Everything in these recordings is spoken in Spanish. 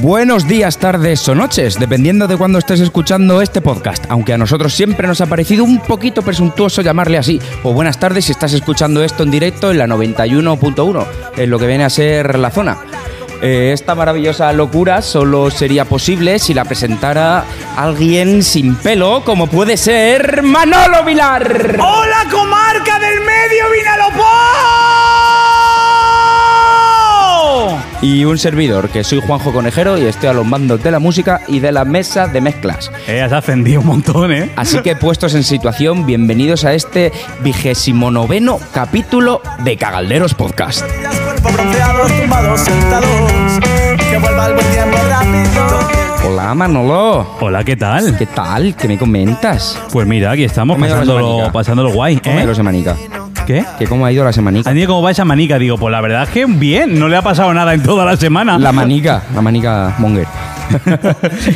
Buenos días, tardes o noches, dependiendo de cuándo estés escuchando este podcast, aunque a nosotros siempre nos ha parecido un poquito presuntuoso llamarle así. O buenas tardes si estás escuchando esto en directo en la 91.1, en lo que viene a ser la zona. Eh, esta maravillosa locura solo sería posible si la presentara alguien sin pelo, como puede ser Manolo Vilar. ¡Hola, comarca del medio Vinalopó! Y un servidor, que soy Juanjo Conejero y estoy a los mandos de la música y de la mesa de mezclas. Eh, has ascendido un montón, ¿eh? Así que puestos en situación, bienvenidos a este vigésimo noveno capítulo de Cagalderos Podcast. Las cuerpos bronceados, tumbados, sentados. Que vuelva el buen tiempo rápido. Hola Manolo, Hola, ¿qué tal? ¿qué tal? ¿Qué me comentas? Pues mira, aquí estamos Comedor de pasándolo, manica. pasándolo guay, ¿Cómo ha ¿eh? ido la semanica? ¿Qué? ¿Qué cómo ha ido la semanica? Daniel, ¿cómo va esa manica? Digo, pues la verdad es que bien, no le ha pasado nada en toda la semana. La manica, la manica monger.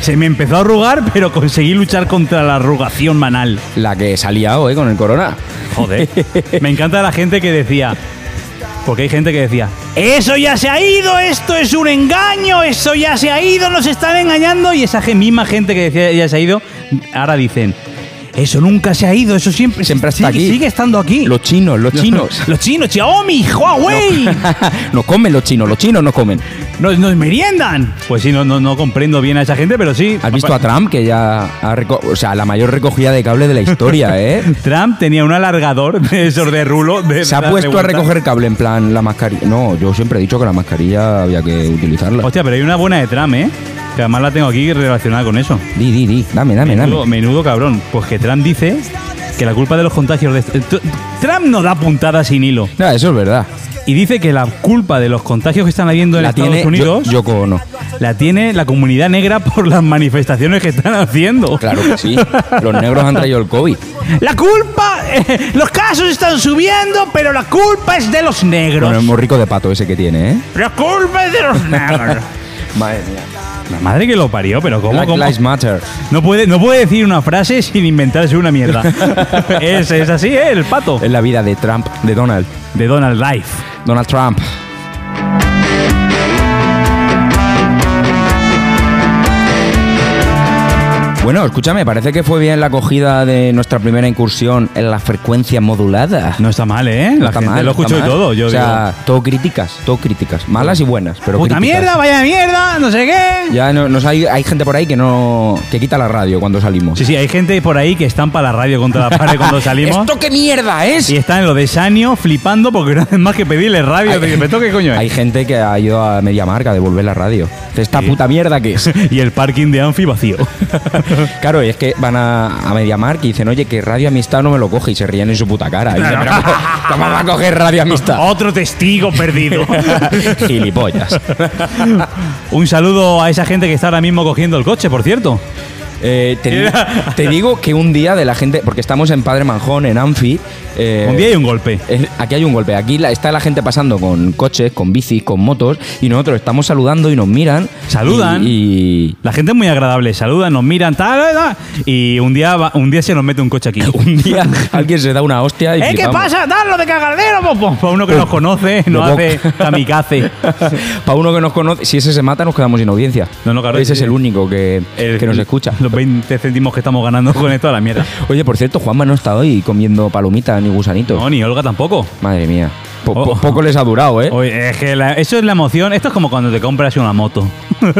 Se me empezó a arrugar, pero conseguí luchar contra la arrugación manal. La que se ha liado, ¿eh? Con el corona. Joder. me encanta la gente que decía. Porque hay gente que decía, eso ya se ha ido, esto es un engaño, eso ya se ha ido, nos están engañando. Y esa ge- misma gente que decía ya se ha ido, ahora dicen, eso nunca se ha ido, eso siempre, Siempre está sigue- aquí. Sigue estando aquí. Los chinos, los chinos. Los chinos, Xiaomi, Huawei. no comen los chinos, los chinos no comen. Nos, nos meriendan. Pues sí, no, no, no comprendo bien a esa gente, pero sí. ¿Has visto a Trump que ya ha reco- o sea, la mayor recogida de cable de la historia, eh? Trump tenía un alargador de esos de rulo. de- Se ha de puesto a vuelta. recoger cable en plan la mascarilla. No, yo siempre he dicho que la mascarilla había que utilizarla. Hostia, pero hay una buena de Trump, ¿eh? Que además la tengo aquí relacionada con eso. Di, di, di. Dame, dame, Menudo, dame. menudo cabrón. Pues que Trump dice que la culpa de los contagios de... Tr- Trump no da puntada sin hilo. No, eso es verdad. Y dice que la culpa de los contagios que están habiendo en La Estados tiene yo, Unidos Yoko Ono. la tiene la comunidad negra por las manifestaciones que están haciendo. Claro que sí. Los negros han traído el COVID. La culpa, eh, los casos están subiendo, pero la culpa es de los negros. Con el morrico de pato ese que tiene, ¿eh? la culpa es de los negros. Madre mía. la madre que lo parió, pero ¿cómo? Black cómo? Lives Matter. No, puede, no puede decir una frase sin inventarse una mierda. es, es así, ¿eh? El pato. Es la vida de Trump, de Donald. De Donald Life. Donald Trump. Bueno, escúchame, parece que fue bien la acogida de nuestra primera incursión en la frecuencia modulada. No está mal, ¿eh? No la está gente mal, lo no escuchó y está mal. todo. Yo o sea, todo críticas, todo críticas. Malas y buenas, pero digo, puta críticas. mierda, vaya mierda, no sé qué. Ya no, nos hay, hay gente por ahí que no que quita la radio cuando salimos. Sí, sí, hay gente por ahí que estampa la radio contra la pared cuando salimos. ¿Esto qué mierda es? Y están en lo de Sanio flipando porque no hacen más que pedirle radio. Hay- Dicen, ¿Pero esto qué coño es? Hay gente que ha ido a media marca a devolver la radio. Esta puta mierda que es. Y el parking de Anfi vacío. Claro, y es que van a, a Mediamarkt y dicen, oye, que Radio Amistad no me lo coge y se ríen en su puta cara. Y dicen, "Pero ¿cómo, cómo va a coger Radio Amistad? Otro testigo perdido. Gilipollas. Un saludo a esa gente que está ahora mismo cogiendo el coche, por cierto. Eh, te, digo- te digo que un día de la gente, porque estamos en Padre Manjón, en Anfi. eh, un día hay un golpe. el- Aquí hay un golpe, aquí la- está la gente pasando con coches, con bicis, con motos y nosotros estamos saludando y nos miran. Saludan. Y, La gente es muy agradable, saluda, nos miran, tal, tal, tal, y un día, va- un día se nos mete un coche aquí. y un día alguien se da una hostia y ¡Eh, qué flipamos. pasa! ¡Tal, lo de cagardero! po, po, Para uno que nos conoce, no Lo hace poco. kamikaze. Para uno que nos conoce, si ese se mata, nos quedamos sin audiencia. No, no, claro, Ese sí, es el sí. único que, El- que nos escucha. Los 20 céntimos que estamos ganando con esto a la mierda. Oye, por cierto, Juanma no está hoy comiendo palomitas ni gusanitos. No, ni Olga tampoco. Madre mía. Po- po- Oh. Poco les ha durado, ¿eh? Oye, es que la- eso es la emoción. Esto es como cuando te compras una moto.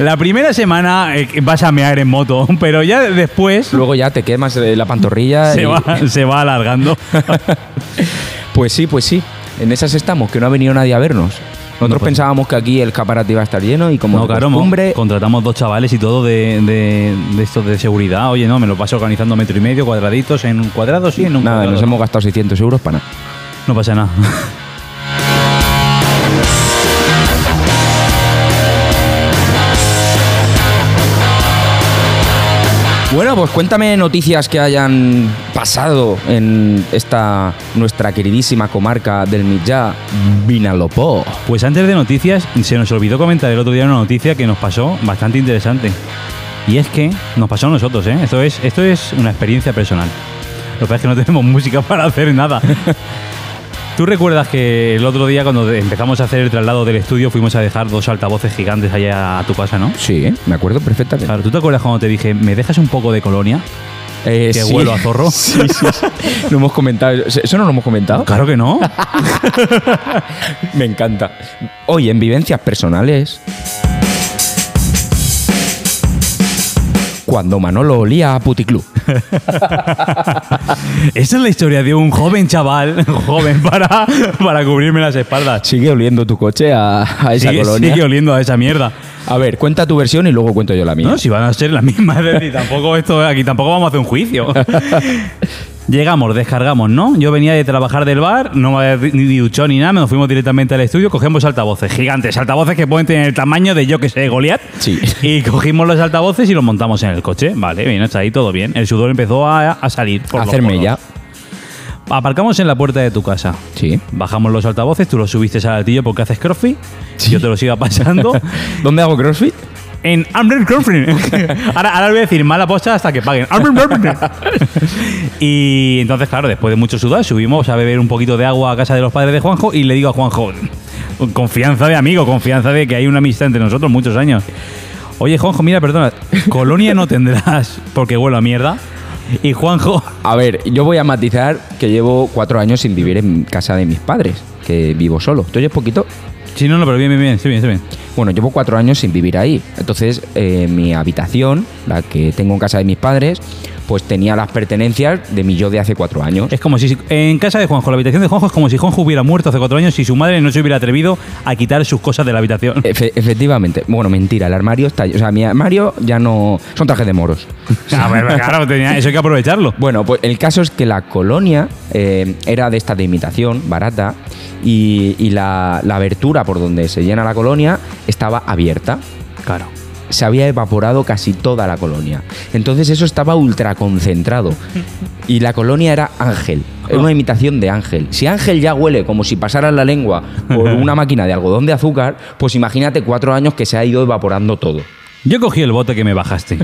la primera semana eh, vas a mear en moto, pero ya después Luego ya te quemas eh, la pantorrilla. se y- va, se va alargando. Pues sí, pues sí. En esas estamos, que no ha venido nadie a vernos. Nosotros No, pues- pensábamos que aquí el escaparate iba a estar lleno y como No, de claro, mo- costumbre, contratamos dos chavales y todo de, de, de estos de seguridad. Oye, no, me lo paso organizando metro y medio, cuadraditos, en un cuadrado, sí, en un nada, cuadrado. nos hemos gastado 600 euros para nada. No pasa nada. Bueno, pues cuéntame noticias que hayan pasado en esta nuestra queridísima comarca del Millá, Vinalopó. Pues antes de noticias, se nos olvidó comentar el otro día una noticia que nos pasó bastante interesante. Y es que nos pasó a nosotros, ¿eh? Esto es, esto es una experiencia personal. Lo que pasa es que no tenemos música para hacer nada. ¿Tú recuerdas que el otro día cuando empezamos a hacer el traslado del estudio fuimos a dejar dos altavoces gigantes allá a tu casa, ¿no? Sí, ¿eh? me acuerdo perfectamente. Claro, ¿tú te acuerdas cuando te dije, me dejas un poco de colonia? Eh, ¿Que sí. huelo a zorro? Sí, sí, sí. Lo hemos comentado. ¿Eso no lo hemos comentado? Claro que no. Me encanta. Hoy, en vivencias personales. Cuando Manolo olía a Puticlub. Esa es la historia de un joven chaval, joven para, para cubrirme las espaldas. Sigue oliendo tu coche a, a esa Sigue, colonia. sigue oliendo a esa mierda. A ver, cuenta tu versión y luego cuento yo la mía. No, si van a ser las mismas, es decir, tampoco esto aquí tampoco vamos a hacer un juicio. Llegamos, descargamos, ¿no? Yo venía de trabajar del bar, no me había ni duchado ni nada, nos fuimos directamente al estudio, cogemos altavoces, gigantes, altavoces que pueden tener el tamaño de yo que sé, Goliat. Sí. Y cogimos los altavoces y los montamos en el coche. Vale, bien, hasta ahí todo bien. El sudor empezó a, a salir. Por A los hacerme poros. ya. Aparcamos en la puerta de tu casa. Sí. Bajamos los altavoces, tú los subiste al altillo porque haces crossfit. Yo te los iba pasando. ¿Dónde hago CrossFit? En Amber ahora, ahora voy a decir mala posta hasta que paguen. Amber y entonces, claro, después de mucho sudar, subimos a beber un poquito de agua a casa de los padres de Juanjo y le digo a Juanjo, con confianza de amigo, confianza de que hay una amistad entre nosotros muchos años. Oye, Juanjo, mira, perdona, colonia no tendrás porque huelo a mierda. Y Juanjo, A ver, yo voy a matizar que llevo cuatro años sin vivir en casa de mis padres, que vivo solo. Entonces, poquito. sí, no, no, pero bien, bien, bien, estoy bien, estoy bien. Bueno, llevo cuatro años sin vivir ahí. Entonces, eh, mi habitación, la que tengo en casa de mis padres, pues tenía las pertenencias de mi yo de hace cuatro años. Es como si en casa de Juanjo, la habitación de Juanjo es como si Juanjo hubiera muerto hace cuatro años y su madre no se hubiera atrevido a quitar sus cosas de la habitación. Efe- efectivamente. Bueno, mentira, el armario está. O sea, mi armario ya no. Son trajes de moros. Ah, bueno, claro, tenía- eso hay que aprovecharlo. Bueno, pues el caso es que la colonia eh, era de esta de imitación, barata, y, y la, la abertura por donde se llena la colonia estaba abierta. Claro. Se había evaporado casi toda la colonia. Entonces eso estaba ultra concentrado. Y la colonia era Ángel. Era una imitación de Ángel. Si Ángel ya huele como si pasara la lengua por una máquina de algodón de azúcar, pues imagínate cuatro años que se ha ido evaporando todo. Yo cogí el bote que me bajaste.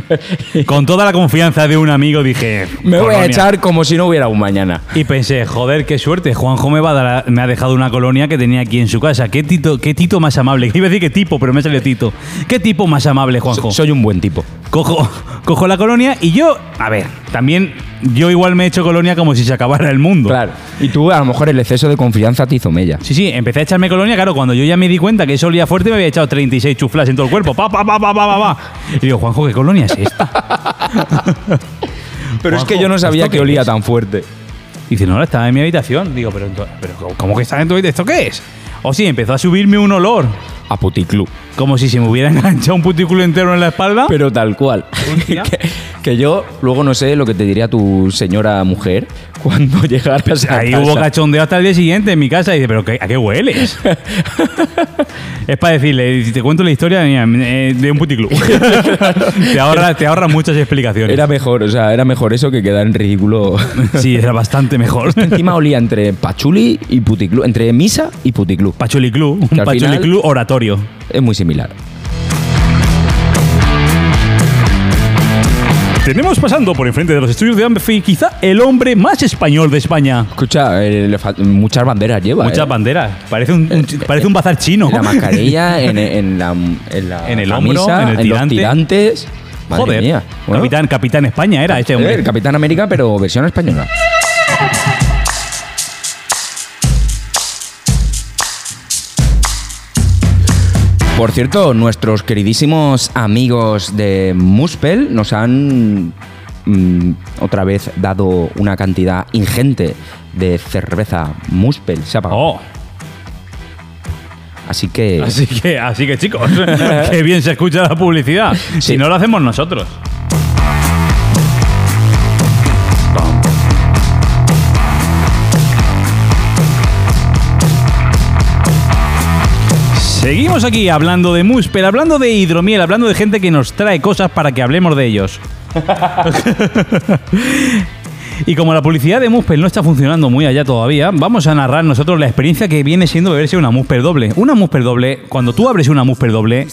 Con toda la confianza de un amigo dije. Me voy a "Colonia". echar como si no hubiera un mañana. Y pensé, joder, qué suerte. Juanjo me, va a dar- me ha dejado una colonia que tenía aquí en su casa. Qué tito, qué tito más amable. Iba a decir que tipo, pero me salió tito. Qué tipo más amable, Juanjo. Soy un buen tipo. cojo, cojo la colonia y yo, a ver, también yo igual me he hecho colonia como si se acabara el mundo. Claro. Y tú, a lo mejor, el exceso de confianza te hizo mella. Sí, sí, empecé a echarme colonia, claro, cuando yo ya me di cuenta que eso olía fuerte, me había echado 36 chuflas en todo el cuerpo. Pa, pa, pa, pa, pa, pa, pa. Y digo, Juanjo, ¿qué colonia es esta? Pero es que Juanjo, yo no sabía ¿esto que qué olía es? tan fuerte. Y dice, no, estaba en mi habitación. Digo, pero, ento- pero ¿cómo que está en tu habitación? ¿Esto qué es? O sí, empezó a subirme un olor, A puticlub. como si se me hubiera enganchado un putículo entero en la espalda. Pero tal cual. Hostia. que, que yo luego no sé lo que te diría tu señora mujer cuando llegaras a Pues Ahí casa. hubo cachondeo hasta el día siguiente en mi casa y dice, pero qué- ¿a qué hueles? es para decirle, si te cuento la historia mira, eh, de un puticlub. te ahorras te ahorra muchas explicaciones. Era mejor, o sea, era mejor eso que quedar en ridículo. Sí, era bastante mejor. Encima olía entre pachuli y puticlub, entre misa y puticlub. Pachuli Club, un al Pachuli final- Club oratorio. Es muy similar. Tenemos pasando por enfrente de los estudios de Ambefi quizá el hombre más español de España. Escucha, eh, le fal- muchas banderas lleva. Muchas eh. banderas. Parece un, un chi- parece un bazar chino. La mascarilla, en, en la, en la En el camisa, hombro, en el los tirante. tirantes. Madre Joder. mía. Bueno, Capitán, Capitán España era ese eh, hombre. el Capitán América, pero versión española. Por cierto, nuestros queridísimos amigos de Muspel nos han mm, otra vez dado una cantidad ingente de cerveza Muspel. Se ha pagado. Oh, Así que así que, así que chicos, qué bien se escucha la publicidad. Si Sí. no lo hacemos nosotros. Seguimos aquí hablando de mousse, pero hablando de hidromiel, hablando de gente que nos trae cosas para que hablemos de ellos. Y como la publicidad de Muspel no está funcionando muy allá todavía, vamos a narrar nosotros la experiencia que viene siendo beberse una Muspel doble. Una Muspel doble, cuando tú abres una Muspel doble,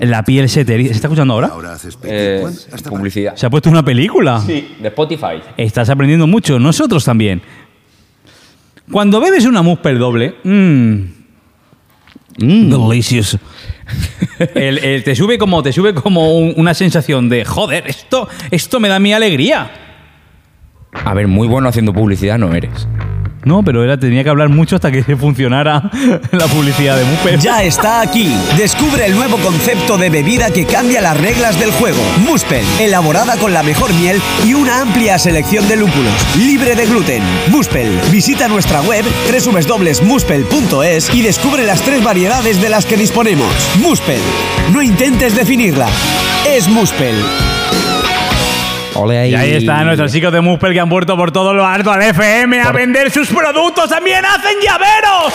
la piel se te... eriza. ¿Se está escuchando ahora? Ahora haces Eh, pequeño. Hasta publicidad. ¿Se ha puesto una película? Sí, de Spotify. Estás aprendiendo mucho, nosotros también. Cuando bebes una Muspel doble, mmm, delicious. El- el- te sube como, te sube como un- una sensación de joder, esto, esto me da mi alegría. A ver, muy bueno haciendo publicidad no eres. No, pero era, tenía que hablar mucho hasta que funcionara la publicidad de Muspel. Ya está aquí. Descubre el nuevo concepto de bebida que cambia las reglas del juego. Muspel, elaborada con la mejor miel y una amplia selección de lúpulos, libre de gluten. Muspel, visita nuestra web www.muspel.es y descubre las tres variedades de las que disponemos. Muspel, no intentes definirla. Es Muspel. Ole ahí. Y ahí están nuestros chicos de Muspel que han vuelto por todo lo alto al FM a Por- vender sus productos. ¡También hacen llaveros!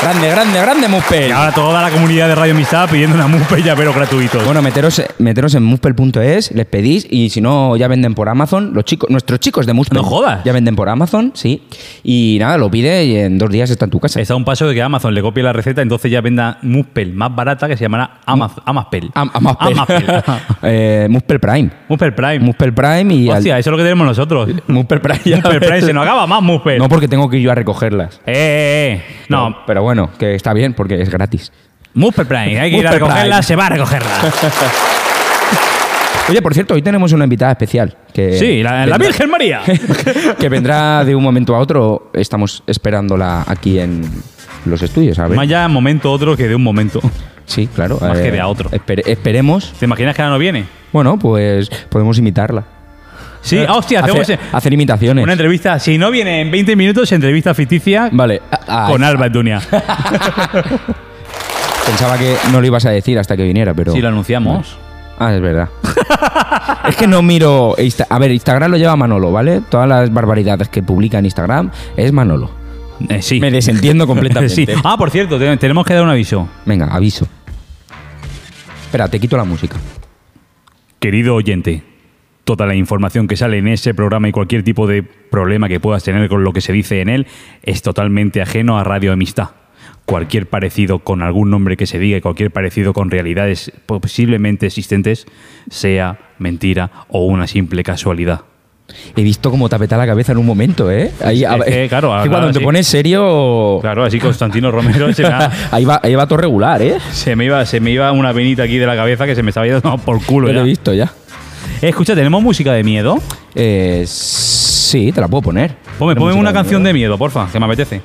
Grande, grande, grande Y Muspel. ahora toda la comunidad de Radio Amistad pidiendo una Muspel llavero gratuito. Bueno, meteros, meteros en muspel.es, les pedís y si no ya venden por Amazon, los chicos, nuestros chicos de Muspel. No jodas. Ya venden por Amazon, sí. Y nada, lo pide y en dos días está en tu casa. Está a un paso de que Amazon le copie la receta, entonces ya venda Muspel más barata que se llamará Amaz- Amazpel. Am- Amazpel. Amazpel. Eh, Muspel Prime. Muspel Prime. Muspel Prime y... al- Hostia, eso es lo que tenemos nosotros. Muspel Prime. ya Muspel Prime, ves. se nos acaba más Muspel. No, porque tengo que ir yo a recogerlas. Eh, eh, eh. No, Pero bueno, que está bien porque es gratis. Muspel Prime, hay que ir a Muspel recogerla, Prime. se va a recogerla. Oye, por cierto, hoy tenemos una invitada especial. Que Sí, la, la vendrá- Virgen María. que vendrá de un momento a otro. Estamos esperándola aquí en los estudios, a ver. Más ya momento otro que de un momento. Sí, claro. eh, Más que de a otro. espere- esperemos. ¿Te imaginas que ahora no viene? Bueno, pues podemos imitarla. Sí, ah, hostia, Hacer- hacemos hacer imitaciones. una entrevista. Si no viene en 20 minutos, entrevista ficticia Vale. a- a- con Alba Dunia. Pensaba que no lo ibas a decir hasta que viniera, pero. Sí, lo anunciamos. Ah, es verdad. es que no miro. Insta- a ver, Instagram lo lleva Manolo, ¿vale? Todas las barbaridades que publica en Instagram es Manolo. Eh, sí. Me desentiendo completamente. Sí. Ah, por cierto, te- tenemos que dar un aviso. Venga, aviso. Espera, te quito la música. Querido oyente, toda la información que sale en ese programa y cualquier tipo de problema que puedas tener con lo que se dice en él es totalmente ajeno a Radio Amistad. Cualquier parecido con algún nombre que se diga y cualquier parecido con realidades posiblemente existentes sea mentira o una simple casualidad. He visto cómo tapeta la cabeza en un momento, ¿eh? Ahí, Es a- que, claro, es ahora que cuando te sí. pones serio. Claro, así Constantino Romero se me, ha- ahí, va, ahí va todo regular, ¿eh? se me iba, se me iba una venita aquí de la cabeza que se me estaba yendo por culo. Lo ya. he visto ya. Eh, escucha, ¿tenemos música de miedo? Eh, sí, te la puedo poner. Ponme, La ponme música una canción de miedo, porfa, que me apetece.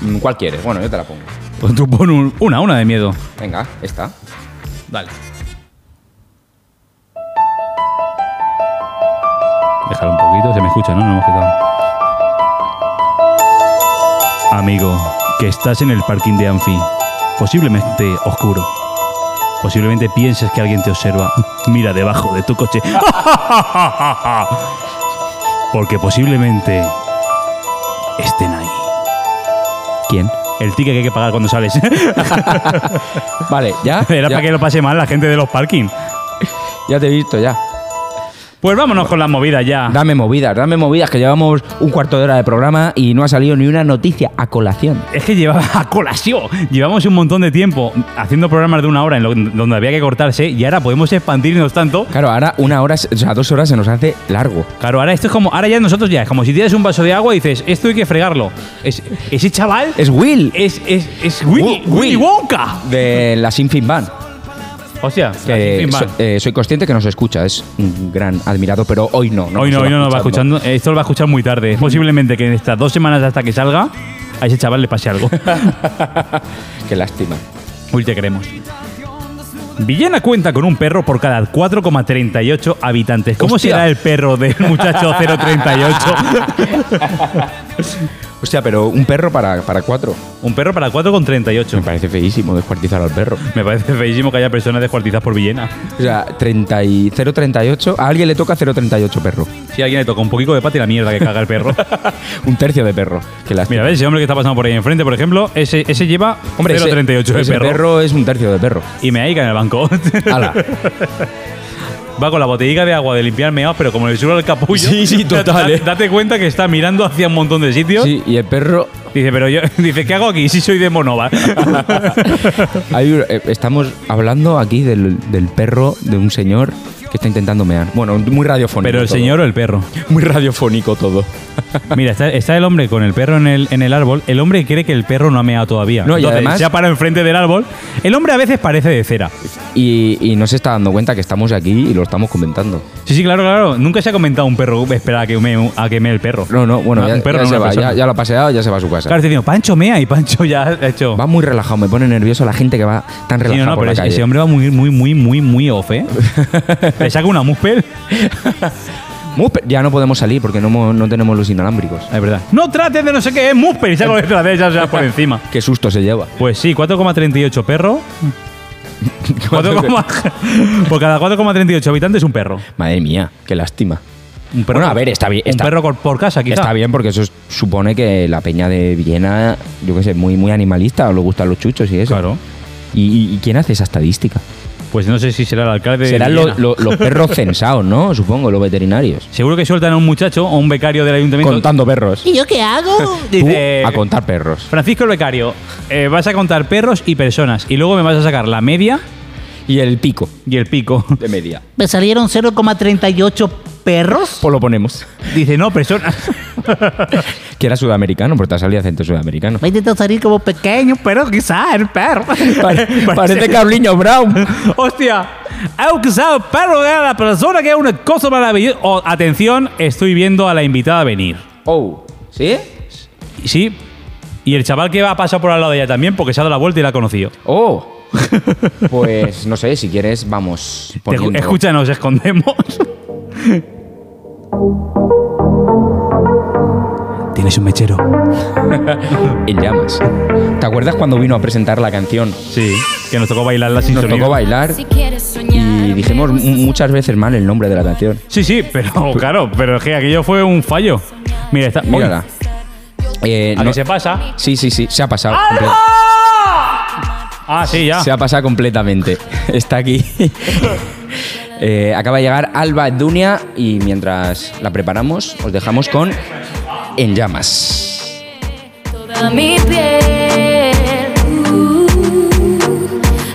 miedo. Mm, ¿Cuál quieres? Bueno, yo te la pongo. Pues tú pon un- una, una de miedo. Venga, esta. Dale. Déjalo un poquito, se me escucha, ¿no? No lo hemos quitado. Amigo, que estás en el parking de Anfi, posiblemente oscuro. Posiblemente pienses que alguien te observa. Mira debajo de tu coche. Porque posiblemente estén ahí. ¿Quién? El ticket que hay que pagar cuando sales. Vale, ya. ya, Era para que lo pase mal la gente de los parking. ya te he visto, ya. Pues vámonos con las movidas ya. Dame movidas, dame movidas, que llevamos un cuarto de hora de programa y no ha salido ni una noticia a colación. Es que llevaba a colación. Llevamos un montón de tiempo haciendo programas de una hora en lo- donde había que cortarse y ahora podemos expandirnos tanto. Claro, ahora una hora, o sea, dos horas se nos hace largo. Claro, ahora esto es como, ahora ya nosotros ya, es como si tienes un vaso de agua y dices, esto hay que fregarlo. Es, ese chaval Es Will, es, es, es Willy, Will- Willy Will. Wonka. de la Sinfin Band. Hostia, que así, fin, so- va. eh, soy consciente que nos escucha, es un gran admirado, pero hoy no. hoy no, nos hoy no nos va escuchando. escuchando. Esto lo va a escuchar muy tarde. Posiblemente que en estas dos semanas hasta que salga, a ese chaval le pase algo. Qué lástima. Hoy te queremos. Villena cuenta con un perro por cada 4,38 habitantes. ¿Cómo Hostia. será el perro del muchacho 038? O sea, pero un perro para, para cuatro. un perro para 4,38. Me parece feísimo descuartizar al perro. Me parece feísimo que haya personas descuartizadas por Villena. O sea, 30 y 0,38. A alguien le toca 0,38 perro. Si alguien le toca un poquito de pata y la mierda que caga el perro. Un tercio de perro. Qué lástima. Mira, ¿ves? Ese hombre que está pasando por ahí enfrente, por ejemplo, ese, ese lleva Hombre, ese- 0,38 de ese perro. perro es un tercio de perro. Y me aiga en el banco. Ala. va con la botellita de agua de limpiar meados, pero como le sube el capullo. Sí, sí, total, da- eh. Date cuenta que está mirando hacia un montón de sitios. Sí, y el perro. Dice, pero yo, dice, ¿qué hago aquí si soy de Monova? hay un- eh, estamos hablando aquí del, del perro de un señor que está intentando mear. Bueno, muy radiofónico. pero el todo. señor o el perro. Muy radiofónico todo. Mira, está, está el hombre con el perro en el, en el árbol. El hombre cree que el perro no ha meado todavía. No, y Entonces, además- se ha parado enfrente del árbol. El hombre a veces parece de cera. Y, y no se está dando cuenta que estamos aquí y lo estamos comentando. Sí, sí, claro, claro. Nunca se ha comentado un perro espera a que mee, a que mee el perro. No, no, bueno, Ah, ya, un perro ya no se una va, ya, persona. ya lo ha paseado, ya se va a su casa. Claro, te digo, Pancho mea y Pancho ya ha hecho. Va muy relajado, me pone nervioso la gente que va tan Sí, relajada no, no, por pero la ese- calle. ese hombre va muy, muy, muy, muy, muy off, ¿eh? Le saca una muspel. Muy pe- ya no podemos salir porque no, mo- no tenemos los inalámbricos. Es verdad. No trates de no sé qué, es muspel. Y saca detrás de ella, o sea, por encima. Qué susto se lleva. Pues sí, 4,38 perro. 4, por cada 4,38 habitantes un perro. Madre mía, qué lástima. Un perro Bueno, a ver, está bien, está- un perro por, por casa, quizá. Está bien porque eso es- supone que la peña de Viena, yo qué sé, muy, muy animalista, o le gustan los chuchos y eso. Claro. ¿Y, y- y quién hace esa estadística? Pues no sé si será el alcalde. de Serán lo- Viena. lo- los perros censados, ¿no? Supongo, los veterinarios. Seguro que sueltan a un muchacho o un becario del ayuntamiento. Contando perros. ¿Y yo qué hago? Tú Dice, a contar perros. Francisco el becario, eh, vas a contar perros y personas y luego me vas a sacar la media Y el pico y el pico. de media. Me salieron 0,38 perros. Pues lo ponemos. Dice, no, personas. Que era sudamericano, porque te ha salido acento sudamericano. Me intento salir como pequeño, pero quizá el perro. Pare- parece Carliño Brown. Hostia, he usado perro era la persona que es una cosa maravillosa. Oh, atención, estoy viendo a la invitada venir. Oh, ¿sí? Sí, y el chaval que va a pasar por al lado de ella también porque se ha dado la vuelta y la ha conocido. Oh. Pues no sé, si quieres, vamos. Te- poniendo. Escucha, nos escondemos. Tienes un mechero. En llamas. ¿Te acuerdas cuando vino a presentar la canción? Sí, que nos tocó bailarla sin Nos sonido. tocó bailar Si quieres soñar. y dijimos mu- muchas veces mal el nombre de la canción. Sí, sí, pero claro, pero es que aquello fue un fallo. Mira, está. Mírala. Eh, Uy, ¿A no- qué se pasa? sí, sí, sí, se ha pasado. comple- Ah, sí, ya. Se ha pasado completamente. Está aquí. Eh, acaba de llegar Alba Dunia y mientras la preparamos, os dejamos con En Llamas. Toda mi piel. Uh,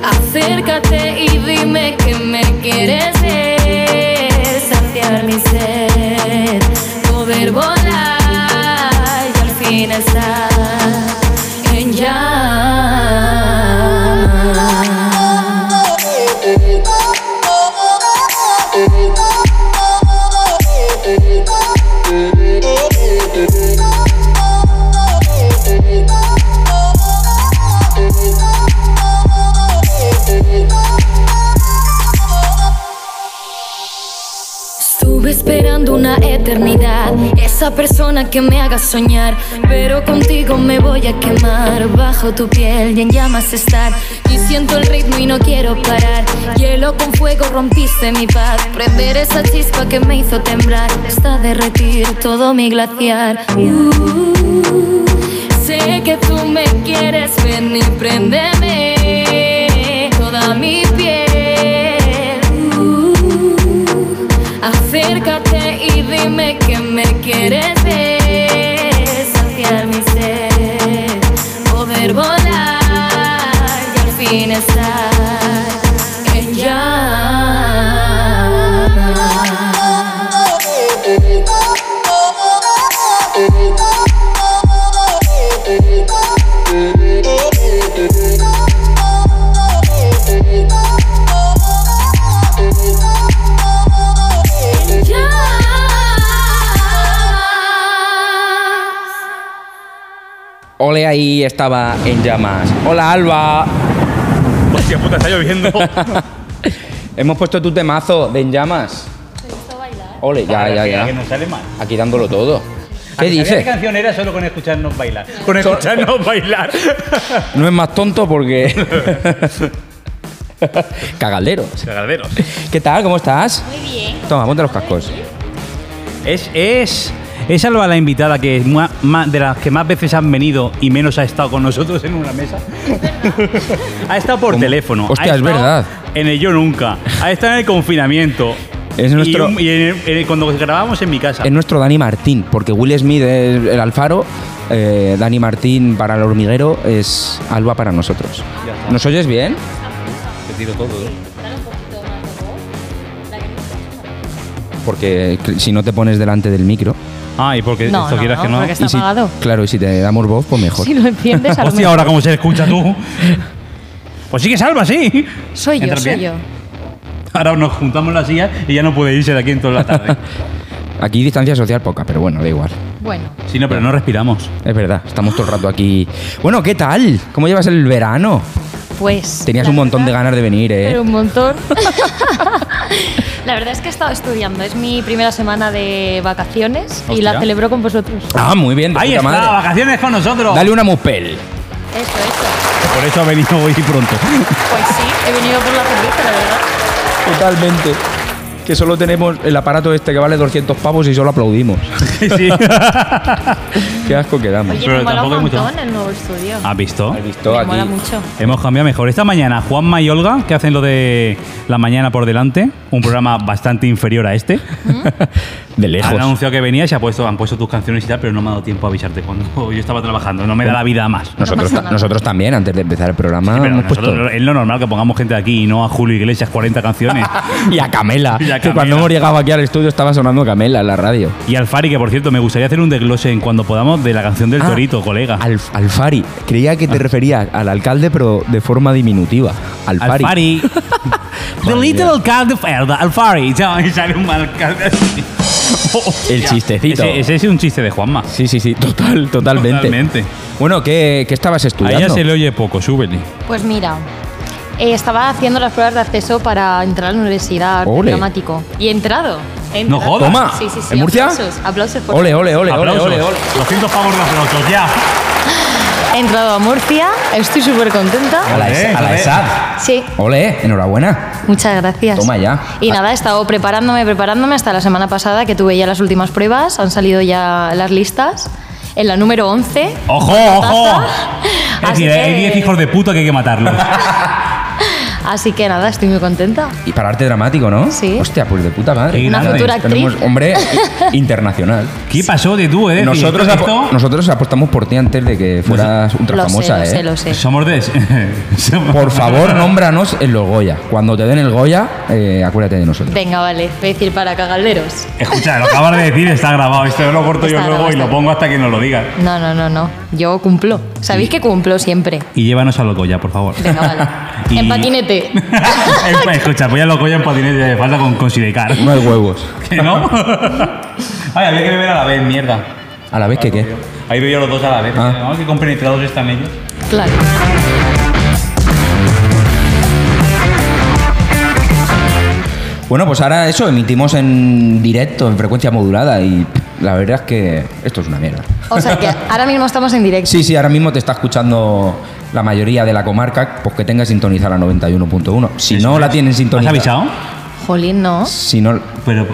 acércate y dime que me quieres ver. Saciar mi sed, poder volar y al fin estar en llamas. Estuve esperando una eternidad, esa persona que me haga soñar, pero contigo me voy a quemar bajo tu piel y en llamas estar. Y siento el ritmo y no quiero parar. Hielo con fuego rompiste mi paz, prender esa chispa que me hizo temblar hasta derretir todo mi glaciar. Uh, sé que tú me quieres, ven y prendeme toda mi piel. Uh, Acércate y dime que me quieres ver, saciar mi sed, poder volar y al fin estar en llamas. En llamas. Ole, ahí estaba en llamas. Hola, Alba. Hostia puta, está lloviendo. Hemos puesto tu temazo de en llamas. Ole, ya, ya, Que ya. nos sale mal. Aquí dándolo todo. ¿Qué ¿Sabías dices? canción era solo con escucharnos bailar? Con escucharnos bailar. No es más tonto porque. Cagaldero. Cagaderos. ¿Qué tal? ¿Cómo estás? Muy bien. Toma, ponte los cascos. Es, es, es Alba la invitada que es mua- ma- de las que más veces han venido y menos ha estado con nosotros en una mesa. ha estado por ¿Cómo? teléfono. Hostia, ha es estado verdad. En el yo nunca. Ha estado en el confinamiento. Es nuestro, Y, un- y en- en- cuando grabábamos en mi casa. es nuestro Dani Martín, porque Will Smith es el Alfaro, eh, Dani Martín para el hormiguero es Alba para nosotros. ¿Nos oyes bien? ¿eh? Porque cl- si no te pones delante del micro, Ah, y porque No, esto no, quieras no, que no. porque está y si- apagado. claro, y si te damos voz, pues mejor. Si lo enciendes, a lo Hostia, mejor. ahora cómo se escucha tú. Pues sí que salva, sí. Soy yo, Entras soy yo. bien. Ahora nos juntamos las sillas y ya no puede irse de aquí en toda la tarde. Aquí distancia social poca, pero bueno, da igual. Bueno, sí, no, pero no respiramos. Es verdad, estamos todo el rato aquí. Bueno, ¿qué tal? ¿Cómo llevas el verano? pues. Tenías la un montón de verdad- ganas de venir, Pero ¿eh? un montón. la verdad es que he estado estudiando. Es mi primera semana de vacaciones y Hostia. la celebro con vosotros. Ah, muy bien, de Ahí puta está, madre. vacaciones con nosotros. Dale una muspel. Eso, eso. Por eso ha venido hoy pronto. Pues sí, he venido por la cerveza, la verdad. Totalmente. Que solo tenemos el aparato este que vale 200 pavos y solo aplaudimos. sí. Qué asco que damos. Oye, Pero me mola un tampoco hay mucho. montón el nuevo estudio. ¿Has visto? ¿Has visto me Ah, aquí? mola mucho. Hemos cambiado mejor. Esta mañana, Juanma y Olga, que hacen lo de La Mañana por Delante, un programa bastante inferior a este, De han lejos. anunciado que venías y ha puesto, han puesto tus canciones y tal, pero no me ha dado tiempo a avisarte cuando yo estaba trabajando. No me da la vida más. Nosotros, No pasa nada. nosotros también, antes de empezar el programa, Pero hemos puesto- nosotros, es Ah, lo normal que pongamos gente aquí y no a Julio Iglesias 40 canciones. Y a Camela, Y a que Camela. cuando hemos llegado aquí al estudio estaba sonando Camela en la radio. y al Fari, que por cierto, me gustaría hacer un desglose en cuando podamos de la canción del Ah, Torito, colega. Al, Alfari, creía que Ah. te referías al alcalde, pero de forma diminutiva. Alfari. Alfari. The Madre Little mía. Alcalde of Elda, Alfari. Ya, y sale un alcalde así. El chistecito. Ese, ese es un chiste de Juanma. Sí, sí, sí, total, totalmente. Totalmente. Bueno, ¿qué, qué estabas A estudiando? ella se le oye poco, súbele. Pues mira, eh, estaba haciendo las pruebas de acceso para entrar a la universidad de Ole. dramático. Y he entrado. he No entrado. jodas. Toma. Sí, sí, sí. ¿En Murcia? Aplausos, aplausos por Ole, ole, ole, ole, Aplausos. ole, ole. 200 pavos de aplausos, ya. He entrado a Murcia, estoy súper A contenta. la, Ole, ESA- a la ole. ESAD. Sí, Ole, enhorabuena. muchas gracias. Toma ya. Ah. Y nada, he estado preparándome, preparándome hasta la semana pasada que tuve ya las últimas pruebas, han salido ya las listas. En la número 11. ¡Ojo, ojo! Es Así decir, hay que- 10 hijos de puta que hay que matarlos. Así que nada, estoy muy contenta. Y para arte dramático, ¿no? Sí. Hostia, pues de puta madre. Una Nada, futura tenemos actriz. hombre i- internacional. ¿Qué pasó de tú, eh? Nosotros, Decir, apo- esto- Pues nosotros apostamos por ti antes de que fueras ultra Lo famosa, sé, ¿eh? lo sé, lo sé. Somos de... somos- Por favor, nómbranos en los Goya. Cuando te den el Goya, eh, acuérdate de nosotros. Venga, vale, voy a decir para cagalderos. Escucha, lo acabas de decir, está grabado. Esto lo corto yo Está luego grabado, y lo está. pongo hasta que nos lo digas. No, no, no, no. Yo cumplo. Sabéis que cumplo siempre. Y llévanos a los Goya, por favor. Venga, vale. Y- En patinete. En pa- Escucha, voy a los Goya en patinete de falta con, con sidecar. No hay huevos. ¿Que no? Ay, había que beber a la vez, mierda. A la vez que qué. Ahí bebía los dos a la vez. Ah. Vamos, que compenetrados están ellos. Claro. Bueno, pues ahora eso, emitimos en directo, en frecuencia modulada y pff, la verdad es que esto es una mierda. O sea que ahora mismo estamos en directo. Sí, sí, ahora mismo te está escuchando la mayoría de la comarca, pues que tenga sintonizada la 91.1. Si Eso no es. la tienen ¿Has sintonizada... avisado? Jolín, no. Si no... Pero.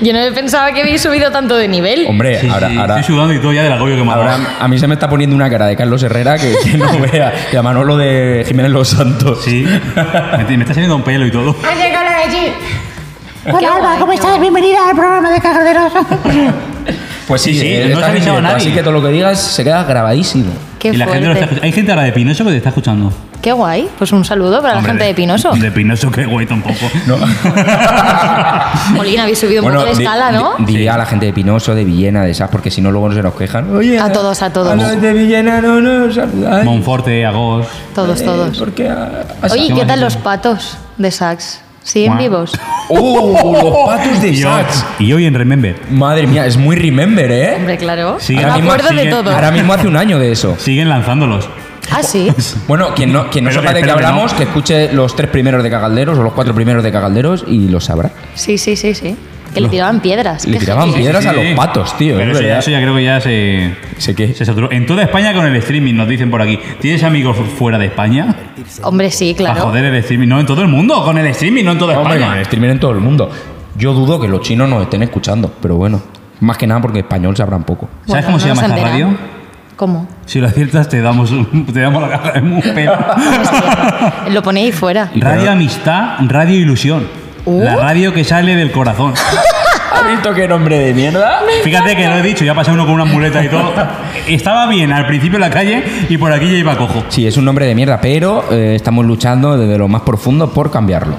Yo no pensaba que habéis subido tanto de nivel. Hombre, Sí, ahora... sí, ahora Estoy sudando y todo ya del agobio que me ha dado. ahora a mí se me está poniendo una cara de Carlos Herrera que, que no vea, y a Manolo de Jiménez Los Santos. Sí. me, te- me está saliendo un pelo y todo. Qué Hola Alba, guay, ¿cómo qué estás? guay. Bienvenida al programa de Cagarderos. Pues sí, Sí, sí, eh, no se estás ha en avisado a directo, nadie. así que todo lo que digas se queda grabadísimo. Qué y la gente lo está fuerte. escuchando. Hay gente ahora de Pinoso que te está escuchando. Qué guay. Pues un saludo para Hombre, la gente de, Pinoso. De Pinoso, qué guay tampoco. No. Jolín, habéis subido un poco de di- escala, di- ¿no? Diría a la gente de Pinoso, de Villena, de esas, porque si no luego no se nos quejan. Oye, A todos, a todos. los de Villena no nos saludáis. Monforte, Agos. Todos, Eh, todos. Porque a- a- Oye, ¿y ¿Qué ¿qué más tal dices? los patos de Sax? ¿Siguen Guau. vivos? ¡Oh, los patos de Y yo- Sachs! y hoy en Remember. Madre mía, es muy remember, ¿eh? Hombre, claro. Sí, Me ahora mismo acuerdo de sigue- todo. Ahora mismo hace un año de eso. Siguen lanzándolos. Ah, sí. Bueno, quien no, quien no Pero sepa que- de qué pero que hablamos, no. que escuche los tres primeros de Cagalderos o los cuatro primeros de Cagalderos y lo sabrá. Sí, sí, sí, sí. Que le tiraban piedras. Le Qué tiraban heavy. piedras a los patos, tío. Pero es eso, ya, verdad. eso ya creo que ya se. ¿Se qué? se saturó. En toda España con el streaming, nos dicen por aquí. ¿Tienes amigos fuera de España? Hombre, Ah, sí, Para claro. joder el streaming. No, en todo el mundo, con el streaming, no en toda Hombre, España. con el streaming en todo el mundo. Yo dudo que los chinos nos estén escuchando, pero bueno. Más que nada porque español sabrán poco. ¿Sabes Bueno, cómo se no llama nos esta enteran. radio? ¿Cómo? Si lo aciertas, te damos, un- te damos la caja de un pelo. Lo ponéis fuera. radio Amistad, Radio Ilusión. ¿Oh? La radio que sale del corazón. ¿Has visto qué nombre de mierda? Fíjate que lo he dicho, ya pasé uno con una muleta y todo. Estaba bien al principio en la calle y por aquí ya iba cojo. Sí, es un nombre de mierda, pero eh, estamos luchando desde lo más profundo por cambiarlo.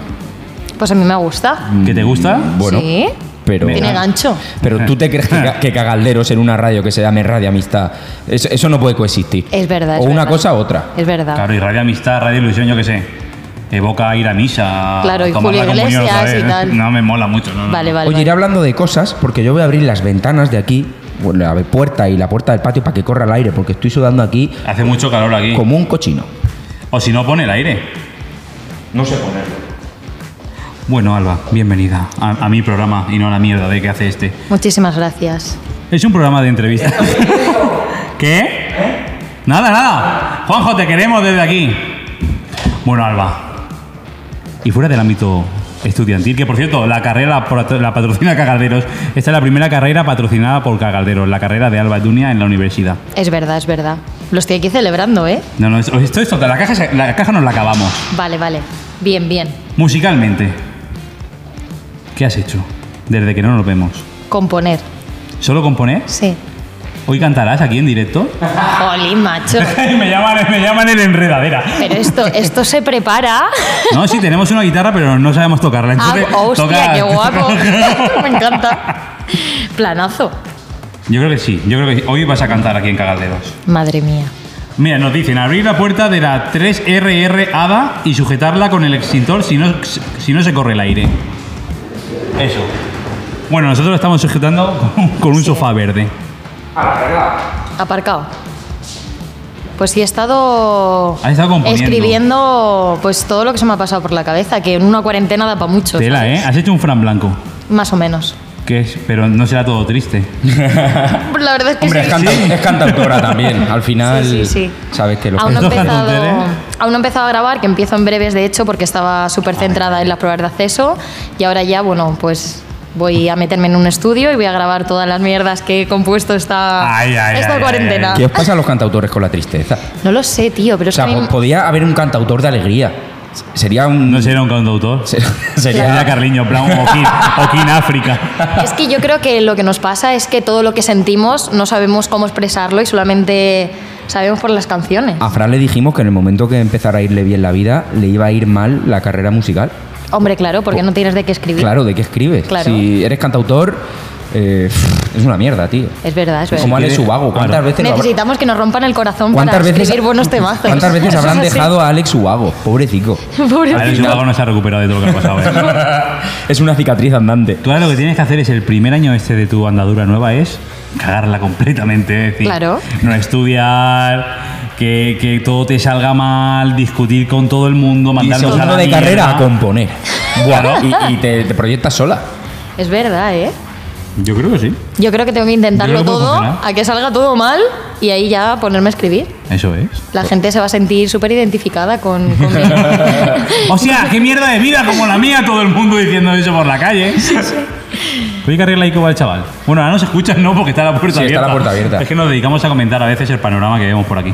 Pues a mí me gusta. ¿Que te gusta? Bueno, Sí. pero. Tiene gancho. Pero tú te crees que, ca- que cagalderos en una radio que se llame Radio Amistad. Eso, eso no puede coexistir. Es verdad. O es una verdad. cosa u otra. Es verdad. Claro, y Radio Amistad, Radio Ilusión, yo qué sé. Evoca ir a misa. Claro, y tomar la Julio comunión otra Iglesias y vez. ¿eh? tal. No me mola mucho. No, no. Vale, vale. Oye, vale. iré hablando de cosas, porque yo voy a abrir las ventanas de aquí, bueno, la puerta y la puerta del patio para que corra el aire, porque estoy sudando aquí Hace mucho calor aquí. como un cochino. O si no, pone el aire. No sé ponerlo. Bueno, Alba, bienvenida a, a mi programa y no a la mierda de que hace este. Muchísimas gracias. Es un programa de entrevista. ¿Qué? Nada, nada. Juanjo, te queremos desde aquí. Bueno, Alba. Y fuera del ámbito estudiantil, que por cierto, la carrera pro- la patrocina Cagalderos. Esta es la primera carrera patrocinada por Cagalderos, la carrera de Alba Dunia en la universidad. Es verdad, es verdad. Lo estoy aquí celebrando, ¿eh? No, no, esto esto es total. La caja, se- la caja nos la acabamos. Vale, vale. Bien, bien. Musicalmente, ¿qué has hecho desde que no nos vemos? Componer. ¿Solo componer? Sí. ¿Hoy cantarás aquí en directo? Jolín, macho. me, llaman, me llaman el enredadera. Pero esto, esto se prepara. No, sí, tenemos una guitarra, pero no sabemos tocarla. Ah, Entonces, hostia, toca- qué guapo. Me encanta. Planazo. Yo creo que sí, yo creo que sí. hoy vas a cantar aquí en Cagalderos. Madre mía. Mira, nos dicen abrir la puerta de la 3RR ADA y sujetarla con el extintor si no, si no se corre el aire. Eso. Bueno, nosotros la estamos sujetando con, con un sofá verde. Aparcado. Pues sí, he estado, Has estado componiendo. escribiendo pues todo lo que se me ha pasado por la cabeza, que en una cuarentena da para mucho. Tela, ¿eh? ¿sabes? Has hecho un fran blanco. Más o menos. Que es, pero no será todo triste. La verdad es que Hombre, sí. es, canta- es cantautora también. Al final, Sí, sí, sí. sabes que lo Aún no, he Esto es empezado, Jartunter, ¿eh? aún no he empezado a grabar, que empiezo en breves de hecho porque estaba súper centrada en las pruebas de acceso y ahora ya, bueno, pues voy a meterme en un estudio y voy a grabar todas las mierdas que he compuesto esta, Ay, ay, esta ay, cuarentena. ay, ¿Qué os pasa a los cantautores con la tristeza? No lo sé, tío, pero O es que sea, a mí- po- podía haber un cantautor de alegría. Sería un. No será un cantautor. ser- sería. Sería Carliño, en plan, o Kin, o Kin África. Es que yo creo que lo que nos pasa es que todo lo que sentimos no sabemos cómo expresarlo y solamente sabemos por las canciones. A Fran le dijimos que en el momento que empezara a irle bien la vida, le iba a ir mal la carrera musical. Hombre, claro, porque no tienes de qué escribir. Oh. Claro, ¿de qué escribes? Claro. Si eres cantautor, eh, es una mierda, tío. Es verdad, es Como verdad. Alex Ubago, ¿cuántas Claro. veces lo habrá- Necesitamos que nos rompan el corazón para ¿Cuántas veces, escribir buenos temazos. ¿Cuántas veces Eso es habrán así. dejado a Alex Ubago? Pobrecico. Pobre- Alex Ubago no se ha recuperado de todo lo que ha pasado. ¿eh? es una cicatriz andante. Tú ahora lo que tienes que hacer es el primer año este de tu andadura nueva es cagarla completamente. Es decir, Claro. No estudiar, que, que todo te salga mal, discutir con todo el mundo, Y mandarlos a la segundo de mierda. carrera a componer. Claro. Y, y te, te proyectas sola. Es verdad, ¿eh? Yo creo que sí. Yo creo que tengo que Yo intentarlo creo que puede todo, funcionar. a que salga todo mal y ahí ya ponerme a escribir. Eso es. La gente se va a sentir súper identificada con, conmigo. O sea, qué mierda de vida como la mía, todo el mundo diciendo eso por la calle. Oye, que arregla ahí que va el chaval. Bueno, ahora no se escucha, no, porque está la puerta Sí, abierta. está la puerta abierta. Es que nos dedicamos a comentar a veces el panorama que vemos por aquí.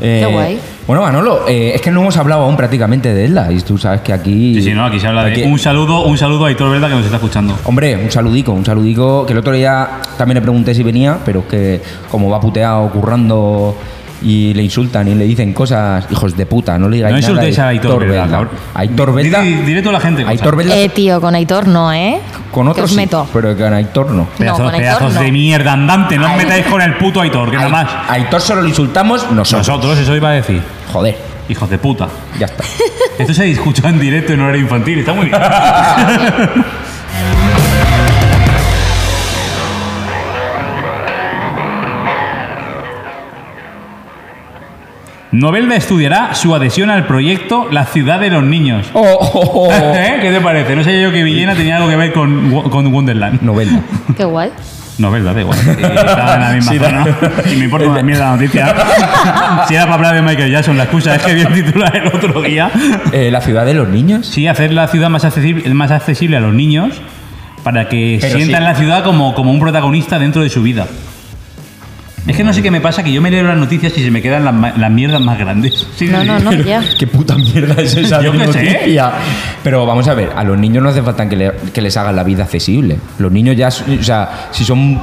Eh, guay. Bueno, Manolo, eh, es que no hemos hablado aún prácticamente de Esla. Y tú sabes que aquí. Sí, sí, no, aquí se habla aquí- de. Un saludo, un saludo a Hitor Verda que nos está escuchando. Hombre, un saludico, un saludico. Que el otro día también le pregunté si venía, pero es que como va puteado, currando y le insultan y le dicen cosas, hijos de puta, no le digáis No nada. insultéis a Aitor Belda, Belda. cabrón. A Aitor Belda. Di- di- directo a la gente, Aitor cosas. Belda Eh, tío, con Aitor no, ¿eh? con Que otros os sí, meto. pero con Aitor no. Pedazos, con Aitor pedazos no. de mierda andante, no os metáis con el puto Aitor, que nada Ai- más. A Aitor solo lo insultamos nosotros. Nosotros, eso iba a decir. Joder, Hijos de puta. ya está. Esto se escuchó en directo en horario infantil, está muy bien. Novelda estudiará su adhesión al proyecto La ciudad de los niños. Oh, oh, oh. ¿Eh? ¿Qué te parece? No sé yo que Villena tenía algo que ver con, Wo- con Wonderland. Novela. Qué guay. Novelda, da igual. Estaba en la misma zona. Y me importa una mierda la noticia. si era para hablar de Michael Jackson, la excusa es que vi el titular el otro día. Eh, la ciudad de los niños. Sí, hacer la ciudad más accesible, más accesible a los niños para que Pero sientan sí. la ciudad como, como un protagonista dentro de su vida. Es que no sé qué me pasa, que yo me leo las noticias y se me quedan las, ma- las mierdas más grandes. Sí, No, sí. no, no, ya. ¿Qué puta mierda es esa Yo de qué sé. noticia? Pero vamos a ver, a los niños no hace falta que, le- que les hagan la vida accesible. Los niños ya, s- o sea, si son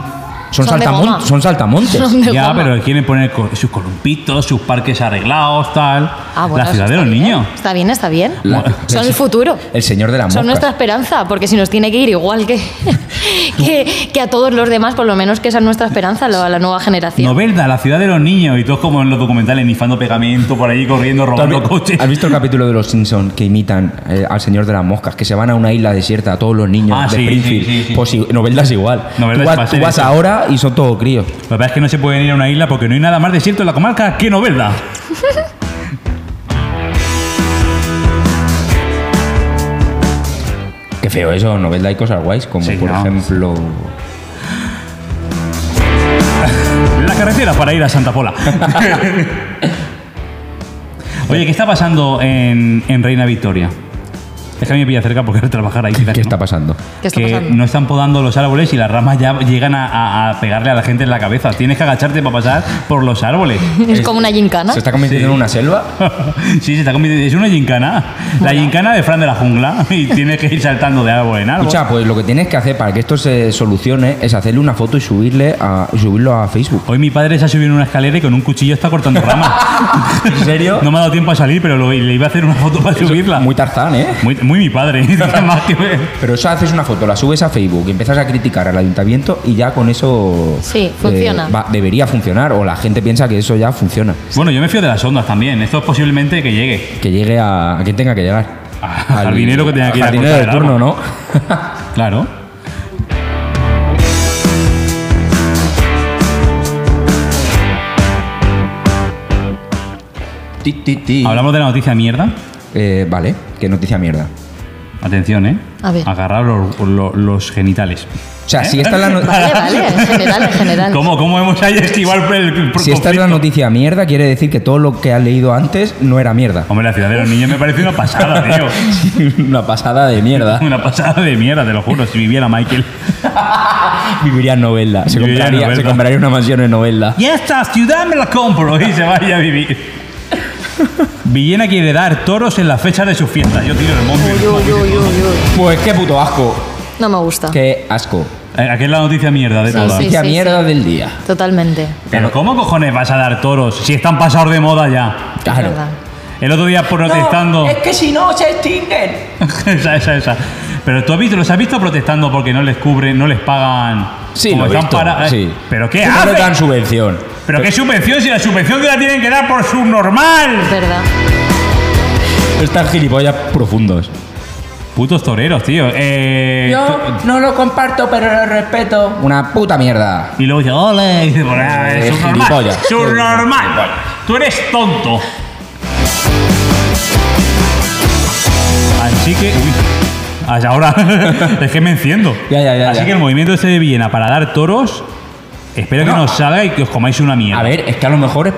son, Son de saltamon- goma. son saltamontes. Son de Ya, goma. pero quieren poner co- sus columpitos, sus parques arreglados, tal. Ah, bueno, la eso ciudad de está los bien. niños. Está bien, está bien. La- Son el futuro. El señor de la mosca. Son nuestra esperanza, porque si nos tiene que ir igual que, que, que a todos los demás, por lo menos que esa es nuestra esperanza, lo- a la nueva generación. Novelda, la ciudad de los niños. Y todos como en los documentales, nifando pegamento por allí, corriendo, ¿Tú has, robando vi- coches. has visto el capítulo de los Simpsons que imitan eh, al señor de las moscas? Que se van a una isla desierta a todos los niños Ah, de sí, Springfield. sí, sí, sí. Pues sí, Novelda es igual. Novelda tú es vas, fácil, tú vas sí. ahora y son todos críos. Lo que pasa es que no se pueden ir a una isla porque no hay nada más desierto en la comarca que Novelda. Qué feo eso, Novelda hay cosas guays, como Sí, por no. ejemplo. La carretera para ir a Santa Pola. Oye, ¿qué está pasando en, en Reina Victoria? Es que a mí me pilla cerca porque trabajar ahí. quizás, ¿Qué ¿no? está pasando? ¿Qué está que pasando? no están podando los árboles y las ramas ya llegan a, a- a pegarle a la gente en la cabeza. Tienes que agacharte para pasar por los árboles. es como una gincana. ¿Se está convirtiendo en una selva? sí, se está convirtiendo. Es una gincana. La gincana de Fran de la jungla. Y tienes que ir saltando de árbol en árbol. Escucha, pues lo que tienes que hacer para que esto se solucione es hacerle una foto y subirle a, y subirlo a Facebook. Hoy mi padre se ha subido en una escalera y con un cuchillo está cortando ramas. ¿En serio? No me ha dado tiempo a salir, pero lo- le iba a hacer una foto para subirla. Muy tarzán, ¿eh? Muy, muy mi padre. Más que- Pero eso haces una foto, la subes a Facebook y empiezas a criticar al ayuntamiento y ya con eso. eh, Sí, funciona. va- debería funcionar o la gente piensa que eso ya funciona. Bueno, yo me fío de las ondas también. Esto es posiblemente que llegue. Que llegue a, a quien tenga que llegar. A- al dinero que tenga que ir a al dinero cortar de el turno, ¿no? Claro. Ti, ti, ti. Hablamos de la noticia mierda. Eh, vale, qué noticia mierda. Atención, ¿eh? A ver. Agarrar los, lo- los genitales. O ¿Eh? sea, si esta es la no- Vale, vale, en general, en general. ¿Cómo, cómo hemos ahí esquivar el, el Si esta es la conflicto? noticia mierda, quiere decir que todo lo que has leído antes no era mierda. Hombre, la ciudad de los niños me parece una pasada, tío. Una pasada de mierda. Una pasada de mierda, te lo juro. Si viviera Michael. Viviría en Novelda. Se Viviría en compraría, Novelda. se compraría una mansión en Novelda. Y esta ciudad me la compro y se vaya a vivir. Villena quiere dar toros en la fecha de su fiesta. Yo tiro el móvil. Pues qué puto asco. No me gusta. Qué asco. Eh, Aquí es la noticia mierda de Sí, todas. sí. Noticia mierda del día. Totalmente. Pero ¿cómo cojones vas a dar toros si están pasados de moda ya? Claro. Es verdad. El otro día protestando. es que si no se extinguen. esa, esa, esa. Pero tú has visto, los has visto protestando porque no les cubren, no les pagan. Sí, Como lo he están visto, para- eh, sí. Pero qué Que no le hacen? dan subvención. Pero qué subvención si la subvención te la tienen que dar por Es subnormal. verdad. Están gilipollas profundos. Putos toreros, tío. Eh, to- no lo comparto, pero lo respeto. Una puta mierda. Y luego dice, ole, y dice, bueno, Eh, es subnormal. gilipollas. Subnormal. Tú eres tonto. Así que. Uy. Ay, Ahora es que me enciendo. Ya, ya, ya, Así ya. que el movimiento este de Viena para dar toros. Espero que No. no os salga y que os comáis una mierda. A ver, es que a lo mejor es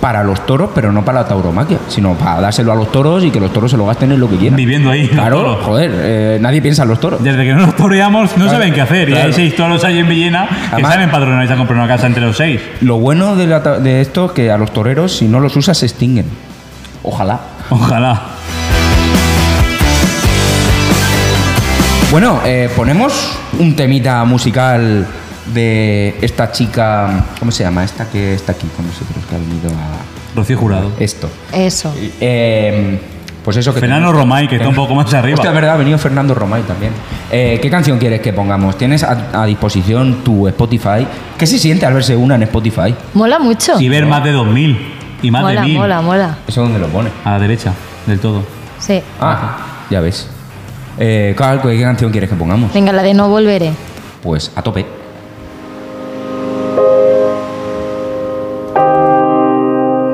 para los toros, pero no para la tauromaquia, sino para dárselo a los toros y que los toros se lo gasten en lo que quieran. Viviendo ahí. Claro, los toros. joder, eh, nadie piensa en los toros. Desde que no los toreamos, no Claro, saben qué hacer. Y hay claro. seis toros ahí en Villena que Además- están empadronados y se han comprado una casa entre los seis. Lo bueno de, la ta- de esto es que a los toreros, si no los usas, se extinguen. Ojalá. Ojalá. Bueno, eh, ponemos un temita musical de esta chica. ¿Cómo se llama? Esta que está aquí con nosotros, que ha venido a Rocío Jurado. esto. Eso. Eh, pues eso que. Fernando tenemos. Romay, que está un poco más arriba. Hostia, es verdad, ha venido Fernando Romay también. Eh, ¿Qué canción quieres que pongamos? ¿Tienes a, a disposición tu Spotify? ¿Qué se siente al verse una en Spotify? Mola mucho. Y ver más de 2000 y más mola, de 1000 mola, mola. ¿Eso dónde lo pone? a la derecha del todo. Sí. Ah, ya ves. Eh, Carl, ¿qué canción quieres que pongamos? Venga, la de no volveré. Pues a tope.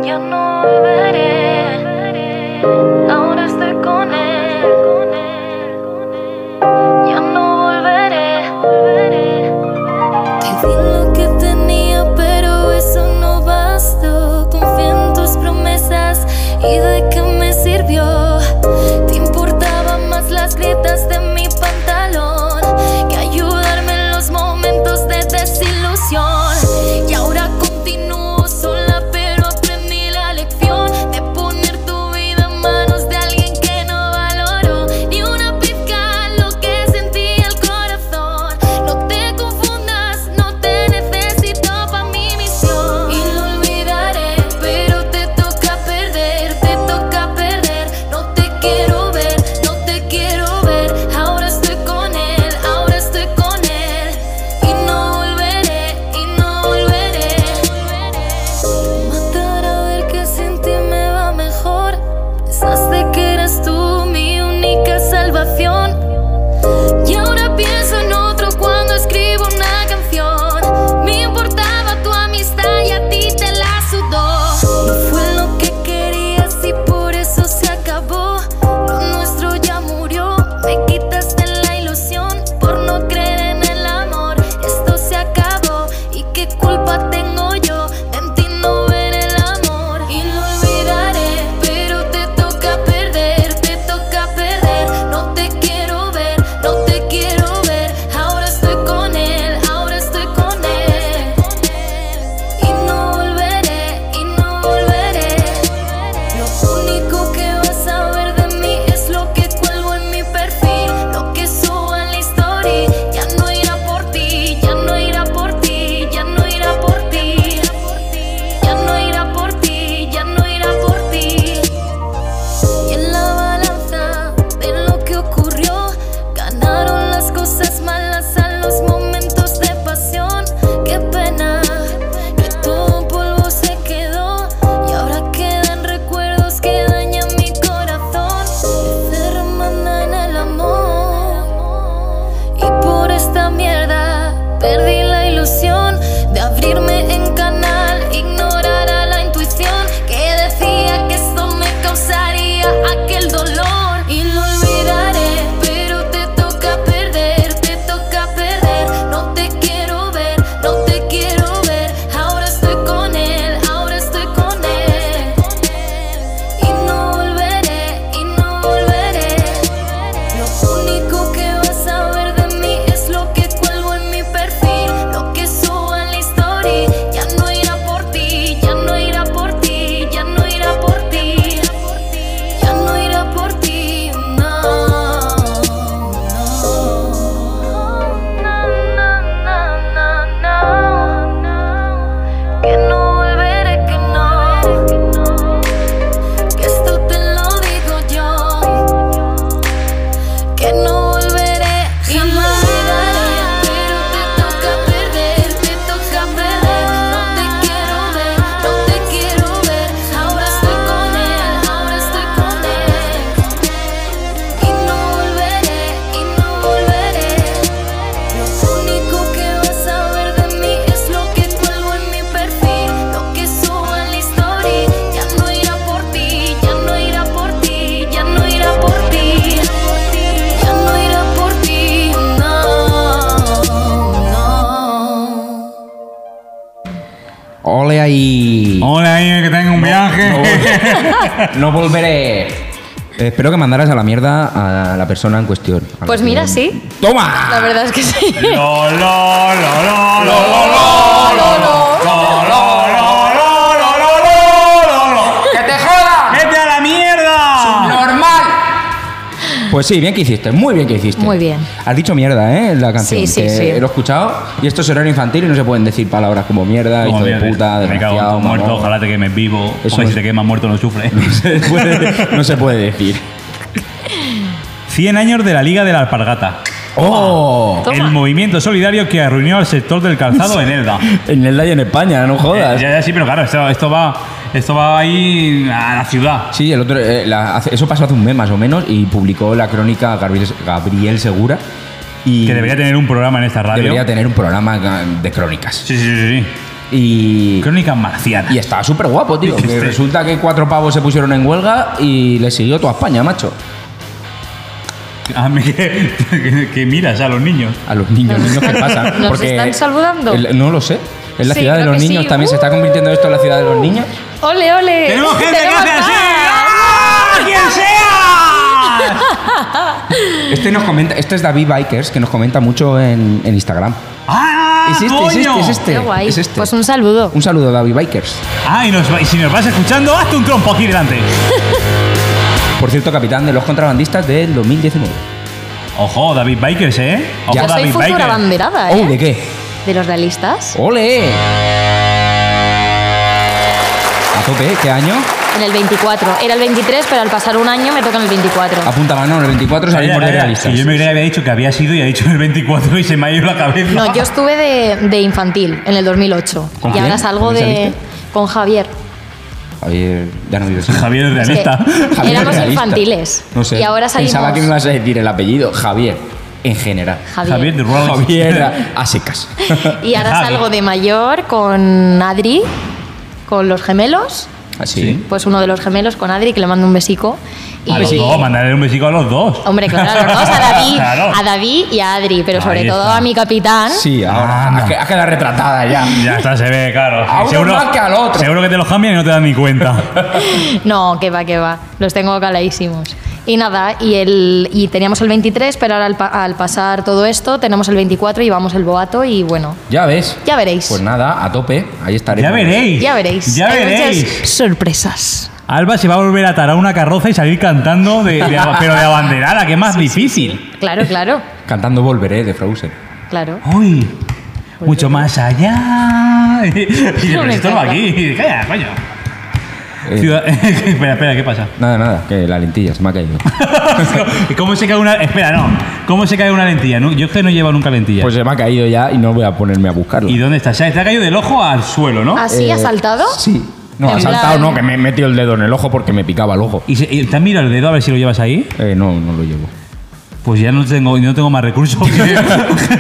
Ya no volveré, ahora estoy con él. Ya no volveré. Te di lo que tenía, pero eso no bastó. Confío en tus promesas y de qué me sirvió. Te importaban más las grietas de mi pantalón que ayudarme en los momentos abrirme en canal, ignorar a la intuición que decía que esto me causaría aquel dolor. Y lo olvidaré, pero te toca perder, te toca perder. No te quiero ver, no te quiero ver. Ahora estoy con él, ahora estoy con él. Y no volveré, y no volveré. Lo único que vas a ver de mí es lo que cuelgo en mi perfil, lo que subo en la historia. Ya no irá por ti, ya no irá por ti, ya no irá por ti, ya no irá por ti, no. Que no volveré, que no, que esto te lo digo yo. Que no volveré jamás Pero te toca perder, te toca perder No te quiero ver, no te quiero ver Ahora estoy con él, ahora estoy con él Y no volveré, y no volveré Lo único que vas a ver de mí Es lo que cuelgo en mi perfil Lo que subo en la historia Ya no irá por ti, ya no irá por ti Ya no irá por ti ya no irá por ti, no, no. Ole ahí. Hola, niña, que tengo un viaje. No volveré. Espero que mandaras a la mierda a la persona en cuestión. a la Pues que- mira, sí. ¡Toma! La verdad es que sí. Lo, lo, lo, lo, lo, lo, No, no, no. ¡Que te jodas! ¡Vete a la mierda! ¡Normal! Pues sí, bien que hiciste, muy bien que hiciste. Muy bien. Has dicho mierda, ¿eh? La canción. Sí, sí, que sí. Lo he escuchado. Y esto es horario infantil y no se pueden decir palabras como mierda, hijo de puta, me cago en desgraciado, tu muerto, mamón. ojalá te quemes vivo. Eso Hombre, no si es- te quemas muerto no sufre. Se puede- no se puede decir. 100 años de la Liga de la Alpargata. ¡Oh! Toma. El movimiento solidario que arruinó al sector del calzado en Elda. En el y en España, no Eh, jodas. ya, ya, sí, pero claro, esto, esto va, esto va ahí a la ciudad. Sí, el otro, eh, la- hace- eso pasó hace un mes más o menos y publicó la crónica Gabriel, Gabriel Segura. Y Que debería tener un programa en esta radio. debería tener un programa ga- de crónicas. Sí, sí, sí, Y, sí. Crónica marciana. y estaba súper guapo, tío. Sí, que sí. Resulta que cuatro pavos se pusieron en huelga y le siguió toda España, macho. A mí que, Ah, que- que miras a los niños. A los niños, niños que pasan. ¿Nos porque están saludando? el- no lo sé. Es la Sí, ciudad de creo los que niños sí. Uh. también. ¿Se está convirtiendo esto en la ciudad de los niños? Ole, ole. ¡Tenemos gente que hace así! más. ¡Ah! ¡Quien sea! Este nos comenta, este es David Bikers, que nos comenta mucho en, en Instagram. ¡Ah! es, este, es este, coño! es este, Qué guay. es este. Pues un saludo. Un saludo, David Bikers. Ah, y, nos va- y si nos vas escuchando, hazte un trompo aquí delante. Por cierto, capitán de los contrabandistas del 2019. Ojo, David Bikers, ¿eh? Ojo, Ya. Yo soy David futura Bikers. banderada, Oh, ¿de ¿eh? qué? De los realistas. ¡Ole! A tope, ¿eh? ¿qué año? En el 24. Era el 23, pero al pasar un año me toca en el 24. Apunta mano, en el 24 Calla, salimos de calla. realistas. Y yo me creía que había dicho que había sido y ha dicho el 24 y se me ha ido la cabeza. No, yo estuve de, de infantil en el 2008. ¿Con y quién? ahora salgo ¿Con quién de. saliste? con Javier. Javier, ya no vives. Javier es Es que realista. Javier éramos realista. infantiles. No sé. Y ahora salimos. Pensaba que me ibas a decir el apellido. Javier, en general. Javier. Javier de Rural. Javier a secas. Y ahora Javi. salgo de mayor con Adri, con los gemelos. Así. Sí. Pues uno de los gemelos con Adri, que le mando un besico. Y, pues A los dos, mandaré un besico a los dos. Hombre, claro, a los dos, a David, Claro. a David y a Adri, pero sobre Ahí todo está. a mi capitán. Sí, ahora. Ah, Anda. Has que- has quedado retratada ya. Ya está, se ve, claro. A uno más que al otro. Seguro que te los cambian y no te dan ni cuenta. No, que va, que va. Los tengo caladísimos. Y nada, y, el, y teníamos el 23, pero ahora al, pa- al pasar todo esto, tenemos el 24 y vamos el boato y bueno, Ya ves. ya veréis. Pues nada, a tope. Ahí estaré. ya veréis. Ya veréis. Ya Hay veréis. muchas sorpresas. Alba se va a volver a atar a una carroza y salir cantando, de, de- pero de abanderada, que es más difícil. Claro, claro, Cantando Volveré de Frozen. claro. Uy, Pues mucho más allá. Y yo, pero Me si esto no va encanta. aquí. Calla, coño. Eh, Ciudad- espera, espera, ¿qué pasa? Nada, nada, que la lentilla se me ha caído. ¿Cómo se cae una.? Espera, no. ¿Cómo se cae una lentilla? No, Yo es que no llevo nunca lentilla. Pues se me ha caído ya y no voy a ponerme a buscarlo. ¿Y dónde está? O sea, te ha caído del ojo al suelo, ¿no? ¿Así Eh, ha saltado? Sí. No, En ha saltado, plan- no, que me he metido el dedo en el ojo porque me picaba el ojo. ¿Y, se- y te has mirado el dedo a ver si lo llevas ahí? Eh, no, no lo llevo. Pues ya no tengo, no tengo más recursos.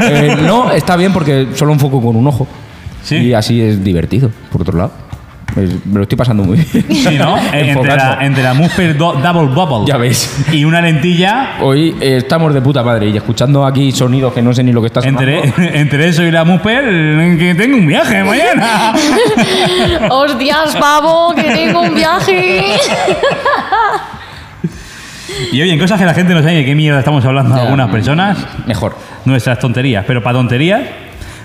Eh, no, está bien porque solo enfoco con un ojo. Sí. Y así es divertido, por otro lado. Es- me lo estoy pasando muy bien. Sí, ¿no? Eh, entre Enfocando. la, entre la Muspel do- Double Bubble Ya ves. y una lentilla, Hoy eh, estamos de puta madre y escuchando aquí sonidos que no sé ni lo que está sonando. entre, entre eso y la Muspel, que tengo un viaje mañana. ¡Hostias, pavo! ¡Que tengo un viaje! Y oye, en cosas que la gente no sabe de qué mierda estamos hablando Ya. algunas personas, Mejor. nuestras tonterías. Pero para tonterías,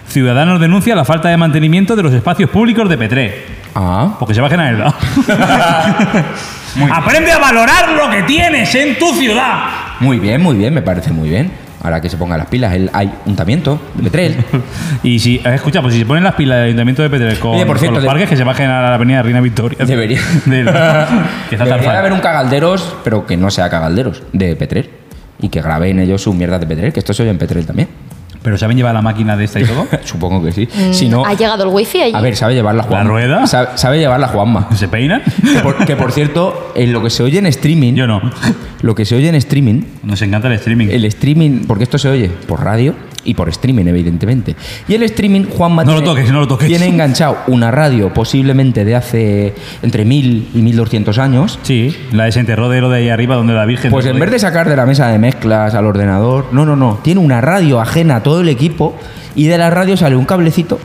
Ciudadanos denuncia la falta de mantenimiento de los espacios públicos de Petré. Ah. Porque se bajen a el lado. Aprende a valorar lo que tienes en tu ciudad. Muy bien, muy bien, me parece muy bien. Ahora que se ponga las pilas el ayuntamiento de Petrel. Y si, eh, escucha, pues si se ponen las pilas del Ayuntamiento de Petré con, Oye, por con cierto, los de- parques, que se bajen a la avenida Reina Victoria. Debería. Del- que está tan Debería de fal- haber un cagalderos, pero que no sea cagalderos, de Petrel. Y que graben ellos sus mierdas de Petrel, que esto se oye en Petrel también. Pero ¿saben llevar la máquina de esta y todo? Supongo que sí. Si no, ¿Ha llegado el wifi allí? a ver, sabe llevar la Juanma. rueda? Sabe, sabe llevar la Juanma. ¿Se peinan? Que por, que por cierto, en lo que se oye en streaming, Yo no. lo que se oye en streaming, Nos encanta el streaming. el streaming, porque esto se oye por radio y por streaming, evidentemente. Y el streaming, Juanma No lo tiene- toques, no lo toques. Tiene enganchado una radio posiblemente de hace entre 1000 y 1200 años. Sí, la desenterró de lo de ahí arriba donde la Virgen. Pues de- en vez de sacar de la mesa de mezclas al ordenador, no, no, no, tiene una radio ajena a todo el equipo y de la radio sale un cablecito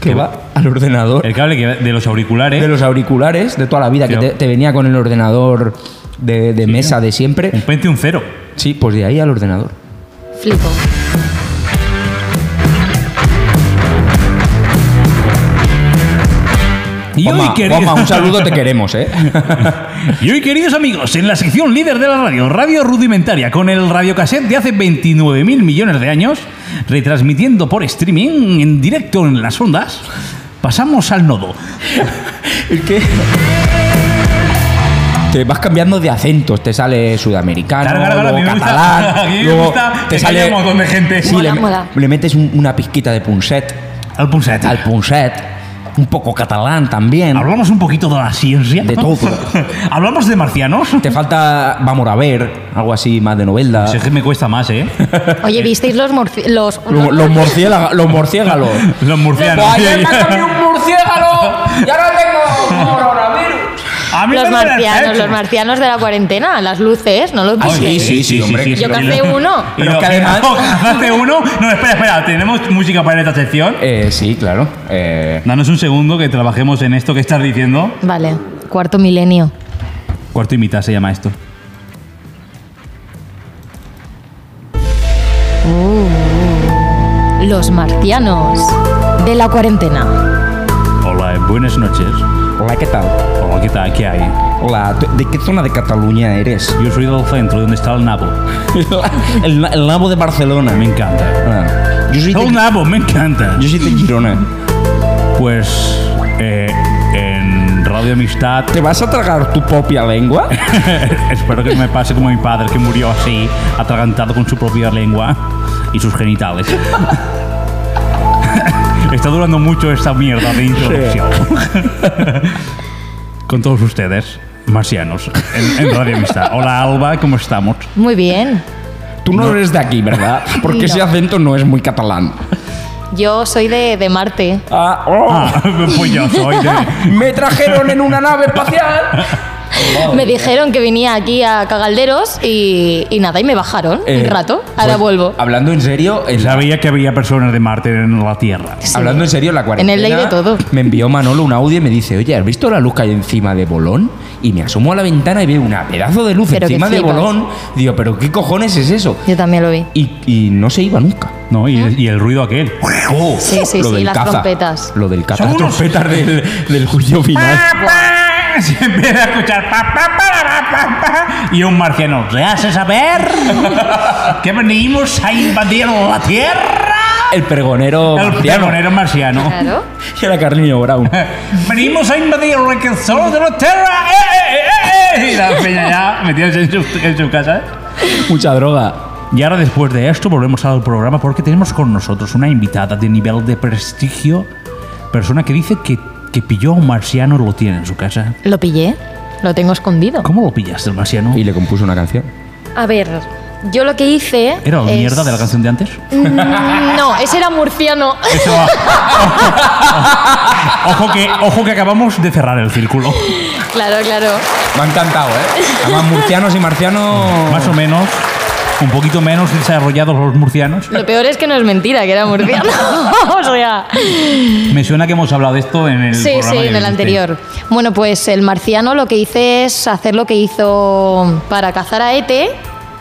que Que va al ordenador El cable que va- de los auriculares. de los auriculares de toda la vida que Tío. te, te venía con el ordenador de, de mesa de siempre. Un Pentium cero. Sí, pues de ahí al ordenador. Flipo. Y hoy, Juanma, querido- Juanma, un saludo, te queremos, ¿eh? Y hoy, queridos amigos, en la sección líder de la radio, Radio Rudimentaria, con el radiocassette de hace 29.000 millones de años, retransmitiendo por streaming en directo en las ondas, pasamos al nodo. Es que... Te vas cambiando de acentos, te sale sudamericano, Claro, claro, claro, a mí luego me gusta- catalán, a mí me luego gusta te que sale haya un montón de gente. Sí, Mola, le, mola. le metes un- una pizquita de punset. Al pulsete. al punset, un poco catalán también. Hablamos un poquito de la ciencia. De todo. Hablamos de marcianos. Te falta vamos a ver, algo así más de novela. Si es que me cuesta más, ¿eh? Oye, ¿visteis los morci- los, Lo- Los, murciélaga- los murciélagos. Los murcianos. Pues un murciélago! ¡Ya no tengo coronavirus! A mí los no me la marcianos, hecho. los marcianos de la cuarentena, las luces, ¿no los Ah, visteis? sí, sí, sí, hombre, que Yo sí. cacé uno. Y Pero que lo que además- no, cazaste uno. No, espera, espera. Tenemos música para esta sección. Eh, sí, claro. Eh, Danos un segundo que trabajemos en esto que estás diciendo. Vale, cuarto milenio. Cuarto y mitad se llama esto. Uh. Los marcianos de la cuarentena. Hola, eh, buenas noches. hola, ¿qué tal? Hola, ¿qué tal? ¿Qué hay? Hola, ¿tú- ¿de qué zona de Cataluña eres? Yo soy del centro, donde está el nabo. el, na- el nabo de Barcelona. Me me- encanta. Ah, Yo soy, El de, nabo, me encanta. yo soy de Girona. Pues eh, en Radio Amistad ¿Te vas a tragar tu propia lengua? Espero que no me pase como mi padre que murió así, atragantado con su propia lengua y sus genitales. Está durando mucho esta mierda de introducción. con todos ustedes, marcianos, en, en Radio Amistad. Hola Alba, ¿cómo estamos? Muy bien. Tú no, eres de aquí, ¿verdad? Porque ese No. acento no es muy catalán. Yo soy de, de Marte. Ah, oh. Ah, pues yo soy de... Me trajeron en una nave espacial. Ah, me dijeron que venía aquí a Cagalderos y, y nada, y me bajaron un Eh, rato. Ahora pues, vuelvo. Eh, pues, Pues Hablando en serio, en la- Sabía que había personas de Marte en la Tierra. Sí. hablando en serio, en la cuarentena. En el ley de todo. Me envió Manolo un audio y me dice, oye, ¿has visto la luz que hay encima de Bolón? Y me asomo a la ventana y veo una pedazo de luz Pero que encima de flipas. Bolón. Digo, pero ¿qué cojones es eso? Yo también lo vi. Y, y no se iba nunca. No, y, y el ruido aquel. Sí, sí, Lo sí, del las caza. trompetas. Lo del caza. Oh, Son Las unos- trompetas del, del juicio final. Se empieza a escuchar pa, pa, pa, ra, ra, pa, pa, y un marciano se hace saber que venimos a invadir la tierra. El pregonero. El marciano. pregonero marciano. Claro. Y era Carlino Brown. Venimos a invadir la que solo de la tierra. ¡Eh, eh, eh, eh! Y la peña ya metidos en su, en su casa. Mucha droga. Y ahora después de esto volvemos al programa porque tenemos con nosotros una invitada de nivel de prestigio, persona que dice que, que pilló a un marciano lo tiene en su casa. Lo pillé. Lo tengo escondido. ¿Cómo lo pillaste el marciano? Y le compuso una canción. A ver, Yo lo que hice. ¿Era es- mierda de la canción de antes? Mm, No, ese era murciano. Eso va. Ojo que, ojo que acabamos de cerrar el círculo. claro, claro. Me ha encantado, ¿eh? Además, murcianos y marcianos. Más o menos, un poquito menos desarrollados los murcianos. Lo peor es que no es mentira, que era murciano. o sea. Me suena que hemos hablado de esto en el Sí, programa sí, que en el hiciste. anterior. Bueno, pues el marciano lo que hice es hacer lo que hizo para cazar a Ete.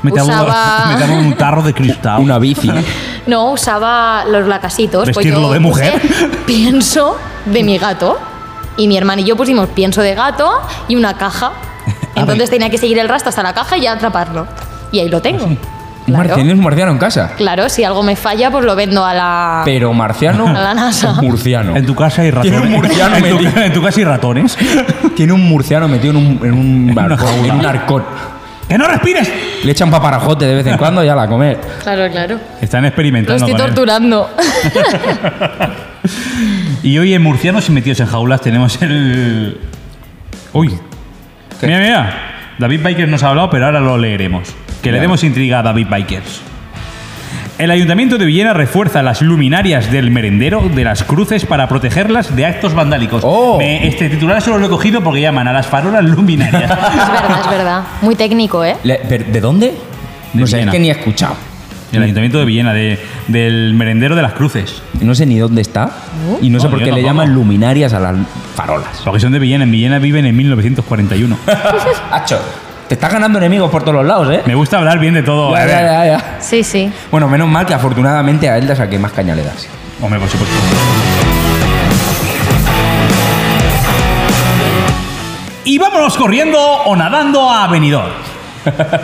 Me te usaba. me te hago un tarro de cristal. Una bici. No, usaba los lacasitos. Pues Vestirlo de mujer. puse pienso de mi gato. Y mi hermana y yo pusimos pienso de gato y una caja. Ah, Entonces tenía que seguir el rastro hasta la caja y ya atraparlo. Y ahí lo tengo. Un Claro. marciano es un marciano en casa. Claro, si algo me falla, pues lo vendo a la. Pero marciano. A la NASA. Murciano. En tu casa hay ratones. Tiene un murciano en, tu, metido. en tu casa hay ratones. Tiene un murciano metido en un, en un barcón, en un arcón. ¡Que no respires! Le echan paparajote de vez en cuando y ala, a comer. Claro, claro. Están Lo experimentando estoy con él. torturando. Y hoy en murcianos y metidos en jaulas tenemos el... Uy. Mira, mira. David Bikers nos ha hablado, pero ahora lo leeremos. Que le demos intriga a David Bikers. El Ayuntamiento de Villena refuerza las luminarias del merendero de las cruces para protegerlas de actos vandálicos. Oh. Me- este titular solo lo he cogido porque llaman a las farolas luminarias. es verdad, es verdad. Muy técnico, ¿eh? Le- pero, ¿De dónde? De no sé, Viena. es que ni he escuchado. El Ayuntamiento de Villena, de- del merendero de las cruces. No sé ni dónde está. Uh. Y no sé No, por yo qué le tampoco. llaman luminarias a las farolas. Porque son de Villena. En Villena viven en 1941. Hacho, te estás ganando enemigos por todos los lados, ¿eh? Me gusta hablar bien de todo. A Ya, ya, ver. ya, ya. Sí, sí. Bueno, menos mal que afortunadamente a él le saqué más caña le das. Hombre, por supuesto. Y vámonos corriendo o nadando a Benidorm.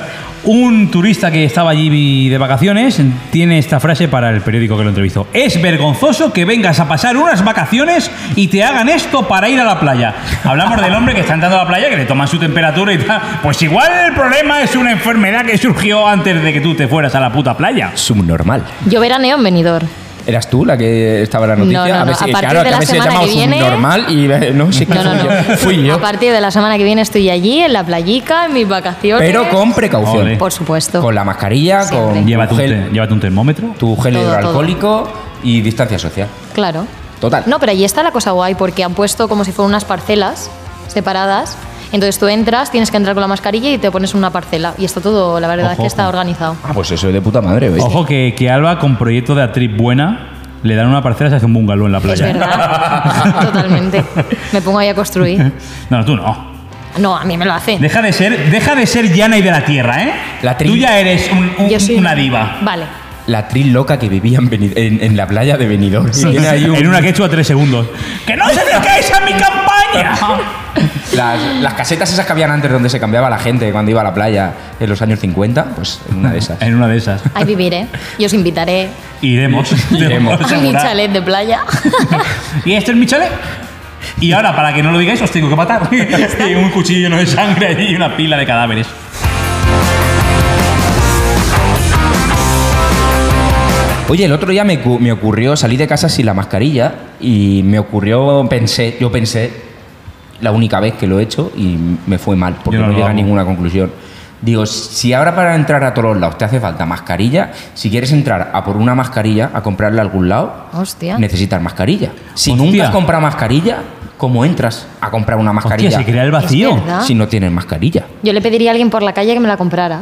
Un turista que estaba allí de vacaciones tiene esta frase para el periódico que lo entrevistó. Es vergonzoso que vengas a pasar unas vacaciones y te hagan esto para ir a la playa. Hablamos del hombre que está entrando a la playa, que le toman su temperatura y tal. Pues igual el problema es una enfermedad que surgió antes de que tú te fueras a la puta playa. Subnormal. Yo veraneo en venidor. ¿Eras tú la que estaba en la noticia? No, no, a ver no, si, a partir claro, de que a la ver si le semana llamamos que viene- subnormal y eh, no sé qué No, no, fui no. yo. Fui yo. A partir de la semana que viene estoy allí, en la playica, en mis vacaciones. Pero con precaución. Ole. Por supuesto. Con la mascarilla, Siempre. con Llévate tu un, gel, te- llévate un termómetro. tu gel Todo, todo. hidroalcohólico y distancia social. Claro. Total. No, pero allí está la cosa guay, porque han puesto como si fueran unas parcelas separadas. Entonces tú entras, tienes que entrar con la mascarilla y te pones en una parcela. Y está todo, la verdad es Ojo. que está organizado. Ah, pues eso es de puta madre, ¿veis? Ojo que, que Alba con proyecto de actriz buena le dan una parcela y se hace un bungalow en la playa. Es verdad. Totalmente. Me pongo ahí a construir. No, tú no. No, a mí me lo hace. Deja de ser, deja de ser llana y de la tierra, ¿eh? La tri- tú ya eres un- un- Yo soy una diva. Vale. La tri loca que vivía en, Beni- en- en la playa de Benidorm. Y tiene ahí un- En una quechua tres segundos. ¡Que no se acerquéis a mi campaña! las, las casetas esas que habían antes donde se cambiaba la gente cuando iba a la playa en los años 50, pues en una de esas. en una de esas. Ahí viviré. Y os invitaré Iremos. Iremos. Te a lo mi puedo asegurar. chalet de playa. Y este es mi chalet. Y ahora, para que no lo digáis, os tengo que matar. y un cuchillo lleno de sangre allí y una pila de cadáveres. Oye, el otro día me, cu- me ocurrió, salí de casa sin la mascarilla y me ocurrió, pensé, yo pensé, la única vez que lo he hecho y me fue mal, porque Yo no, no lo llega a hago. ninguna conclusión. Digo, si ahora para entrar a todos los lados te hace falta mascarilla, si quieres entrar a por una mascarilla, a comprarla a algún lado, Hostia. necesitas mascarilla. Si Hostia. nunca has comprado mascarilla, ¿cómo entras a comprar una mascarilla? Hostia, se crea el Es vacío. verdad. si no tienes mascarilla. Yo le pediría a alguien por la calle que me la comprara.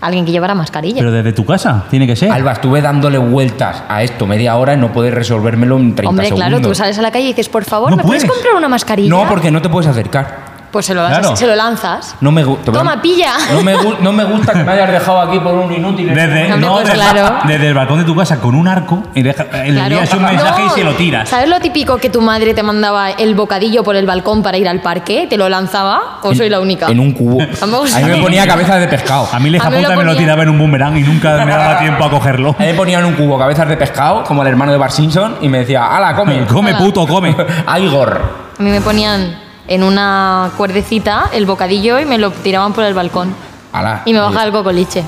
Alguien que llevara mascarilla. Pero desde tu casa, tiene que ser. Alba, estuve dándole vueltas a esto media hora y no poder resolvérmelo en 30 Hombre, segundos. claro, tú sales a la calle y dices, por favor, No ¿me puedes puedes. comprar una mascarilla? No, porque no te puedes acercar. Pues se lo, das- Claro. se lo lanzas. No me gusta. Toma, pilla. No me, gu- no me gusta que me hayas dejado aquí por un inútil. Desde, Hombre, no, pues desde- claro. desde el balcón de tu casa con un arco y deja- eh, le Claro. envías un mensaje No. y se lo tiras. ¿Sabes lo típico que tu madre te mandaba el bocadillo por el balcón para ir al parque? ¿Te lo lanzaba? ¿O soy la única? En un cubo. me gusta. A mí me ponía cabezas de pescado. A mí A le mí me lo Punta me lo ponía- tiraba en un boomerang y nunca me daba tiempo a cogerlo. A mí me ponía en un cubo cabezas de pescado, como el hermano de Bart Simpson, y me decía, ¡Hala, Eh, come! Come, puto, come. ¡Aigor! A mí me ponían en una cuerdecita el bocadillo y me lo tiraban por el balcón. ¡Hala! Y me bajaba el cocoliche.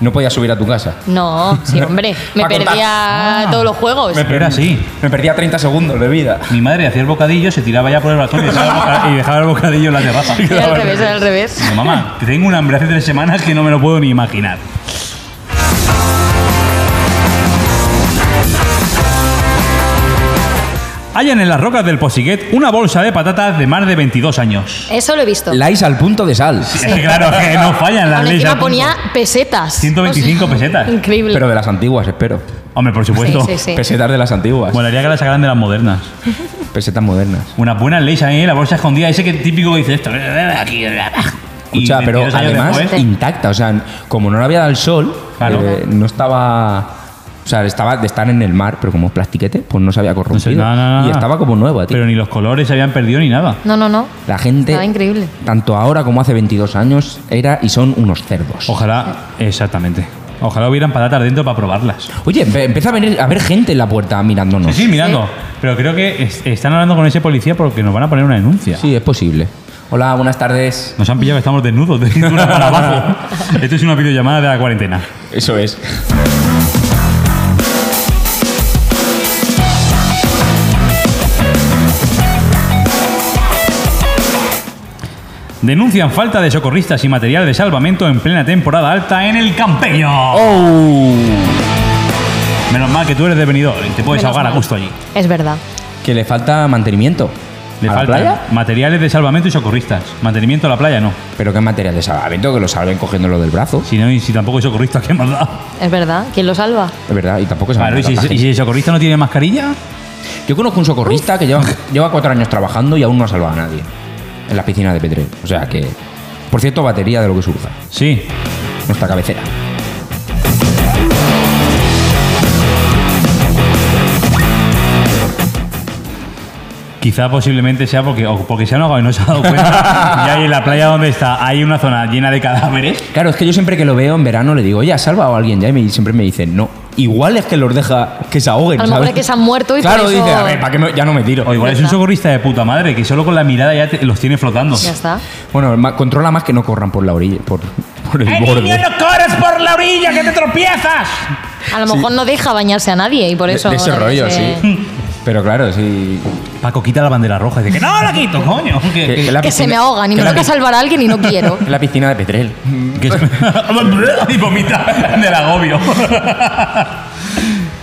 No podía subir a tu casa. No, sí, hombre. Me Pa' contar. perdía todos los juegos. Ah. Me Era así. Me perdía 30 segundos de vida. Mi madre hacía el bocadillo, se tiraba ya por el balcón y dejaba el, boca- y dejaba el bocadillo en la terraza. Era al revés, era al revés. Digo, mamá, que tengo un hambre hace tres semanas que no me lo puedo ni imaginar. hallan en las rocas del Posiguet una bolsa de patatas de más de 22 años. Eso lo he visto. Lais al punto de sal. Es que claro, que no fallan las Aún leyes. al encima punto. ponía pesetas. 125 O sea, pesetas. Increíble. Pero de las antiguas, espero. Hombre, por supuesto. Sí, sí. Pesetas de las antiguas. Molaría que la sacaran de las modernas. Pesetas modernas. Unas buenas leyes ahí, la bolsa escondida, ese que típico que dice esto. Aquí, y Escucha, pero 22 años además después- intacta, o sea, como no le había dado el sol, Claro. eh, no estaba. O sea, estaba de estar en el mar, pero como es plastiquete, pues no se había No sé, corrompido. nada, nada, Y nada. estaba como nueva, tío. Pero ni los colores se habían perdido ni nada. No, no, no. La gente, Estaba increíble. tanto ahora como hace 22 años, era y son unos cerdos. Ojalá, exactamente. Ojalá hubieran patatas dentro para probarlas. Oye, empe- empieza a venir a ver gente en la puerta mirándonos. Sí, sí, mirando. Pero creo que es- están hablando con ese policía porque nos van a poner una denuncia. Sí, es posible. Hola, buenas tardes. Nos han pillado que estamos desnudos de cintura para abajo. Esto es una videollamada de la cuarentena. Eso es. Denuncian falta de socorristas y material de salvamento en plena temporada alta en el Campello. Oh. Menos mal que tú eres de Benidorm y te puedes Menos ahogar a mal. gusto allí. Es verdad. Que le falta mantenimiento. Le ¿A la faltan playa? materiales de salvamento y socorristas. Mantenimiento a la playa no. Pero qué material de salvamento que lo salven cogiéndolo del brazo. Si no, y si tampoco hay socorristas, ¿qué más da? Es verdad. ¿Quién lo salva? Es verdad, y tampoco se Pues Claro, y si, mantiene la y si el socorrista no tiene mascarilla, Yo conozco un socorrista que lleva, lleva cuatro años trabajando y aún no ha salvado a nadie en la piscina de Petrer. O sea que, por cierto, batería de lo que surja, sí. nuestra cabecera. Quizá posiblemente sea porque, o porque se han ahogado y no se ha dado cuenta. y ahí en la playa donde está hay una zona llena de cadáveres. Claro, es que yo siempre que lo veo en verano le digo, oye, ¿has salvado a alguien ya? Y me- siempre me dicen, no. Igual es que los deja que se ahoguen. A lo mejor ¿sabes? es que se han muerto y Claro, por eso- dice, a ver, ¿para qué me- ya no me tiro? O igual es un socorrista de puta madre que solo con la mirada ya te- los tiene flotando. Ya está. Bueno, ma- controla más que no corran por la orilla, por, por el borde. corres por la orilla que te tropiezas! A lo mejor no deja bañarse a nadie y por De- eso. de ese debe rollo, ser- sí. Pero claro, sí. Paco quita la bandera roja y dice que no la quito, coño. Que, Que- que la Que se me piscina- ahogan y que me la toca pi- salvar a alguien y no quiero. La piscina de Petrel. que se- y vomita del agobio.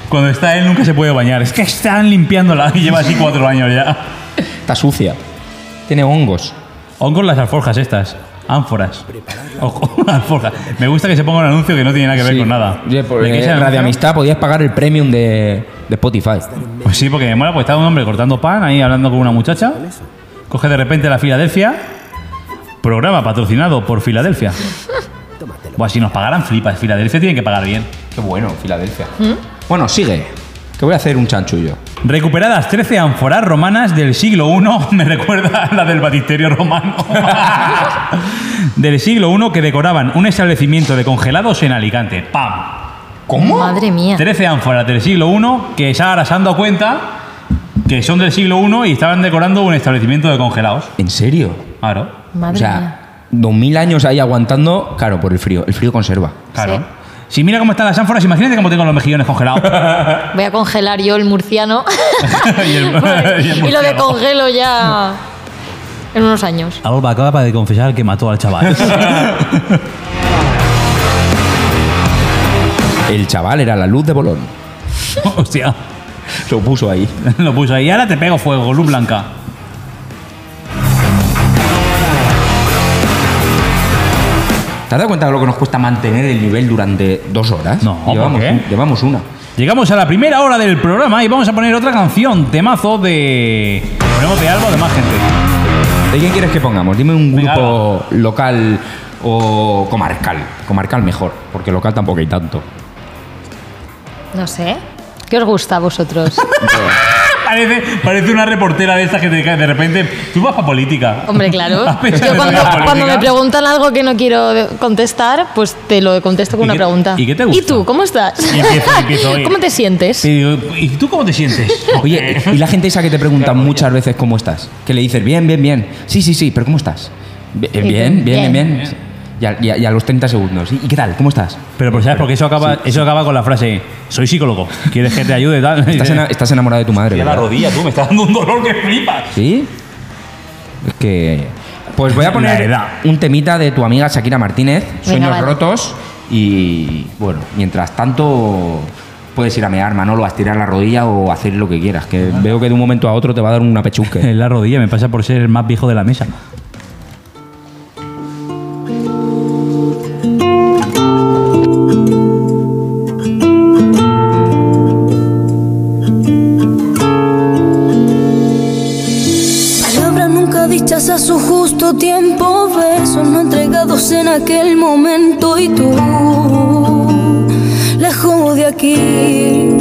Cuando está él nunca se puede bañar. Es que están limpiándola y lleva así cuatro años ya. Está sucia. Tiene hongos. O con las alforjas estas. Ánforas. O con alforjas. Me gusta que se ponga un anuncio que no tiene nada que ver Sí. con nada. Oye, por, ¿De qué eh, es el Radio anuncio? Amistad podías pagar el premium de, de Spotify. Pues sí, porque me mola, pues está un hombre cortando pan ahí hablando con una muchacha. Coge de repente la Filadelfia. Programa patrocinado por Filadelfia. Buah, si nos pagaran flipas, Filadelfia tienen que pagar bien. Qué bueno, Filadelfia. ¿Mm? Bueno, sigue. Que voy a hacer un chanchullo. Recuperadas 13 ánforas romanas del siglo I, me recuerda a la del batisterio romano. del siglo I que decoraban un establecimiento de congelados en Alicante. ¡Pam! ¿Cómo? Madre mía. 13 ánforas del siglo I que se ahora se han dado cuenta que son del siglo I y estaban decorando un establecimiento de congelados. ¿En serio? Claro. Madre o mía. sea, dos mil años ahí aguantando, claro, por el frío. El frío conserva. Claro. Sí. Si mira cómo están las ánforas, imagínate cómo tengo los mejillones congelados. Voy a congelar yo el murciano. Y el- y el y lo murciano. decongelo ya en unos años. Alba acaba de confesar que mató al chaval. El chaval era la luz de Bolón. Hostia. Lo puso ahí. Lo puso ahí. Ahora te pego fuego, luz blanca. ¿Te has dado cuenta de lo que nos cuesta mantener el nivel durante dos horas? No, ¿por llevamos, qué? un- llevamos una. Llegamos a la primera hora del programa y vamos a poner otra canción, temazo de. Ponemos de algo de más gente. ¿De quién quieres que pongamos? Dime un Venga, grupo local o comarcal. Comarcal mejor, porque local tampoco hay tanto. No sé. ¿Qué os gusta a vosotros? Parece, parece una reportera de estas que te cae de repente. Tú vas para política. Hombre, claro. ¿Has pensado Yo en cuando, la política? cuando me preguntan algo que no quiero de- contestar, pues te lo contesto con ¿Y una qué- pregunta. y qué te gusta? ¿Y tú? ¿Cómo estás? Y empiezo- empiezo, y- ¿Cómo te sientes? Te digo, ¿Y tú cómo te sientes? Eh. Oye, y la gente esa que te pregunta muchas veces cómo estás, que le dices bien, bien, bien, sí, sí, sí, pero ¿cómo estás? Bi- eh, Bien, bien, bien, bien. Y a, y a- y a los 30 segundos, ¿y y qué tal? ¿Cómo estás? Pero pues, ¿sabes? Porque eso acaba, eso acaba con la frase: soy psicólogo, ¿quieres que te ayude? Tal. Estás, ena- estás enamorada de tu madre. Y a la ¿verdad? rodilla, tú, me estás dando un dolor que flipas. ¿Sí? Es que. Pues voy a La poner edad. un temita de tu amiga Shakira Martínez, Sueños vale. Rotos. Y bueno, mientras tanto, puedes ir a mear, Manolo, a estirar la rodilla o a hacer lo que quieras. Que veo que de un momento a otro te va a dar una pechuque. En Eh, la rodilla me pasa por ser el más viejo de la mesa. Palabras nunca dichas a su justo tiempo, versos no entregados en aquel momento y tú, lejos de aquí.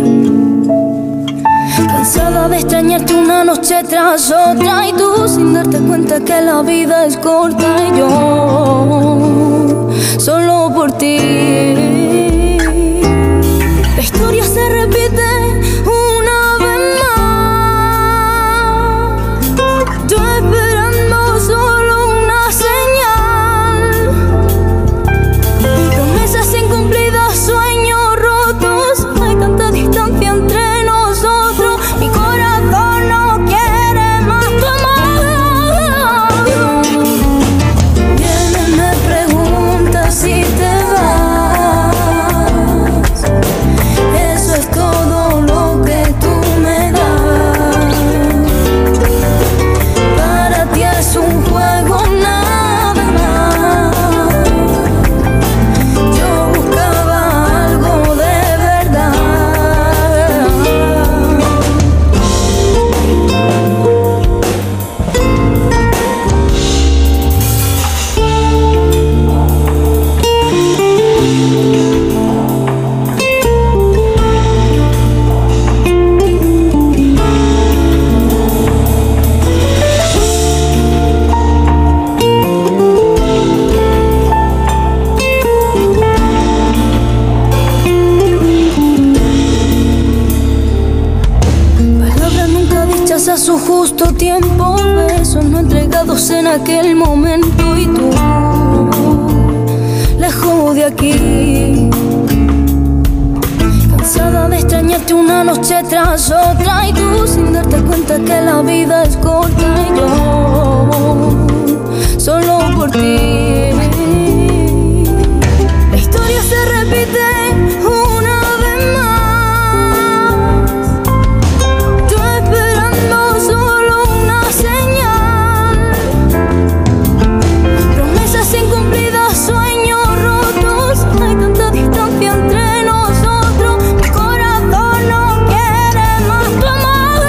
Cansada de extrañarte una noche tras otra y tú sin darte cuenta que la vida es corta y yo solo por ti. La historia se repite una vez más. Yo esperando solo una señal. Promesas incumplidas, sueños rotos. Hay tanta distancia entre nosotros. Mi corazón no quiere más tu amor. Vienes, me preguntas si te vas. Eso es todo lo que tú me das. Para ti es un juego nada más. Yo buscaba algo de verdad. Palabras nunca dichas a su justo tiempo, besos no entregados en aquel momento y tú lejos de aquí. Cansada de extrañarte una noche tras otra y tú sin darte cuenta que la vida es corta y yo solo por ti. La historia se repite una vez más. Yo esperando solo una señal. Promesas incumplidas, sueños rotos. Hay tanta distancia entre nosotros. Mi corazón no quiere más tu amor.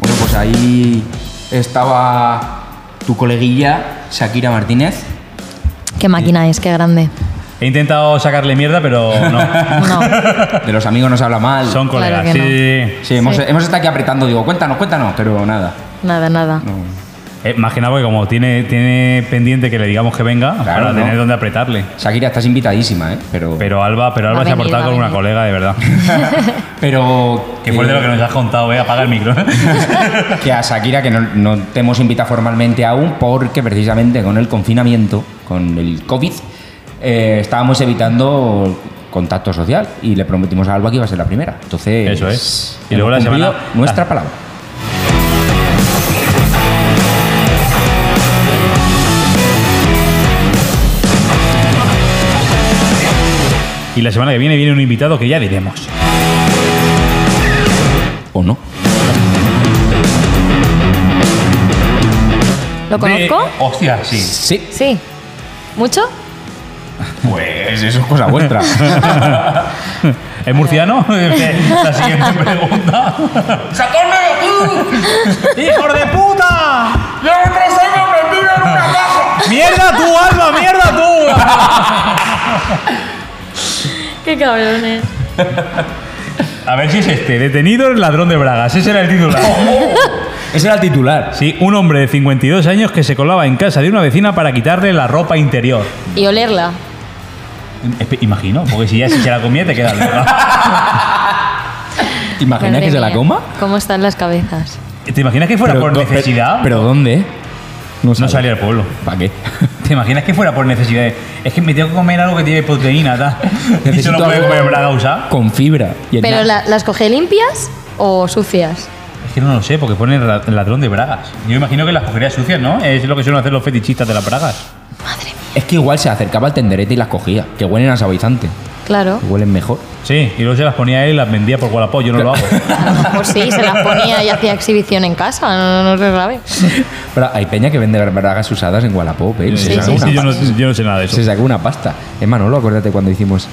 pues Estaba tu coleguilla Shakira Martínez. Qué máquina es, qué grande. He intentado sacarle mierda, pero no. No, De los amigos no se habla mal. Son colegas, que sí, no. sí, sí. Sí, hemos, Sí. hemos estado aquí apretando, digo, cuéntanos, cuéntanos, pero nada. nada, nada. Eh, imagina porque como tiene, tiene pendiente que le digamos que venga, para ¿no? tener donde apretarle. Shakira, estás invitadísima, ¿eh? Pero. Pero Alba, pero Alba Va a se ha venir, portado va a con una venir. colega, de verdad. pero Qué fuerte lo que nos has contado, eh. Apaga el micro. que a Shakira, que no, no te hemos invitado formalmente aún, porque precisamente con el confinamiento, con el COVID, eh, estábamos evitando contacto social y le prometimos a Alba que iba a ser la primera. Entonces, Eso es. Y hemos luego la cumplido semana- Nuestra la- palabra. y la semana que viene viene un invitado que ya diremos. ¿O no? ¿Lo conozco? De- Eh, Hostia, sí. Sí. Sí. ¿Mucho? Pues eso es cosa vuestra. ¿Es murciano? la siguiente pregunta. ¡Sacadme de aquí! ¡Hijos de puta! ¡Llevo tres años metido en una caja! ¡Mierda tú, Alba! ¡Mierda tú! Qué cabrones. A ver si es este. Detenido el ladrón de bragas. Ese era el titular. Ese era el titular. Sí, un hombre de 52 años que se colaba en casa de una vecina para quitarle la ropa interior. Y olerla. Espe- Imagino, porque si ya si se la comía te queda loca. ¿Te imaginas Madre que se la mía, coma? ¿Cómo están las cabezas? ¿Te imaginas que fuera por do- necesidad? pero ¿dónde? no salía al pueblo. ¿Para qué? ¿Te imaginas que fuera por necesidad? Es que me tengo que comer algo que tiene proteína, tal. Y Necesito solo puedes algo- comer braga usada. Con fibra. Y en ¿Pero nada. la- las coge limpias o sucias? Es que no lo sé, porque pone ra- ladrón de bragas. Yo imagino que las cogería sucias, ¿no? Es lo que suelen hacer los fetichistas de las bragas. Es que igual se acercaba al tenderete y las cogía. Que huelen a saborizante. Claro. Que huelen mejor. Sí, y luego se las ponía él y las vendía por Wallapop, yo no lo hago. A lo mejor sí, se las ponía y hacía exhibición en casa, no, no se sabe. Pero hay peña que vende bragas usadas en Wallapop, ¿eh? Sí, se, sí, sacó sí. una yo, no, pasta. yo no sé nada de Se eso. sacó una pasta. Es Manolo, acuérdate cuando hicimos.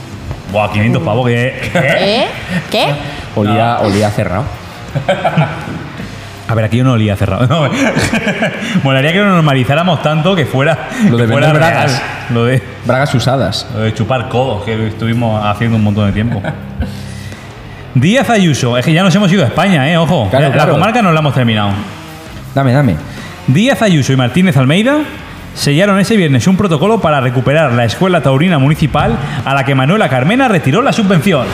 Buah, 500 pavos, que... ¿qué? ¿Eh? ¿Qué? Ah. Olía, olía cerrado. A ver, aquí yo no olía cerrado. No, Molaría que lo normalizáramos tanto que fuera. Lo de que fuera vender real. bragas. Lo de, Bragas usadas. lo de chupar codos, que estuvimos haciendo un montón de tiempo. Díaz Ayuso, es que ya nos hemos ido a España, ¿eh? Ojo, Claro, la, la claro. comarca no la hemos terminado. Dame, dame. Díaz Ayuso y Martínez Almeida sellaron ese viernes un protocolo para recuperar la escuela taurina municipal a la que Manuela Carmena retiró la subvención.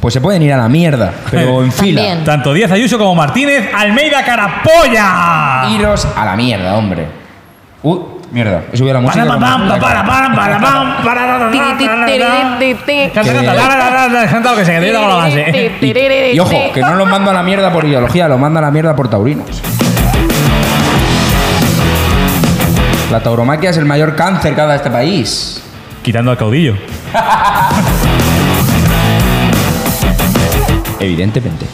Pues se pueden ir a la mierda, pero en fila. También. Tanto Díaz Ayuso como Martínez Almeida Carapolla. Iros a la mierda, hombre. Uh, mierda. He subido la música. Para, y no para, me- para, para, para, para, para, para, Ti, ti, para, ti, para. ti, ti, ti. Canta, canta, la, la, la, la, canta lo que se que te he dado la base. eh. Ti, ti, ti, ti, Y ojo, ti. que no los mando a la mierda por ideología, los mando a la mierda por taurinos. La tauromaquia es el mayor cáncer que ha dado este país. Quitando al caudillo. Evidentemente.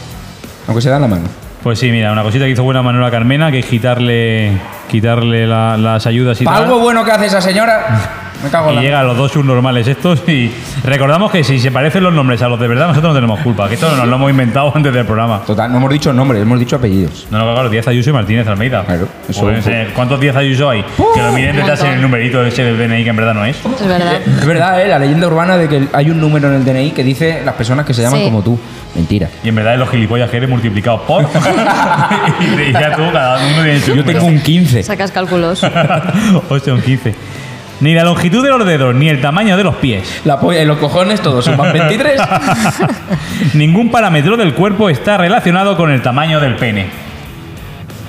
Aunque se da la mano. Pues sí, mira, una cosita que hizo buena Manuela Carmena, que es quitarle, quitarle la- las ayudas y Pa' tal. algo bueno que hace esa señora. Me cago en Y la. llega a los dos subnormales estos y recordamos que si se parecen los nombres a los de verdad, nosotros no tenemos culpa, que esto nos lo hemos inventado antes del programa. Total, no hemos dicho nombres, hemos dicho apellidos. No, no, claro, Díaz Ayuso y Martínez Almeida. Claro, eso Pues, es un- eh, ¿Cuántos Díaz Ayuso hay? que lo miren Un detrás en montón. el numerito ese del DNI que en verdad no es. Es verdad. Es verdad, ¿eh? la leyenda urbana de que hay un número en el DNI que dice las personas que se llaman Sí. como tú. Mentira. Y en verdad es los gilipollas que eres multiplicados por. y ya tú, cada uno tiene su Yo número. tengo un 15. Sacas cálculos. Hostia, un 15. Ni la longitud de los dedos, ni el tamaño de los pies. La polla y los cojones todos suman 23. Ningún parámetro del cuerpo está relacionado con el tamaño del pene.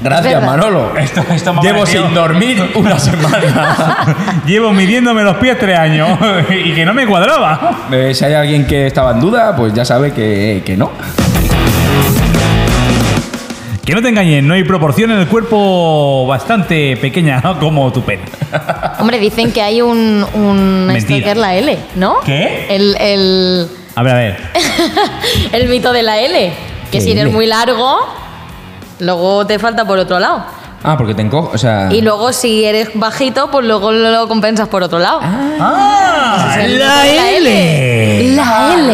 Gracias, Es verdad. Manolo. Esto- esto me ha Llevo parecido- sin dormir una semana. Llevo midiéndome los pies tres años y que no me cuadraba. Eh, si hay alguien que estaba en duda, pues ya sabe que, que no. Que no te engañen, no hay proporción en el cuerpo bastante pequeña ¿no? como tu pene. Hombre, dicen que hay un, un Mentira. esto que es la L, ¿no? ¿Qué? El, el, A ver, a ver. el mito de la L. Que ¿Qué si eres L? muy largo, luego te falta por otro lado. Ah, porque te encojo, o sea... Y luego si eres bajito, pues luego lo, lo compensas por otro lado. ¡Ah! Sí, sí, la L. La L. eh,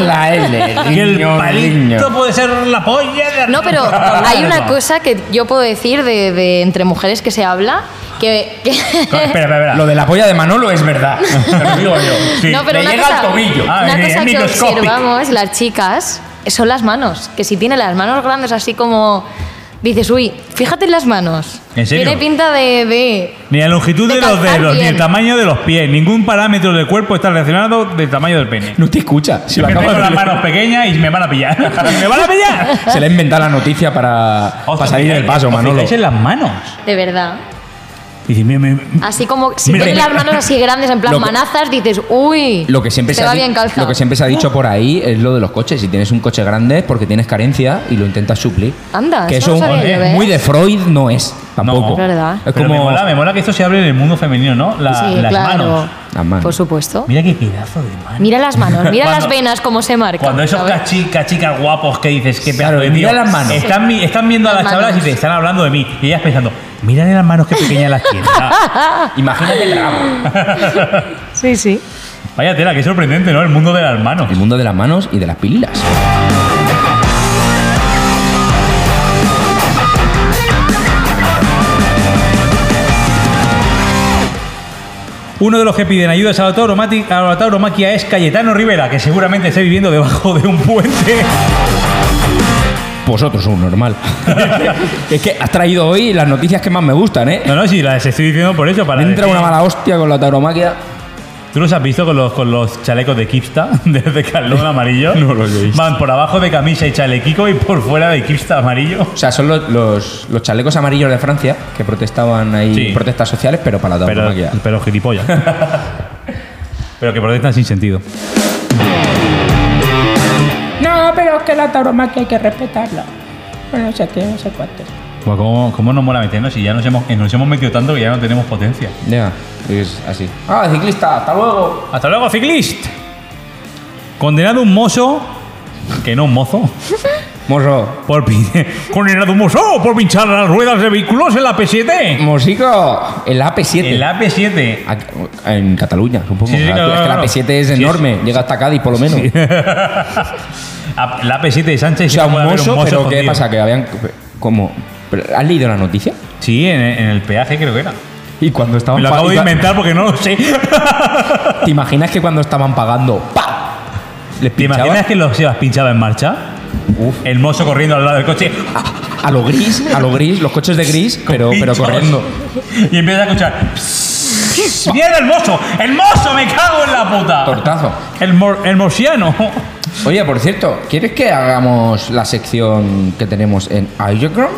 La L, Y el riñón, palito pues, riñón. puede ser la polla de No, pero arriba. hay una cosa que yo puedo decir de, de entre mujeres que se habla que... que- Espera, espera, espera. Lo de la polla de Manolo es verdad. Te lo digo yo. Sí. no, pero Le una llega cosa, al tobillo. Ah, una sí, cosa es que microscópico. observamos las chicas son las manos, que si tiene las manos grandes así como dices, uy, fíjate en las manos. ¿En serio? Tiene pinta de, de- Ni la longitud de, De los calzar dedos, ni el bien. tamaño de los pies. Ningún parámetro del cuerpo está relacionado del tamaño del pene. No te escucha. Se, lo Me acabo tengo de las leer. manos pequeñas y me van a pillar. ¡Me van a pillar! Se le ha inventado la noticia para, para salir del paso, ¿os Manolo. fijáis en las manos. de verdad. Dice, "Mira, me- Así como si Mira, tiene mira. las manos así grandes en plan Lo que- manazas, dices, uy, Lo que, siempre te se ha va di- bien calzado. lo que siempre se ha dicho por ahí es lo de los coches. Si tienes un coche grande es porque tienes carencia y lo intentas suplir. Anda, que Ah, eso no sabía yo, ¿eh? ¿ves? eh, muy de Freud no es, tampoco. No. Es verdad. Es Pero me como... mola, me mola que esto se hable en el mundo femenino, ¿no? La- Sí, las claro. manos. Las manos. Por supuesto. Mira qué pedazo de mano. Mira las manos, mira Cuando- las venas como se marcan. Cuando esos ¿sabes? cachi, cachicas guapos que dices, qué pedazo Claro, de mira tío. las manos. Están, mi- están viendo a Las las chavales y manos. te están hablando de mí. Y ellas pensando, mírale las manos qué pequeñas las tiene. Ah, Imagínate el rabo. Sí, sí. Vaya tela, qué sorprendente, ¿no? El mundo de las manos. El mundo de las manos y de las pililas. Uno de los que piden ayuda a la, tauromati- a la tauromaquia es Cayetano Rivera, que seguramente esté viviendo debajo de un puente. Vosotros son normal. es que has traído hoy las noticias que más me gustan, ¿eh? No, no, sí, las estoy diciendo por eso. Para Me entra decir- una mala hostia con la tauromaquia. ¿Tú los has visto con los, con los chalecos de Kipsta? Desde Carlón amarillo. No los he visto. Van por abajo de camisa y chalequico y por fuera de Kipsta amarillo. O sea, son los, los, los chalecos amarillos de Francia que protestaban ahí, Sí. protestas sociales, pero para la Pero, tauromaquia. pero gilipollas. pero que protestan sin sentido. No, pero es que la tauromaquia hay que respetarla. Bueno, no sé qué, no sé cuántos. Buah, ¿cómo, ¿Cómo nos mola meternos? Si ya nos hemos, eh, nos hemos metido tanto que ya no tenemos potencia. Ya, es así. ¡Ah, ciclista! ¡Hasta luego! ¡Hasta luego, ciclist! Condenado un mozo. Que no un mozo. Morro. Por pin- Condenado un mozo por pinchar las ruedas de vehículos en la P7. Mosico, el AP7. El AP7. Aquí- en Cataluña, supongo. Sí, Ah, sí, tú, claro, es que claro. la P7 es Sí, enorme, llega hasta Cádiz por lo menos. A- La AP7 de Sánchez. O sea, siempre un puede haber mozo, pero ¿qué escondido. pasa? Que habían. ¿Cómo? ¿Pero ¿Has leído la noticia? Sí, en, en el peaje creo que era. Y cuando Me estaban lo pa- acabo y de cua- inventar porque no lo sé. ¿Te imaginas que cuando estaban pagando, ¡pa! Les ¿Te pinchaba imaginas que los Sebas pinchaba en marcha? Uf. El mozo corriendo al lado del coche. a lo gris, a lo gris, los coches de gris, pero, pero pinchos. corriendo. Y empieza a escuchar. "Psss, ¡Mierda, el mozo! ¡El mozo! ¡Me cago en la puta! Tortazo. El, mor- el morciano. Oye, por cierto, ¿quieres que hagamos la sección que tenemos en Iron?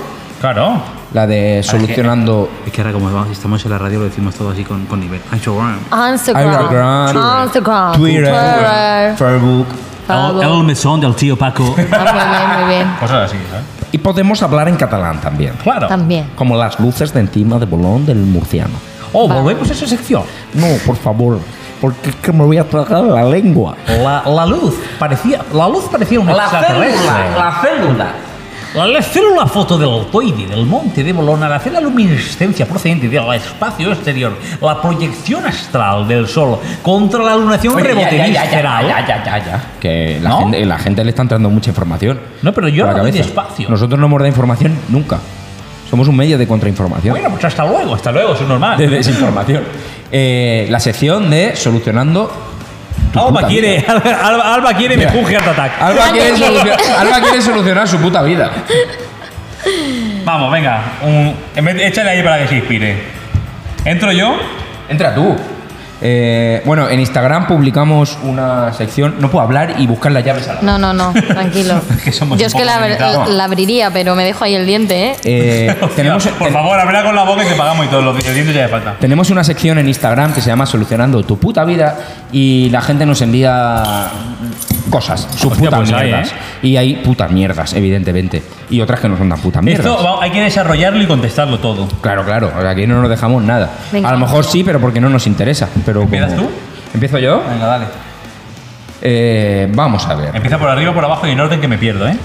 Claro. La de solucionando Es que ahora como estamos en la radio lo decimos todo así con, con nivel. Ay, ah. chaval. Instagram, Instagram. Ah, Instagram. Twitter, Twitter. Facebook. El, Todo. el mesón del tío Paco. Ah, muy bien, muy bien. Cosas así, ¿sabes? Y podemos hablar en catalán también. Claro. También. Como las luces de encima de Bolón del murciano. Oh, volvemos a esa sección. No, por favor, porque es que me voy a tragar la lengua. La, la luz parecía. La luz parecía una la célula. La, la célula fotodeleoide del monte de Bolona, al hacer la luminiscencia procedente del espacio exterior, la proyección astral del sol contra la lunación rebotenísfera. Que la, ¿No? gente, la gente le está entrando mucha información. No, pero yo por la no doy cabeza. espacio. Nosotros no hemos dado información nunca. Somos un medio de contrainformación. Bueno, pues hasta luego, hasta luego, eso es normal. de desinformación. Eh, la sección de solucionando. tu Alba puta quiere, vida. Alba, Alba- Alba quiere Mira. empuje al ataque. Alba quiere, solucionar, Alba quiere solucionar su puta vida. Vamos, venga, un, en vez- échale ahí para que se inspire. Entro yo. Entra tú. Eh, bueno, en Instagram publicamos una sección. No puedo hablar y buscar las llaves a la. No, no, no, tranquilo. Que somos Yo un es que poco la, abr- limitados. la abriría, pero me dejo ahí el diente, ¿eh? Eh, tenemos, Por favor, habla con la boca y te pagamos y todos los dientes ya de falta. tenemos una sección en Instagram que se llama Solucionando tu puta vida y la gente nos envía cosas, sus Hostia, putas pues hay, mierdas. ¿eh? Y hay putas mierdas, evidentemente. Y otras que no son tan putas mierdas. Esto va- hay que desarrollarlo y contestarlo todo. Claro, claro. o sea, Aquí no nos dejamos nada. Venga. A lo mejor sí, pero porque no nos interesa. Pero ¿Empiezas como- tú? ¿Empiezo yo? Venga, dale. Eh, vamos a ver. Empieza por arriba, por abajo y en orden que me pierdo, ¿eh?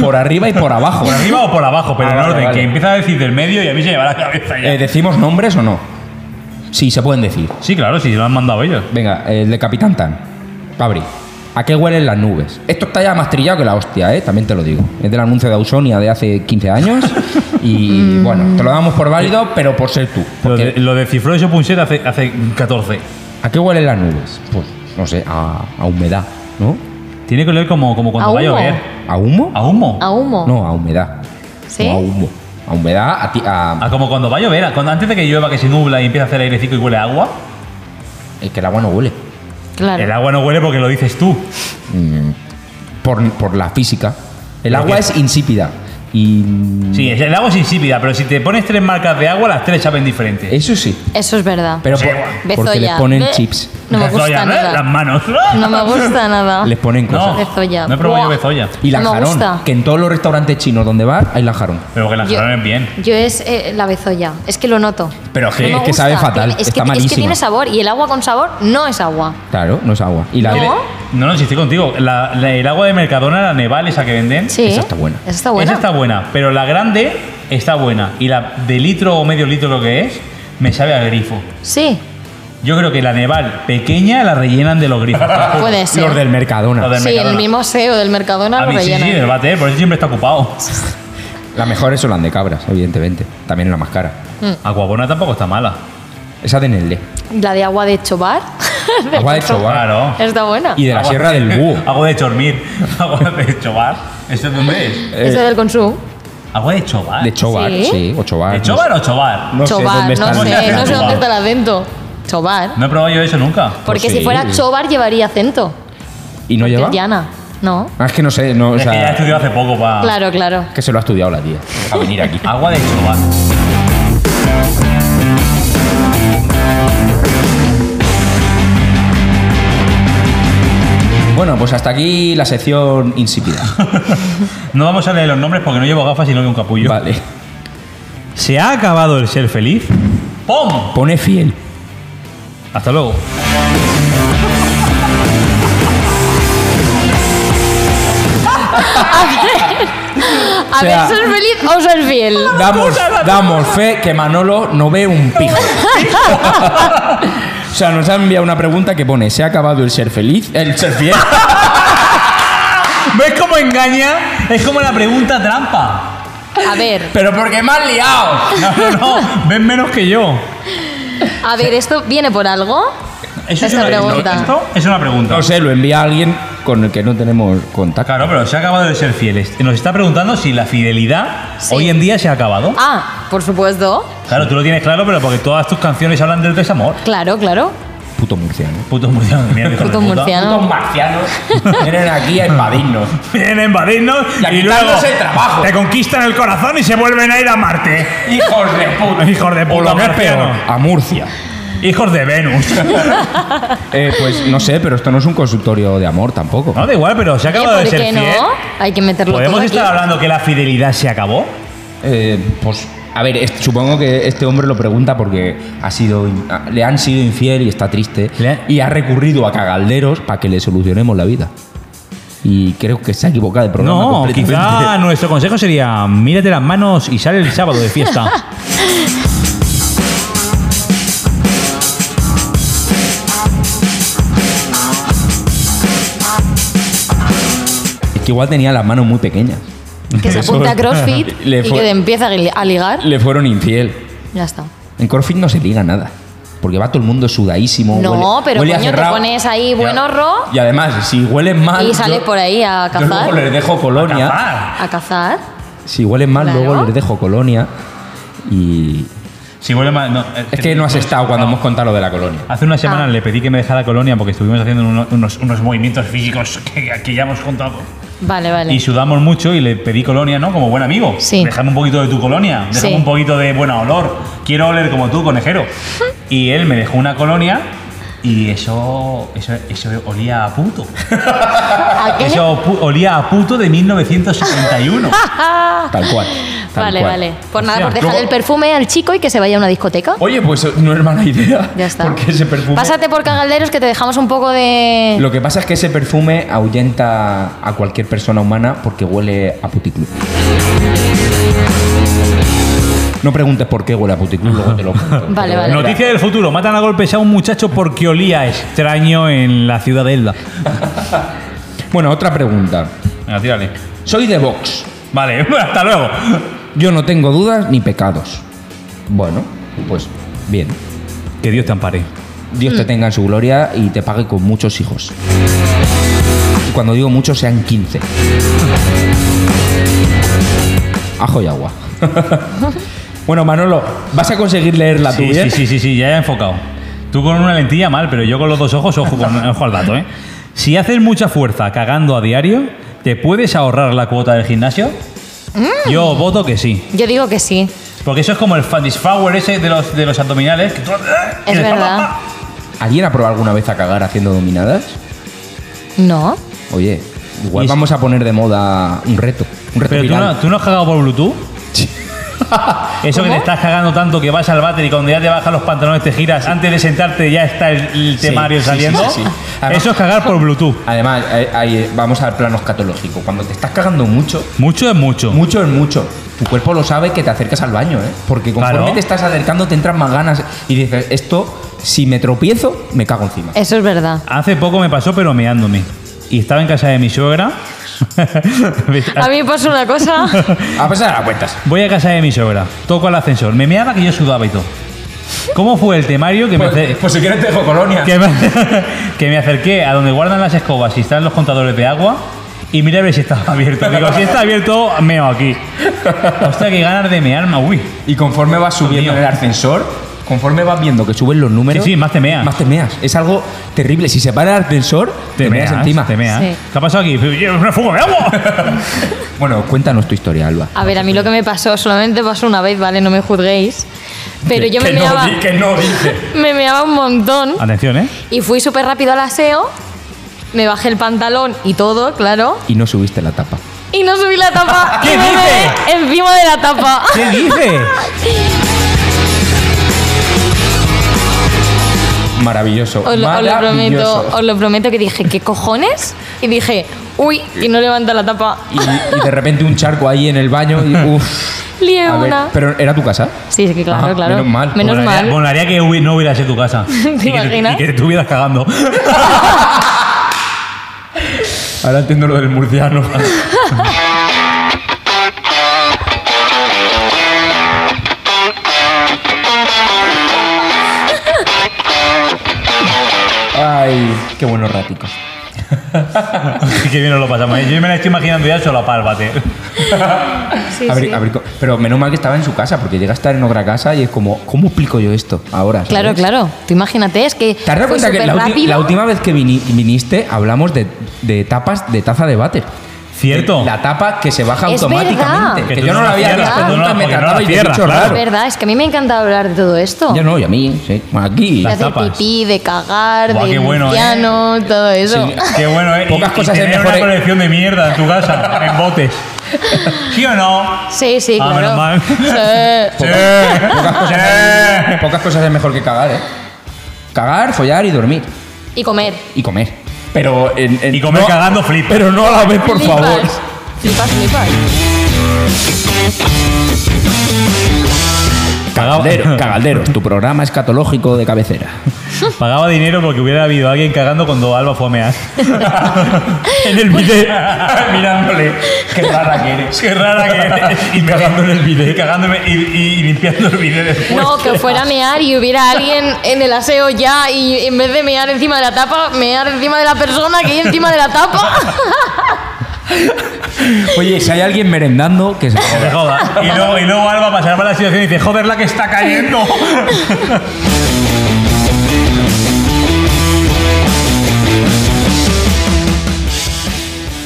Por arriba y por abajo. Por arriba o por abajo, pero Ah, en vale, orden. vale. Que empieza a decir del medio y a mí se me va la cabeza ya. Eh, ¿Decimos nombres o no? Sí, se pueden decir. Sí, claro, sí, lo han mandado ellos. Venga, el de Capitán Tan. Pabri, ¿a qué huelen las nubes? Esto está ya más trillado que la hostia, ¿eh? También te lo digo. Es del anuncio de Ausonia de hace 15 años. Y bueno, te lo damos por válido, pero por ser tú. Mm. Eh, Lo, de, lo descifró eso Punset hace, hace 14. ¿A qué huelen las nubes? Pues, no sé, a, a humedad, ¿no? Tiene que oler como, como cuando ¿A va a humo? llover. ¿A humo? ¿A humo? A humo. No, a humedad. ¿Sí? O a humo. A humedad, a, ti- a- Ah, como cuando va a llover, a- cuando, antes de que llueva, que se nubla y empieza a hacer airecito y huele a agua. Es que el agua no huele. Claro. El agua no huele porque lo dices tú. mm, por, por la física. El ¿Pero agua qué? es insípida. Y. Mm. Sí, es- el agua es insípida, pero si te pones tres marcas de agua, las tres saben diferente. Eso sí. Eso es verdad. Pero por- porque les Bezoya. ponen Be- chips. No me gusta Bezoya, ¿eh? Las nada. manos. No me gusta nada. Les ponen Ah. No. cosas. Bezoya. No he probado yo Buah. bezoya. Y la No me jarón. gusta. Que en todos los restaurantes chinos donde vas hay la jarón. Pero que la Yo- jarón es bien. Yo es eh, la bezoya. Es que lo noto. Pero No que, me es que gusta. sabe fatal. Tiene- Es está que, malísima. Es que tiene sabor y el agua con sabor no es agua. Claro, no es agua. Y la ¿No? No, no, si estoy contigo. La- la- el agua de Mercadona, la Neval, esa que venden. Sí. ¿eh? Esa está buena. Esa está buena. Esa está buena, pero la grande está buena. Y la de litro o medio litro lo que es, me sabe a grifo. Sí. Yo creo que la Neval pequeña la rellenan de los grifos. Puede ser. Los del Mercadona. Ah, Los del Sí, Mercadona. el mismo SEO del Mercadona A lo mí sí, rellena. sí, del váter, por eso siempre está ocupado. La mejor es la de cabras, evidentemente. También la más cara. Mm. Aguabona tampoco está mala. Esa de Nelly. La de agua de chobar. Agua de chobar. Claro. Está buena. Y de la Agua- Sierra del Búho. Agua de chormir. Agua de chobar. ¿Eso dónde es? Eh, Eso del consumo. Agua de chobar. de Chobar, ¿Sí? sí. o Chobar. ¿De no chobar sé. o chobar? No sé chobar, dónde no está el- sé. No sé dónde está el acento. Chobar. No he probado yo eso nunca. Porque Pues si sí. fuera chobar llevaría acento. ¿Y no lleva? Diana. No. Ah, es que no sé, no, o es que ya he sea, estudiado hace poco Ah. para. Claro, claro. que se lo ha estudiado la tía. A venir aquí. Agua de chobar. Bueno, pues hasta aquí la sección insípida. No vamos a leer los nombres porque no llevo gafas y no veo un capullo. Vale. ¿Se ha acabado el ser feliz? ¡Pum! Pone fiel. Hasta luego. A O sea- ver, ¿sos feliz o sos fiel? Damos, damos fe que Manolo no ve un pijo. O sea, nos ha enviado una pregunta que pone, ¿se ha acabado el ser feliz? El ser fiel. ¿Ves cómo engaña? Es como la pregunta trampa. A ver, Pero porque me has liado. No, no, no. Ves menos que yo. a ver, ¿esto viene por algo? Eso es Esa una pregunta. esto es una pregunta. No sé, lo envía alguien con el que no tenemos contacto. Claro, pero se ha acabado de ser fieles. Nos está preguntando si la fidelidad Sí. hoy en día se ha acabado. Ah, por supuesto. Claro, tú lo tienes claro, pero porque todas tus canciones hablan del desamor. Claro, claro. Puto murciano. Putos murcianos, mira, hijo de Puto puta. murciano. marcianos vienen aquí a invadirnos. Vienen a invadirnos Y a y, luego quitarnos el trabajo. te conquistan el corazón y se vuelven a ir a Marte. Hijos de puta. Hijos de O puta, lo que es peor, murciano. a Murcia. Hijos de Venus. Eh, pues no sé, pero esto no es un consultorio de amor tampoco. No, da igual, pero se ha Oye, acabado de ¿por ser qué fiel. no? Hay que meterlo ¿Podemos todo aquí. estar hablando que la fidelidad se acabó? Eh, pues, a ver, es- supongo que este hombre lo pregunta porque ha sido, in- a- le han sido infiel y está triste. Le ha- Y ha recurrido a cagalderos para que le solucionemos la vida. Y creo que se ha equivocado de programa. No, completamente. quizá nuestro consejo sería mírate las manos y sale el sábado de fiesta. Es que igual tenía las manos muy pequeñas. Que se Eso- apunte a CrossFit Le y fue- que empieza a li- a ligar. Le fueron infiel. Ya está. En CrossFit no se liga nada. Porque va todo el mundo sudadísimo. No, huele- pero huele a coño, te cerrado. pones ahí Y a- buen horro. Y además, si huelen mal. Y sales por ahí a yo luego cazar. les dejo colonia. Cazar. A cazar. Si huelen mal, Claro. luego les dejo colonia. Y. Si vuelve mal- no, eh, Es que no has estado cuando no. hemos contado lo de la colonia. Hace unas semanas Ah. le pedí que me dejara colonia porque estuvimos haciendo uno- unos, unos movimientos físicos que, que ya hemos contado. Vale, vale. Y sudamos mucho y le pedí colonia, ¿no? Como buen amigo. Sí. Déjame un poquito de tu colonia, déjame Sí. un poquito de buen olor. Quiero oler como tú, conejero. Y él me dejó una colonia y eso, eso, eso olía a puto. ¿A qué? Ah, Eso pu- olía a puto de 1971. Tal cual. Tal vale, cual. vale. Pues nada, Hostia, pues dejar luego- el perfume al chico y que se vaya a una discoteca. Oye, pues no es mala idea. Ya está. Porque ese perfume. Pásate por Cagalderos que te dejamos un poco de. Lo que pasa es que ese perfume ahuyenta a cualquier persona humana porque huele a puticlub. No preguntes por qué huele a puticlub, luego te lo cuento. Vale, vale. Noticia del futuro. Matan a golpes a un muchacho porque olía extraño en la ciudad de Elda. bueno, otra pregunta. Venga, tírale. Soy de Vox. Vale, hasta luego. Yo no tengo dudas ni pecados. Bueno, pues bien. Que Dios te ampare. Dios te tenga en su gloria y te pague con muchos hijos. Y cuando digo muchos, sean 15. Ajo y agua. bueno, Manolo, ¿vas a conseguir leerla sí, tú bien? sí, sí, sí, sí, ya he enfocado. Tú con una lentilla mal, pero yo con los dos ojos, ojo, con, ojo al dato, ¿eh? Si haces mucha fuerza cagando a diario, ¿te puedes ahorrar la cuota del gimnasio? Mm. Yo voto que sí. Yo digo que sí. Porque eso es como el Fatisfauer ese de los, de los abdominales. que tú- eh, Es verdad. ¿Alguien ha probado alguna vez a cagar haciendo dominadas? No. Oye, igual vamos a poner de moda un reto. Un reto Pero tú viral. no, tú no has cagado por Bluetooth. Eso que ¿Cómo? te estás cagando tanto que vas al váter y cuando ya te bajas los pantalones te giras, antes de sentarte ya está el, el Sí, temario sí, sí, saliendo. sí, sí. Además- Eso es cagar por Bluetooth. Además, ahí- ahí vamos al plano escatológico. Cuando te estás cagando mucho. Mucho es mucho. Mucho es mucho. Tu cuerpo lo sabe que te acercas al baño, ¿eh? Porque conforme Claro. te estás acercando te entran más ganas y dices, esto, si me tropiezo, me cago encima. Eso es verdad. Hace poco me pasó, pero meándome. Y estaba en casa de mi suegra. A mí me pasó una cosa. a pesar de las cuentas. Voy a casa de mi suegra, toco el ascensor, me meaba que yo sudaba y todo. ¿Cómo fue el temario que me Pues si quieres te dejo colonia. que me, que me acerqué a donde guardan las escobas y están los contadores de agua y miré a ver si estaba abierto. Digo, si está abierto, meo aquí. Hostia, que ganas de mearme, uy. Y conforme vas subiendo en el ascensor, conforme vas viendo que suben los números. Sí, sí, más te meas. Más te meas. Es algo terrible. Si se para el ascensor, te, meas, encima. Te meas. ¿Qué ha pasado aquí? ¡Una fuga de agua! bueno, cuéntanos tu historia, Alba. A ver, a mí lo que me pasó, solamente pasó una vez, ¿vale? No me juzguéis. Pero yo me meaba, que no dice. me meaba un montón Atención, ¿eh? y fui súper rápido al aseo, me bajé el pantalón y todo, claro, Y no subiste la tapa. y no subí la tapa. ¿Qué y me dices? meé Encima de la tapa. ¿Qué dices? Maravilloso. Os lo, os lo prometo, Maravilloso. os lo prometo que dije, ¿qué cojones? Y dije, uy, que no levanta la tapa. Y, y de repente un charco ahí en el baño y uff. Lié A ver, una. pero era tu casa. Sí, sí, que claro, Ah, claro. Menos mal. Menos Molaría- mal. Molaría que hubi- no hubiera sido tu casa. ¿Te y, que, imaginas? y que te estuvieras cagando. Ahora entiendo lo del murciano. Ay, qué buenos raticos. Qué bien nos lo pasamos. ¿eh? Yo me la estoy imaginando ya solo para el váter. A ver, a ver, co- pero menos mal que estaba en su casa, porque llega a estar en otra casa y es como, ¿cómo explico yo esto ahora? ¿sabes? Claro, claro. Tú imagínate, es que. ¿Te has dado fue cuenta que la, ulti- superrápido. la última vez que vini- viniste hablamos de, de tapas de taza de váter? Cierto. La tapa que se baja Es automáticamente. verdad. Que, Que tú yo no no la la había cierras, visto tú no la- nunca, me porque no la trataba y te he cierras, dicho claro. Es raro. verdad, es que a mí me encanta hablar de todo esto. Yo no, y a mí, sí. Bueno, aquí. de hacer pipí, de cagar, Buah, qué de bueno, ¿eh? piano, todo eso. Sí, Qué bueno, ¿eh? Pocas Y- y cosas es tener mejor, una ¿eh? colección de mierda en tu casa, en botes. ¿Sí o no? Sí, sí, Ah, claro. menos mal. Sí. Sí. Eh. Pocas Eh. cosas, pocas cosas es mejor que cagar, ¿eh? Cagar, follar y dormir. Y comer. Y comer. Pero en, en- Y comer no- cagando flip. Pero no a la vez, por Flipas. favor. Flipas, flipas. Cagalderos, Cagalderos, tu programa escatológico de cabecera. Pagaba dinero porque hubiera habido alguien cagando cuando Alba fue a mear. en el bidet. Mirándole. Qué rara que eres. Qué rara que eres. Y cagando en el bidet. Y cagándome y, y limpiando el bidet después. No, que fuera a mear y hubiera alguien en el aseo ya y en vez de mear encima de la tapa, mear encima de la persona que hay encima de la tapa. Oye, si hay alguien merendando, que se Que se joda. joda. Y luego, y luego Alba pasará por la situación y dice, joder, la que está cayendo.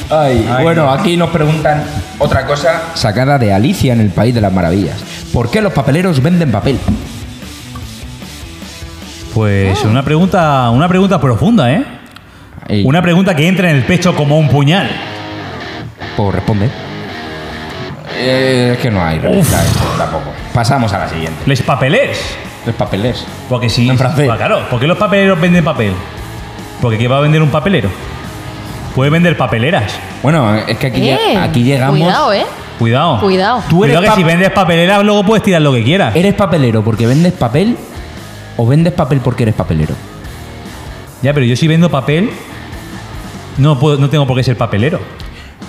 Ay, Ay, bueno, no. aquí nos preguntan otra cosa sacada de Alicia en el País de las Maravillas. ¿Por qué los papeleros venden papel? Pues una pregunta, una pregunta profunda, ¿eh? Ey, Una pregunta que entra en el pecho como un puñal. Pues responde. Eh, es que no hay revista esto tampoco. Pasamos a la siguiente. Les papelés. Les papelés. Porque sí. En francés. claro. ¿Por qué los papeleros venden papel? Porque ¿qué va a vender un papelero? Puede vender papeleras. Bueno, es que Eh, Cuidado, ¿eh? Cuidado. Cuidado. Tú eres Eh. Cuidado que que si si vendes papeleras luego puedes tirar lo que quieras. ¿Eres papelero porque vendes papel o vendes papel porque eres papelero? Ya, pero yo si vendo papel, no, puedo, no tengo por qué ser papelero.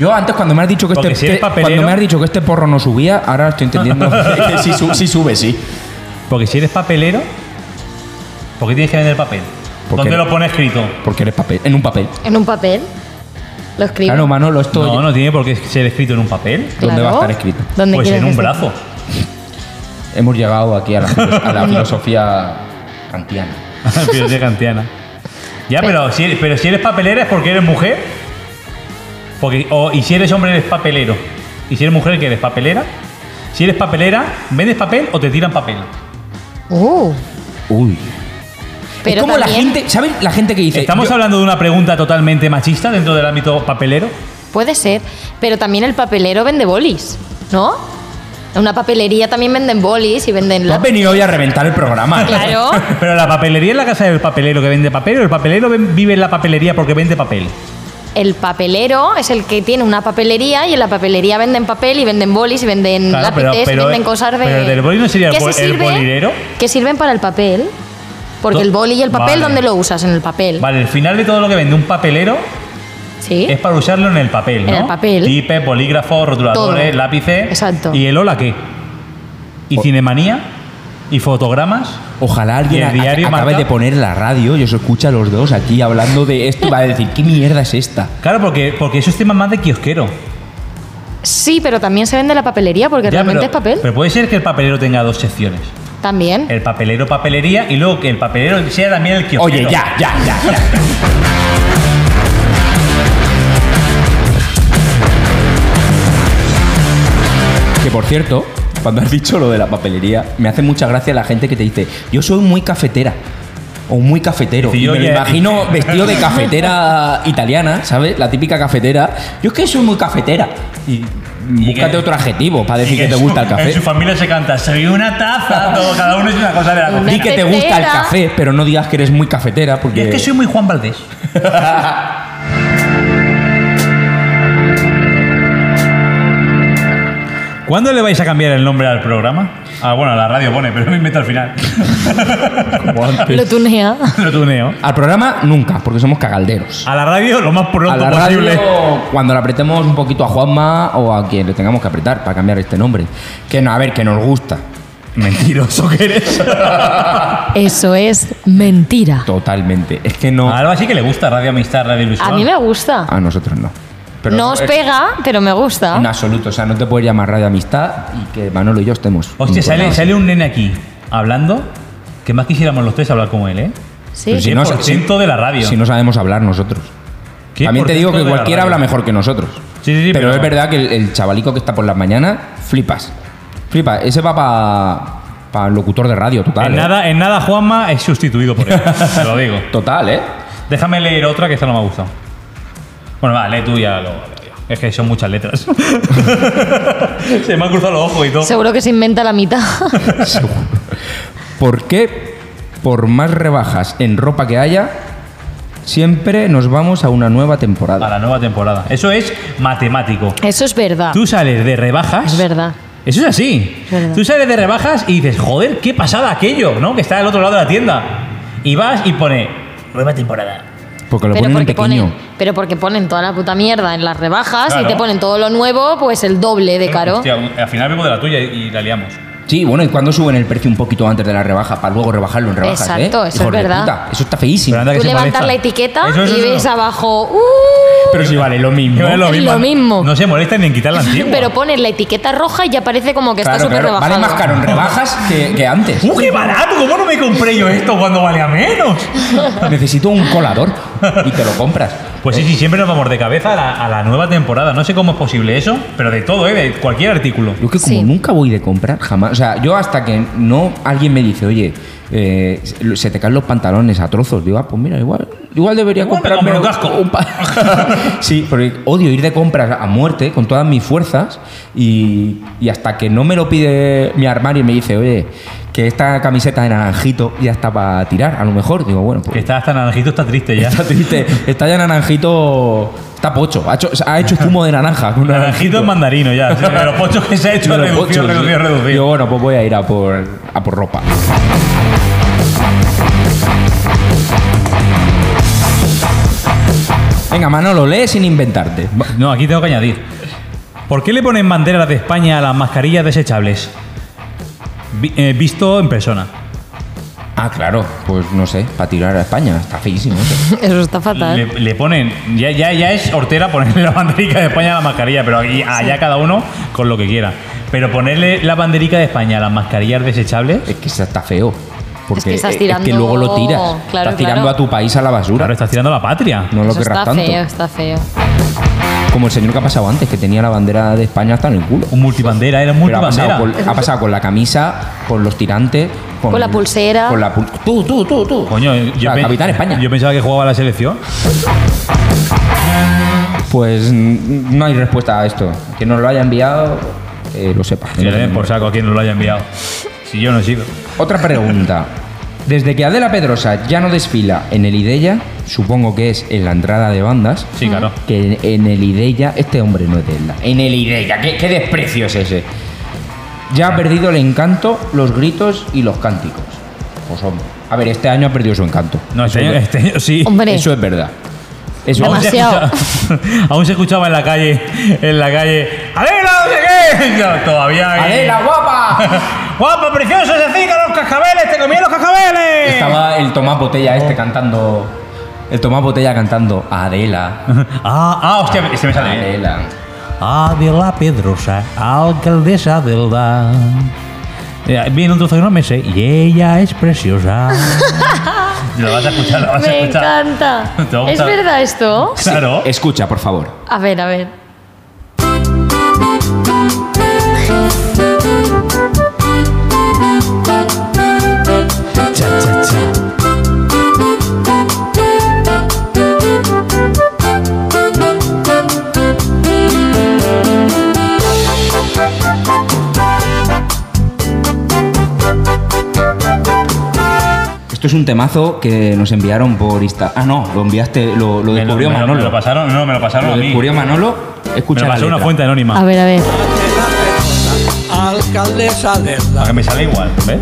Yo antes cuando me has dicho que Porque este si eres que- papelero- cuando me has dicho que este porro no subía, ahora estoy entendiendo que Eh, sí, su- sí sube, sí. Porque si eres papelero, ¿por qué tienes que vender papel? Porque- ¿Dónde lo pone escrito? Porque eres papel, en un papel. En un papel. Lo escribo. Manolo, esto No, no tiene por qué ser escrito en un papel. ¿Dónde Claro. va a estar escrito? ¿Dónde pues quieres en un que esté? brazo. Hemos llegado aquí a la, filo- a la filosofía kantiana. Filosofía kantiana. Ya, pero si, eres- pero si eres papelera es porque eres mujer. Porque, o, y si eres hombre eres papelero. Y si eres mujer, que eres papelera. Si eres papelera, ¿vendes papel o te tiran papel? Uh, Uy. pero es como la también gente, ¿sabes? La gente que dice. ¿Estamos yo- hablando de una pregunta totalmente machista dentro del ámbito papelero? puede ser. Pero también el papelero vende bolis, ¿no? En una papelería también venden bolis y venden... Tú has venido hoy a reventar el programa. Claro. Pero la papelería es la casa del papelero que vende papel o el papelero ven- vive en la papelería porque vende papel. El papelero es el que tiene una papelería y en la papelería venden papel y venden bolis y venden Claro, lápices pero- y pero- venden cosas de... pero el del boli no sería el ¿Qué bol- se el sirve? bolidero? Que sirven para el papel. Porque Do- el boli y el papel, Vale. ¿dónde lo usas? En el papel. Vale, Eh. el final de todo lo que vende un papelero ¿Sí? es para usarlo en el papel, En ¿no? el papel. Tipe, bolígrafos, rotuladores, Todo. lápices. Exacto. ¿Y el hola qué? ¿Y cinemanía? ¿Y fotogramas? Ojalá alguien ¿Y el a- a- diario acabe marca? de poner la radio y os escucha a los dos aquí hablando de esto y va a decir, ¿qué mierda es esta? Claro, porque, porque eso es tema más de kiosquero. Sí, pero también se vende en la papelería porque Ya, realmente pero- es papel. Pero puede ser que el papelero tenga dos secciones. también. El papelero papelería y luego que el papelero sea también el kiosquero. Oye, ya, ya, ya, ya. Que por cierto, cuando has dicho lo de la papelería, me hace mucha gracia la gente que te dice, yo soy muy cafetera. O muy cafetero. Sí, Y me oye, lo imagino vestido de cafetera italiana, ¿sabes? La típica cafetera. Yo es que soy muy cafetera. Y búscate que- otro adjetivo para decir que, en te su- gusta el En su café. familia se canta, soy una taza, todo, cada uno es una cosa de la Di cocina. que te gusta el café, pero no digas que eres muy cafetera porque... Yo es que soy muy Juan Valdés. ¿Cuándo le vais a cambiar el nombre al programa? Ah, bueno, a la radio pone, pero me invento al final. Como antes. Lo tunea. Lo tuneo. Al programa nunca, porque somos cagalderos. A la radio lo más Ah, pronto A la posible. radio, cuando le apretemos un poquito a Juanma o a quien le tengamos que apretar para cambiar este nombre. Que no, a ver, que nos gusta. Mentiroso que eres. Eso es mentira. Totalmente. Es que no. A Alba sí que le gusta Radio Amistad, Radio Ilusión. A mí me gusta. A nosotros no. Pero no os es- pega, pero me gusta. En absoluto. O sea, no te puedes llamar Radio Amistad y que Manolo y yo estemos. Hostia, en un sale, programa. sale un nene aquí hablando que más quisiéramos los tres hablar como él, ¿eh? Sí. Pero si no- 100% de la radio. Ah, Si no sabemos hablar nosotros. También te digo que 100% de la cualquiera radio. habla mejor que nosotros. Sí, sí, sí, pero, pero- es verdad que el, el chavalico que está por las mañanas, flipas. Flipas. Ese va para locutor de radio, total. En ¿eh? nada, en nada Juanma es sustituido por él, te lo digo. Total, ¿eh? Déjame leer otra que esta no me ha gustado. Bueno, vale, tú ya lo... Es que son muchas letras. Se me han cruzado los ojos y todo. Seguro que se inventa la mitad. ¿Por qué, por más rebajas en ropa que haya, siempre nos vamos a una nueva A temporada? la nueva temporada. Eso es matemático. Eso es verdad. Tú sales de rebajas. Es verdad. Eso es así. Es verdad. Tú sales de rebajas y dices, joder, qué pasada aquello, ¿no? Que está al otro lado de la tienda. Y vas y pone, nueva temporada. Porque lo Pero ponen en porque, pequeño. ponen, pero porque ponen toda la puta mierda en las rebajas Claro. y te ponen todo lo nuevo, pues el doble de caro. Hostia, al final vengo de la tuya y, y la liamos. Sí, bueno, y cuando suben el precio un poquito antes de la rebaja, para luego rebajarlo en rebajas. ¿eh? Exacto, eso Hijos es de verdad. puta, eso está feísimo. Pero anda que Tú se levantas molesta. la etiqueta Eso, eso, y eso. ves abajo. ¡uh! Pero si vale lo mismo. Es lo Es mismo. lo mismo. No se molesta ni en quitar la antigua. Pero pones la etiqueta roja y ya parece como que está Claro, súper claro. Vale rebajado. más caro en rebajas que, que antes. ¡Uh, qué barato! ¿Cómo no me compré yo esto cuando valía menos? Necesito un colador y te lo compras. Pues Eh, sí, sí, siempre nos vamos de cabeza a la, a la nueva temporada. No sé cómo es posible eso, pero de todo, ¿eh? De cualquier artículo. Yo es que como Sí. nunca voy de comprar, jamás. O sea, yo hasta que no alguien me dice, oye, eh, se te caen los pantalones a trozos. Digo, ah, pues mira, igual, igual debería Igual me comprarme compro un casco. pa- sí, porque odio ir de compras a muerte con todas mis fuerzas y, y hasta que no me lo pide mi armario y me dice, oye, que esta camiseta de naranjito ya está para tirar, a lo mejor. Digo, bueno, pues... Que está hasta naranjito, está triste ya. Está triste. Está ya naranjito. Está pocho. Ha hecho, o sea, ha hecho zumo de naranja. Con Naranjito es mandarino ya. sí, De los pochos que se ha hecho, De los reducido, pochos, reducido, sí. reducido. Yo, bueno, pues voy a ir a por, a por ropa. Venga, Manolo, lee sin inventarte. No, aquí tengo que añadir. ¿Por qué le ponen banderas de España a las mascarillas desechables? Vi- eh, visto en persona. Ah, claro. Pues no sé, para tirar a España. Está feísimo eso. Eso está fatal. Le, le ponen. Ya, ya, ya es hortera ponerle la banderica de España a la mascarilla, pero aquí, allá cada uno con lo que quiera. Pero ponerle la banderica de España a las mascarillas desechables. Es que está feo. Porque estás es que tirando- luego lo tiras. claro, estás tirando claro. a tu país a la basura. Claro, estás tirando a la patria. No lo Eso querrás está tanto. feo, está feo. Como el señor que ha pasado antes, que tenía la bandera de España hasta en el culo. Un multibandera, era un Pero ha pasado, multibandera. con, ha pasado con la camisa, con los tirantes, Con la el- pulsera. Con la pul- tú, tú, tú, tú. Coño, eh, yo, sea, pe- capitán España. yo pensaba que jugaba a la selección. Pues mm, no hay respuesta a esto. Que nos lo haya enviado, eh, lo sepa. Que le den por saco a quien nos lo haya enviado. Si yo no he sido. Otra pregunta. Desde que Adela Pedrosa ya no desfila en el Ideya, supongo que es en la entrada de bandas. Sí, claro. Mm. Que en, en el Ideya, este hombre no es de Elda. En el Ideya, ¿qué, qué desprecio es ese? Ya ha perdido el encanto, los gritos y los cánticos. Pues hombre. A ver, este año ha perdido su encanto. No, este Eso año- es- este año sí. Hombre. Eso es verdad. Eso Aún se Demasiado. escuchaba- Aún se escuchaba en la calle, en la calle, ¡Adela, no sé qué! No, todavía. ahí. ¡Adela, guapa! ¡Guapo, precioso! ¡Se acerca a los cascabeles! ¡Te comí los cascabeles! Estaba el Tomás Botella este cantando. El Tomás Botella cantando Adela. Ah, ah, hostia, se me sale. Adela. Adela Pedrosa, alcaldesa del DAN. Eh, Viene un trozo que no me sé. Y ella es preciosa. Lo vas a escuchar, lo vas a Me escuchar. encanta. Te va a ¿Es gustar. verdad esto? Claro. Escucha, por favor. A ver, a ver. Cha, cha, cha. Esto es un temazo que nos enviaron por Insta. Ah, no, lo enviaste, lo, lo Me lo, descubrió me lo- Manolo. me lo pasaron, no, me lo pasaron Lo a mí. descubrió Manolo. me Escucha lo la pasó una letra. fuente anónima. A ver, a ver. Alcaldesa de Para que la me sale igual, ¿ves?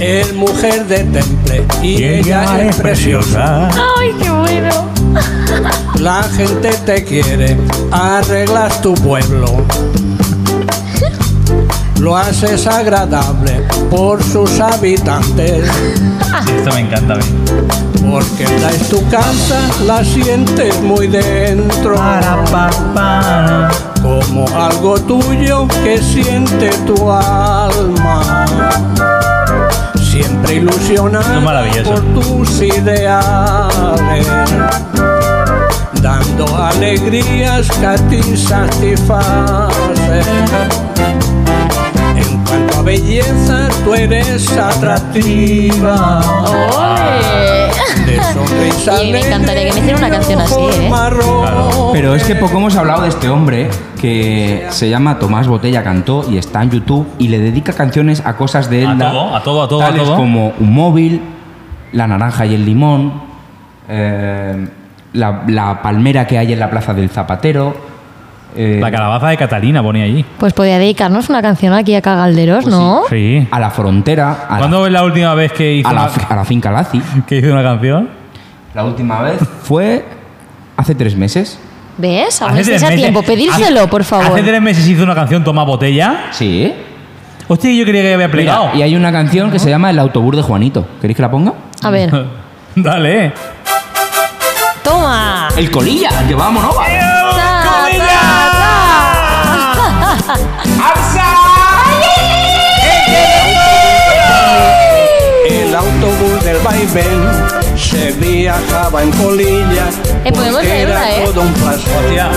es mujer de temple y ella es preciosa. ¡Ay, qué bueno! La gente te quiere, arreglas tu pueblo. Lo haces agradable por sus habitantes, Sí, esto me encanta a mí. porque traes tu casa, la sientes muy dentro. Como algo tuyo que siente tu alma. Siempre Esto ilusionada es maravilloso. por tus ideales. Dando alegrías que a ti satisfacen. En cuanto a belleza, tú eres atractiva. Ah. ¡Ole! De sonrisa Y me encantaría que me hiciera una canción así, ¿eh? marrón. Pero es que poco hemos hablado de este hombre que se llama Tomás Botella Cantó y está en YouTube y le dedica canciones a cosas de él. A todo, a todo, a todo, a tales todo. como un móvil, la naranja y el limón, eh, la, la palmera que hay en la plaza del zapatero. eh, La calabaza de Catalina ponía allí. Pues podía dedicarnos una canción aquí a Cagalderos, Pues sí. ¿no? Sí. a la frontera, a, la, ¿Cuándo es la última vez que hizo, a la una, fi- a la finca Lazi. que hizo una canción? La última vez fue hace tres meses. ¿Ves? Aún Hace este estáis tres a meses- tiempo. Pedírselo, hace- por favor. Hace tres meses hizo una canción Toma Botella. Sí. Hostia, yo creía que había Mira, plegado. y hay una canción que se llama El autobús de Juanito. ¿Queréis que la ponga? A ver. Dale. Ah. ¡Toma! El colilla, que vamos, ¿no? Ta, El autobús del vaivén se viajaba en colilla. Eh, podemos porque leer era una, ¿eh? todo un placer. Hostia.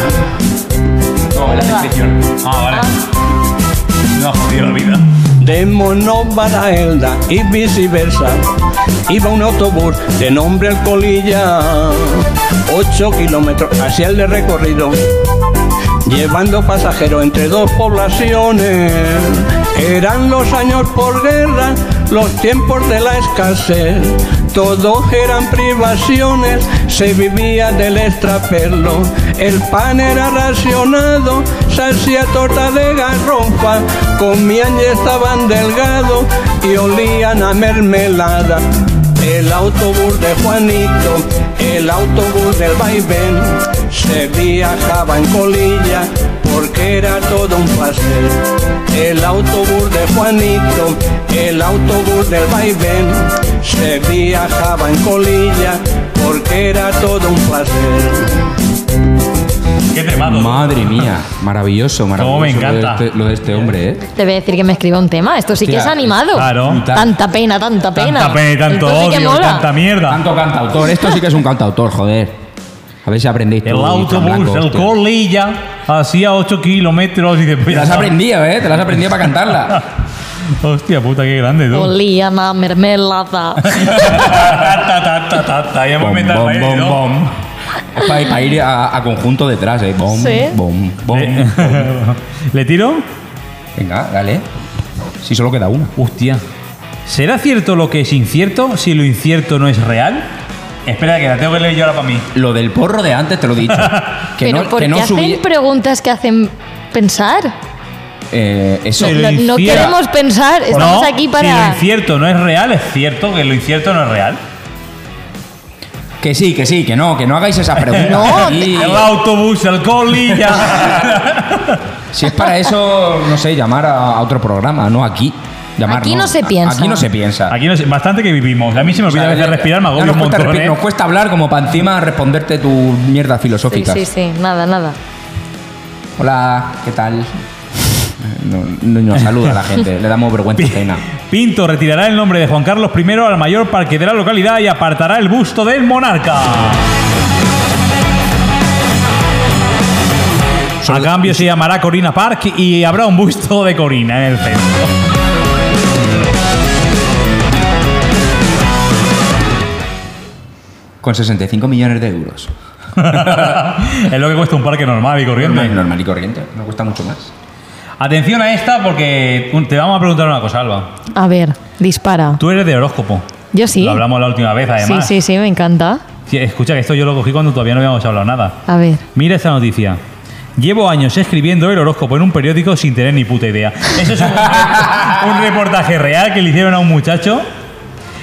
No, la descripción. Ah, vale. No ha jodido la vida. de Monobaraelda y viceversa. Iba un autobús de nombre El Colilla, 8 kilómetros hacia el de recorrido, llevando pasajeros entre dos poblaciones. Eran los años por guerra, los tiempos de la escasez, todos eran privaciones, se vivía del extraperlo, el pan era racionado, se hacía torta de garrofa, comían y estaban delgados y olían a mermelada. El autobús de Juanito, el autobús del vaivén, se viajaba en colilla porque era todo un paseo. El autobús de Juanito, el autobús del vaivén, se viajaba en colilla porque era todo un paseo. Qué temado. Madre mía, maravilloso, maravilloso. Cómo me encanta. Lo de este, lo de este hombre, ¿eh? Te voy a decir que me escriba un tema. Esto sí que Hostia, es animado. claro. Tanta pena, tanta pena. Tanta pena, tanto Esto sí que odio, mola. tanta mierda. Tanto cantautor. Esto sí que es un cantautor, joder. A ver si aprendéis. El tú, Juan Blanco, autobús, el hostia. colilla, hacía 8 kilómetros y después. Te la has aprendido, ¿eh? Te la has aprendido para cantarla. Hostia puta, qué grande, tú. Olía a mermelada. Ahí hemos Bom, metido bom, el bom, baile, ¿no? bom. Es para ir, pa' ir a, a conjunto detrás, ¿eh? Bom, Sí. bom, bom, bom. Eh, ¿Le tiro? Venga, dale. Si solo queda una. Hostia. ¿Será cierto lo que es incierto si lo incierto no es real? Espera, que la tengo que leer yo ahora para mí. Lo del porro de antes te lo he dicho. Que Pero no, ¿por que qué no hacen subí- preguntas que hacen pensar? Eh, eso. No, no queremos pensar. Estamos no, aquí Si lo para. incierto no es real, es cierto que lo incierto no es real. Que sí, que sí, que no, que no hagáis esa pregunta. Sí. el autobús, el colilla. Si es para eso, no sé, llamar a, a otro programa, no aquí. Llamar, Aquí no se piensa. Aquí no se piensa. Aquí no sé, bastante que vivimos. A mí se me olvida a veces respirar, Ya me agobio nos, un cuesta montón. respi- ¿eh? nos cuesta hablar como para encima responderte tu mierda Sí, filosófica. sí, sí. Nada, nada. Hola, ¿qué tal? No, no, no, saluda a la gente, le damos vergüenza ajena. Pinto retirará el nombre de Juan Carlos I al mayor parque de la localidad y apartará el busto del monarca. A cambio se llamará Corina Park y habrá un busto de Corina en el centro. Con 65 millones de euros. es lo que cuesta un parque normal y corriente. Normal, normal y corriente, no cuesta mucho más. Atención a esta porque un- te vamos a preguntar una cosa, Alba. A ver, dispara. Tú eres de horóscopo. Yo sí. Lo hablamos la última vez, Sí, además. sí, sí, me encanta. Sí, Escucha, que esto yo lo cogí cuando todavía no habíamos hablado nada. A ver. Mira esta noticia. Llevo años escribiendo el horóscopo en un periódico sin tener ni puta idea. Eso es un, un reportaje real que le hicieron a un muchacho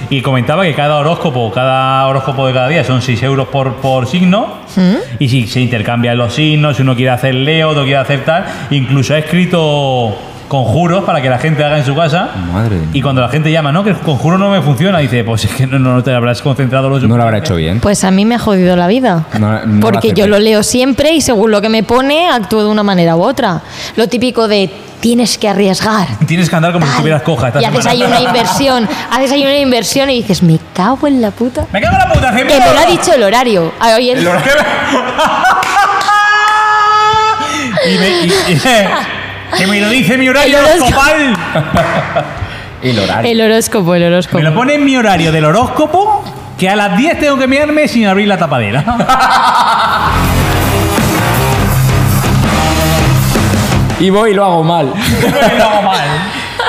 y comentaba que cada horóscopo, cada horóscopo de cada día son 6 euros por, por signo ¿Mm? y si se intercambian los signos, si uno quiere hacer Leo, otro quiere hacer tal, incluso ha escrito conjuros para que la gente haga en su casa. Madre. Y cuando la gente llama, no, que el conjuro no me funciona, dice, pues es que no, no te habrás concentrado lo No lo habrá hecho bien. Pues a mí me ha jodido la vida. Porque yo lo leo siempre y según lo que me pone, actúo de una manera u otra. Lo típico de tienes que arriesgar. Tienes que andar como si estuvieras coja. Esta Y haces ahí semana. una inversión, haces ahí una inversión y dices, me cago en la puta. Me cago en la puta, Que me lo ha dicho el horario. Ah, Ay, oye, El horario. Y me, y- y- que me lo dice mi horario El horóscopo. horoscopal. El el horóscopo, el horóscopo. Me lo pone en mi horario del horóscopo que a las 10 tengo que mirarme sin abrir la tapadera. Y voy y lo hago mal. lo hago mal.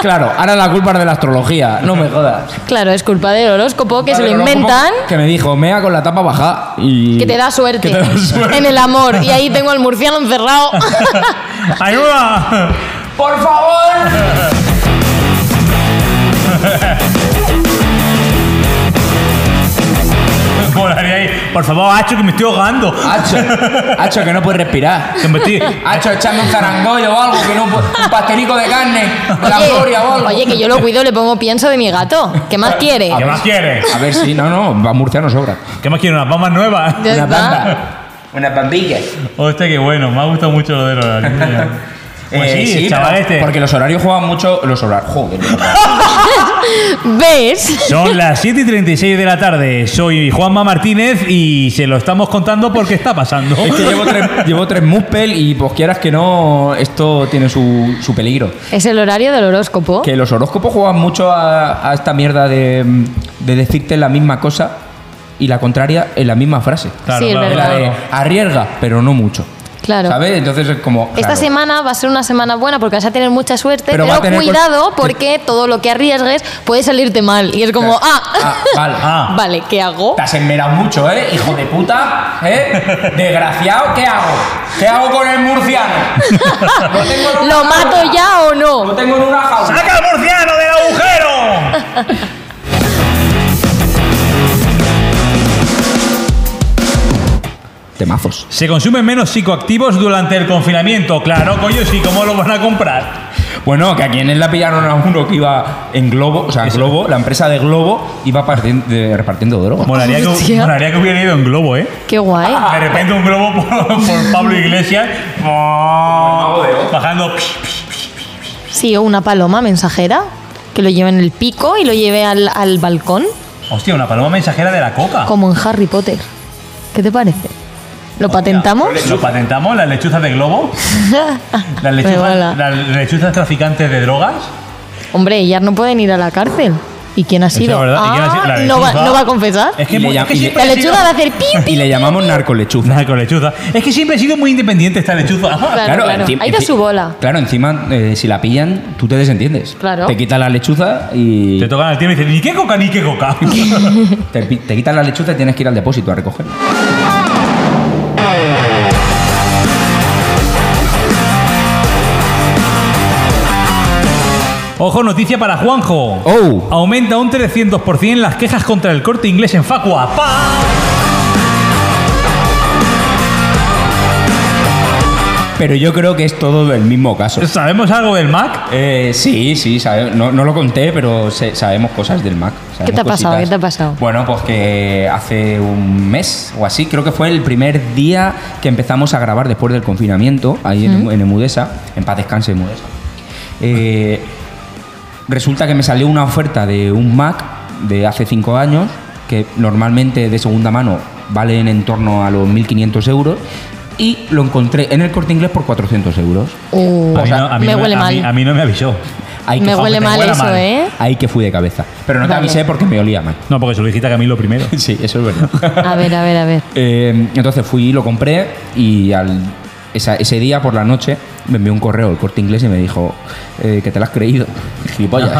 Claro, ahora la culpa es de la astrología, no me jodas. Claro, es culpa del horóscopo que se lo Pero como- inventan, Que me dijo, mea con la tapa baja y. que te da suerte que te da suerte. en el amor. Y ahí tengo al murciano encerrado. ¡Ayuda! ¡Por favor! Molaría ahí. Por favor, Hacho, que me estoy ahogando. Hacho, Hacho, que no puedes respirar. Que me estoy- Hacho, echame un zarangollo o algo, que no pu- un pastelico de carne, de la gloria o algo. oye, que yo lo cuido, le pongo pienso de mi gato. ¿Qué más quiere? ¿Qué más quieres? A ver si, no, no, a Murcia no sobra. ¿Qué más quieres? ¿Unas bombas nuevas? Ya está. Una bambilla. Hostia, qué bueno. Me ha gustado mucho lo del horario. Pues sí, el Eh, pero- chaval este. Porque los horarios juegan mucho. Los horarios. Joder, los horarios. ¿Ves? Son las 7 y 36 de la tarde. Soy Juanma Martínez y se lo estamos contando porque está pasando. Es que llevo tres, llevo tres Muspel y pues quieras que no, esto tiene su, su peligro. Es el horario del horóscopo. Que los horóscopos juegan mucho a, a esta mierda de, de decirte la misma cosa y la contraria en la misma frase. Sí, es claro, verdad. La de arriesga, pero no mucho. Claro. ¿Sabes? Entonces es como. Esta claro. semana va a ser una semana buena porque vas a tener mucha suerte, Pero pero, va a tener cos- cuidado porque todo lo que arriesgues puede salirte mal. Y es como, ah, Ah, vale. vale, ¿qué hago? Te has enmerado mucho, ¿eh? Hijo de puta, ¿eh? Desgraciado, ¿qué hago? ¿Qué hago con el murciano? ¿Lo mato ya o no? Lo tengo en una jaula. ¡Saca al murciano del agujero! Temazos. Se consumen menos psicoactivos durante el confinamiento. Claro, coño, sí, ¿cómo lo van a comprar? Bueno, que a quienes la pillaron a uno que iba en Globo, o sea, Globo, la empresa de Globo, iba partien- de- repartiendo droga. Molaría que, molaría que hubiera ido en globo, ¿eh? Qué guay. De repente un globo por, por Pablo Iglesias. Bajando. Sí, o una paloma mensajera que lo lleve en el pico y lo lleve al, al balcón, Hostia, una paloma mensajera de la coca. como en Harry Potter. ¿Qué te parece? ¿Lo patentamos? Lo patentamos, las lechuzas de globo. Las mola. lechuzas, las lechuzas traficantes de drogas. Hombre, ellas no pueden ir a la cárcel. ¿Y quién ha Eso sido? es verdad. ¿Y quién ha Ah, sido? La ¿no, va, lechuza. no va a confesar? Es que, mu- es que siempre la ha sido- lechuga va a hacer piu, piu. Y le llamamos narcolechuza. Narcolechuza. Es que siempre ha sido muy independiente esta lechuza. Claro, claro. encima- Ahí da su bola. Claro, encima, eh, si la pillan, tú te desentiendes. Claro. Te quita la lechuza y. Te tocan al tiempo y dicen, ni qué coca, ni qué coca. Te, pi- te quitan la lechuza y tienes que ir al depósito a recogerla. Ojo, noticia para Juanjo. Oh. Aumenta un 300% las quejas contra el corte inglés en Facua. ¡Pa! Pero yo creo que es todo el mismo caso. ¿Sabemos algo del Mac? Eh, sí, sí, sabe- no, no lo conté, pero se- sabemos cosas del Mac. ¿Qué te ha sabemos pasado? ¿Qué cositas. te ha pasado? Bueno, pues que hace un mes o así, creo que fue el primer día que empezamos a grabar después del confinamiento, ahí en, Ujú. en Emudesa, en paz descanse Emudesa. Eh, resulta que me salió una oferta de un Mac de hace cinco años, que normalmente de segunda mano valen en torno a los 1.500 euros, y lo encontré en el corte inglés por 400 euros. Uh, O sea, a mí me no huele a mal. mí- a mí no me avisó. Ahí Me fue- huele te mal huela eso, ¿eh? Ahí que fui de cabeza. Pero no te Vale. avisé porque me olía mal. No, porque se lo dijiste a Camilo primero. sí, eso es verdad. A ver, a ver, a ver. Eh, entonces fui, lo compré y al, esa- ese día por la noche me envió un correo el corte inglés y me dijo eh, que te lo has creído. Gilipollas.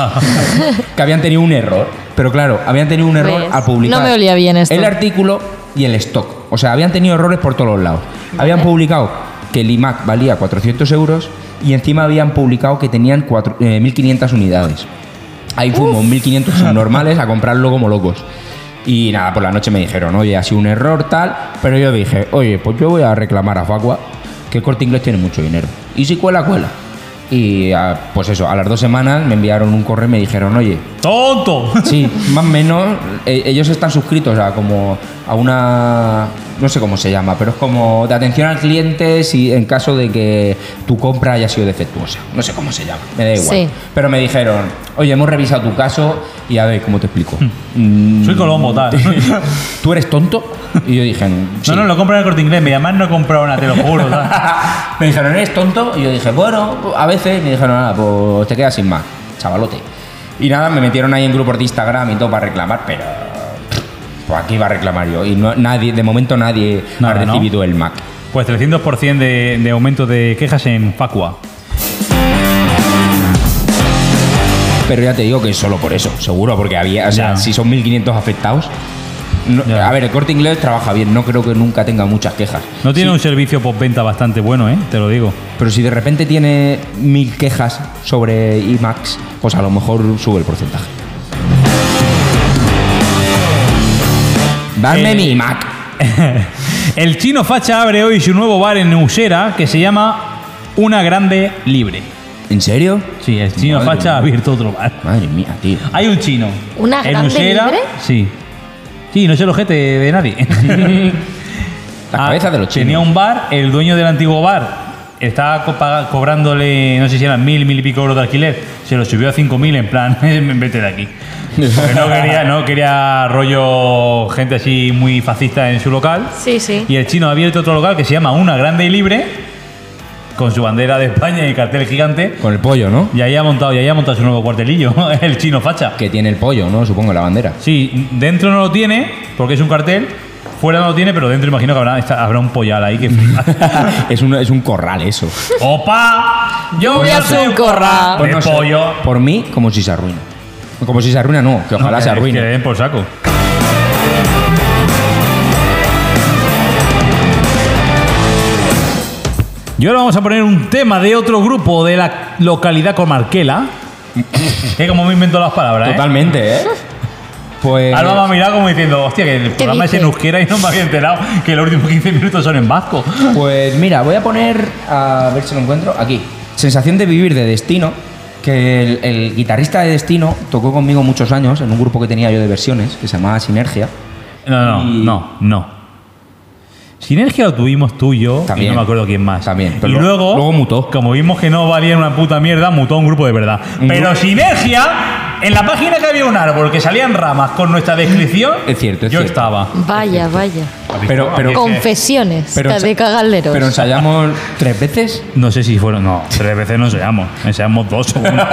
que habían tenido un error. Pero claro, habían tenido un error ¿Ves? al publicar. No me olía bien esto. El artículo y el stock. O sea, habían tenido errores por todos los lados. Habían publicado que el iMac valía 400 euros y encima habían publicado que tenían cuatro- eh, 1.500 unidades. Ahí fuimos 1.500 subnormales a comprarlo como locos. Y nada, por la noche me dijeron, oye, ha sido un error, tal. Pero yo dije, oye, pues yo voy a reclamar a Facua, que el corte inglés tiene mucho dinero. Y si cuela, cuela. Y ah, pues eso, a las dos semanas me enviaron un correo y me dijeron, oye, ¡Tonto! Sí, más o menos. eh, ellos están suscritos a como a una no sé cómo se llama, pero es como de atención al cliente si en caso de que tu compra haya sido defectuosa. No sé cómo se llama, me da igual. Sí. Pero me dijeron, oye, hemos revisado tu caso y a ver cómo te explico. Mm. Soy Colombo, tal. ¿Tú eres tonto? Y yo dije, sí. No, no, lo compro en el corte inglés. Mi mamá no he comprado nada, te lo juro. tal. Me dijeron, ¿eres tonto? Y yo dije, bueno, a veces. Y me dijeron, nada, pues te quedas sin más, chavalote. Y nada, me metieron ahí en grupos de Instagram y todo para reclamar, pero. Pues aquí iba a reclamar yo. Y no, nadie, de momento nadie Nada, ha ¿no? recibido el Mac. Pues 300% de, de aumento de quejas en Facua. Pero ya te digo que es solo por eso, seguro, porque había, o sea, Ya. si son 1500 afectados. no- a ver, el corte inglés trabaja bien, no creo que nunca tenga muchas quejas. No tiene Sí, un servicio postventa bastante bueno, ¿eh? Te lo digo. Pero si de repente tiene mil quejas sobre IMAX, pues a lo mejor sube el porcentaje. Dame Eh, mi IMAC. El chino facha abre hoy su nuevo bar en Usera que se llama Una Grande Libre. ¿En serio? Sí, el chino Madre facha mía. ha abierto otro bar. Madre mía, tío. Hay un chino. ¿Una en grande Usera, libre? Sí. Sí, no es el ojete de nadie. La Ah, cabeza de los chinos. Tenía un bar, el dueño del antiguo bar estaba co- paga- cobrándole, no sé si eran mil, mil y pico euros de alquiler, se lo subió a cinco mil en plan, vete de aquí. Porque no quería, no quería rollo gente así muy fascista en su local. Sí, sí. Y el chino ha abierto otro local que se llama Una Grande y Libre, con su bandera de España y cartel gigante. Con el pollo, ¿no? Y ahí ha montado, y ahí ha montado su nuevo cuartelillo, el chino facha. Que tiene el pollo, ¿no? Supongo, la bandera. Sí, dentro no lo tiene, porque es un cartel. Fuera no lo tiene, pero dentro imagino que habrá, está- habrá un pollal ahí que es, un, es un corral eso. ¡Opa! Yo Pues voy a hacer un corral de no sé, pollo. Por mí, como si se arruina. Como si se arruina, no, que ojalá No, que- se arruine. que ¿eh? le den por saco. Y ahora vamos a poner un tema de otro grupo de la localidad comarquela. que como me invento las palabras, ¿eh? Totalmente, ¿eh? Pues. Alba me ha mirado como diciendo, hostia, que el programa es en dice? euskera y no me había enterado que los últimos 15 minutos son en vasco. Pues mira, voy a poner, a ver si lo encuentro, aquí. Sensación de vivir de destino, que el, el guitarrista de destino tocó conmigo muchos años en un grupo que tenía yo de versiones, que se llamaba Sinergia. No, no, no, no. Sinergia lo tuvimos tú y yo, También. y no me acuerdo quién más. También. pero y lo- luego, luego mutó. Como vimos que no valía una puta mierda, mutó a un grupo de verdad. Un Pero grupo- Sinergia, en la página que había un árbol que salían ramas con nuestra descripción, Es cierto, es yo cierto. estaba. Vaya, vaya. Pero, pero, Confesiones pero de ensa- cagalderos. pero ensayamos tres veces. No sé si fueron, no, tres veces no ensayamos, ensayamos dos o una.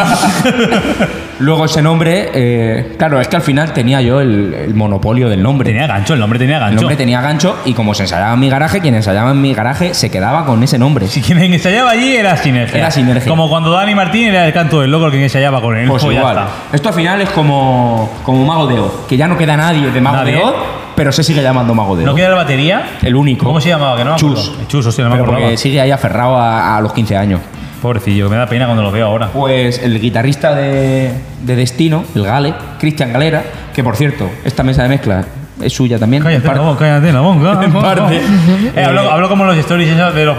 Luego ese nombre, eh, claro, es que al final tenía yo el, el monopolio del nombre. Tenía gancho, el nombre tenía gancho. El nombre tenía gancho y como se ensayaba en mi garaje, quien ensayaba en mi garaje se quedaba con ese nombre. Si quien ensayaba allí era Sinergia. Era Sinergia. Como cuando Dani Martín era el canto del loco el que ensayaba con él. Pues ya igual. está. Esto al final es como, como Mago de Oz, que ya no queda nadie de Mago Nadie. de Oz, pero se sigue llamando Mago de Oz. ¿No queda la batería? El único. ¿Cómo se llamaba? Que no me acuerdo. Chus. Chus, hostia, no me Pero acordaba. porque sigue ahí aferrado a, a los 15 años. Pobrecillo, me da pena cuando lo veo ahora. Pues el guitarrista de, de Destino, el Gale, Cristian Galera, que por cierto, esta mesa de mezcla es suya también. Cállate en la parte. boca, cállate la boca. En parte. Eh, hablo, hablo como los stories esos de los...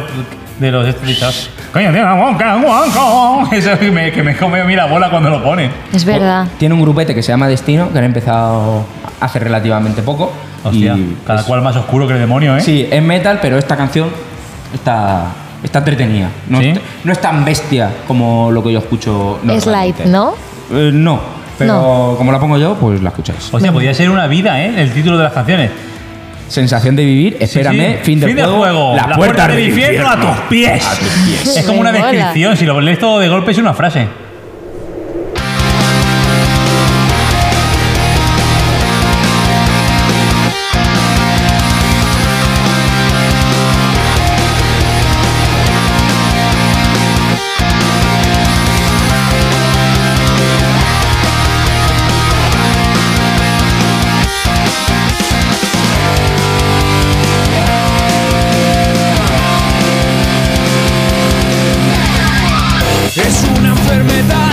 De los stories. Cállate la boca, guanco. Eso que me, que me come a mí la bola cuando lo pone. Es verdad. Oh, Tiene un grupete que se llama Destino, que han empezado hace relativamente poco. Hostia, y cada es- cual más oscuro que el demonio, ¿eh? Sí, es metal, pero esta canción está, está entretenida. No, ¿Sí? es, no es tan bestia como lo que yo escucho. Es light, normalmente. ¿no? Eh, no, pero como la pongo yo, pues la escucháis. Hostia, podría ser una vida, ¿eh? El título de las canciones. Sensación de vivir, Sí, espérame, sí. fin del fin de juego. juego. Las La puertas puerta del infierno a tus pies. A tus pies. Es como una Me mola. descripción. Si lo lees todo de golpe es una frase. Es una enfermedad.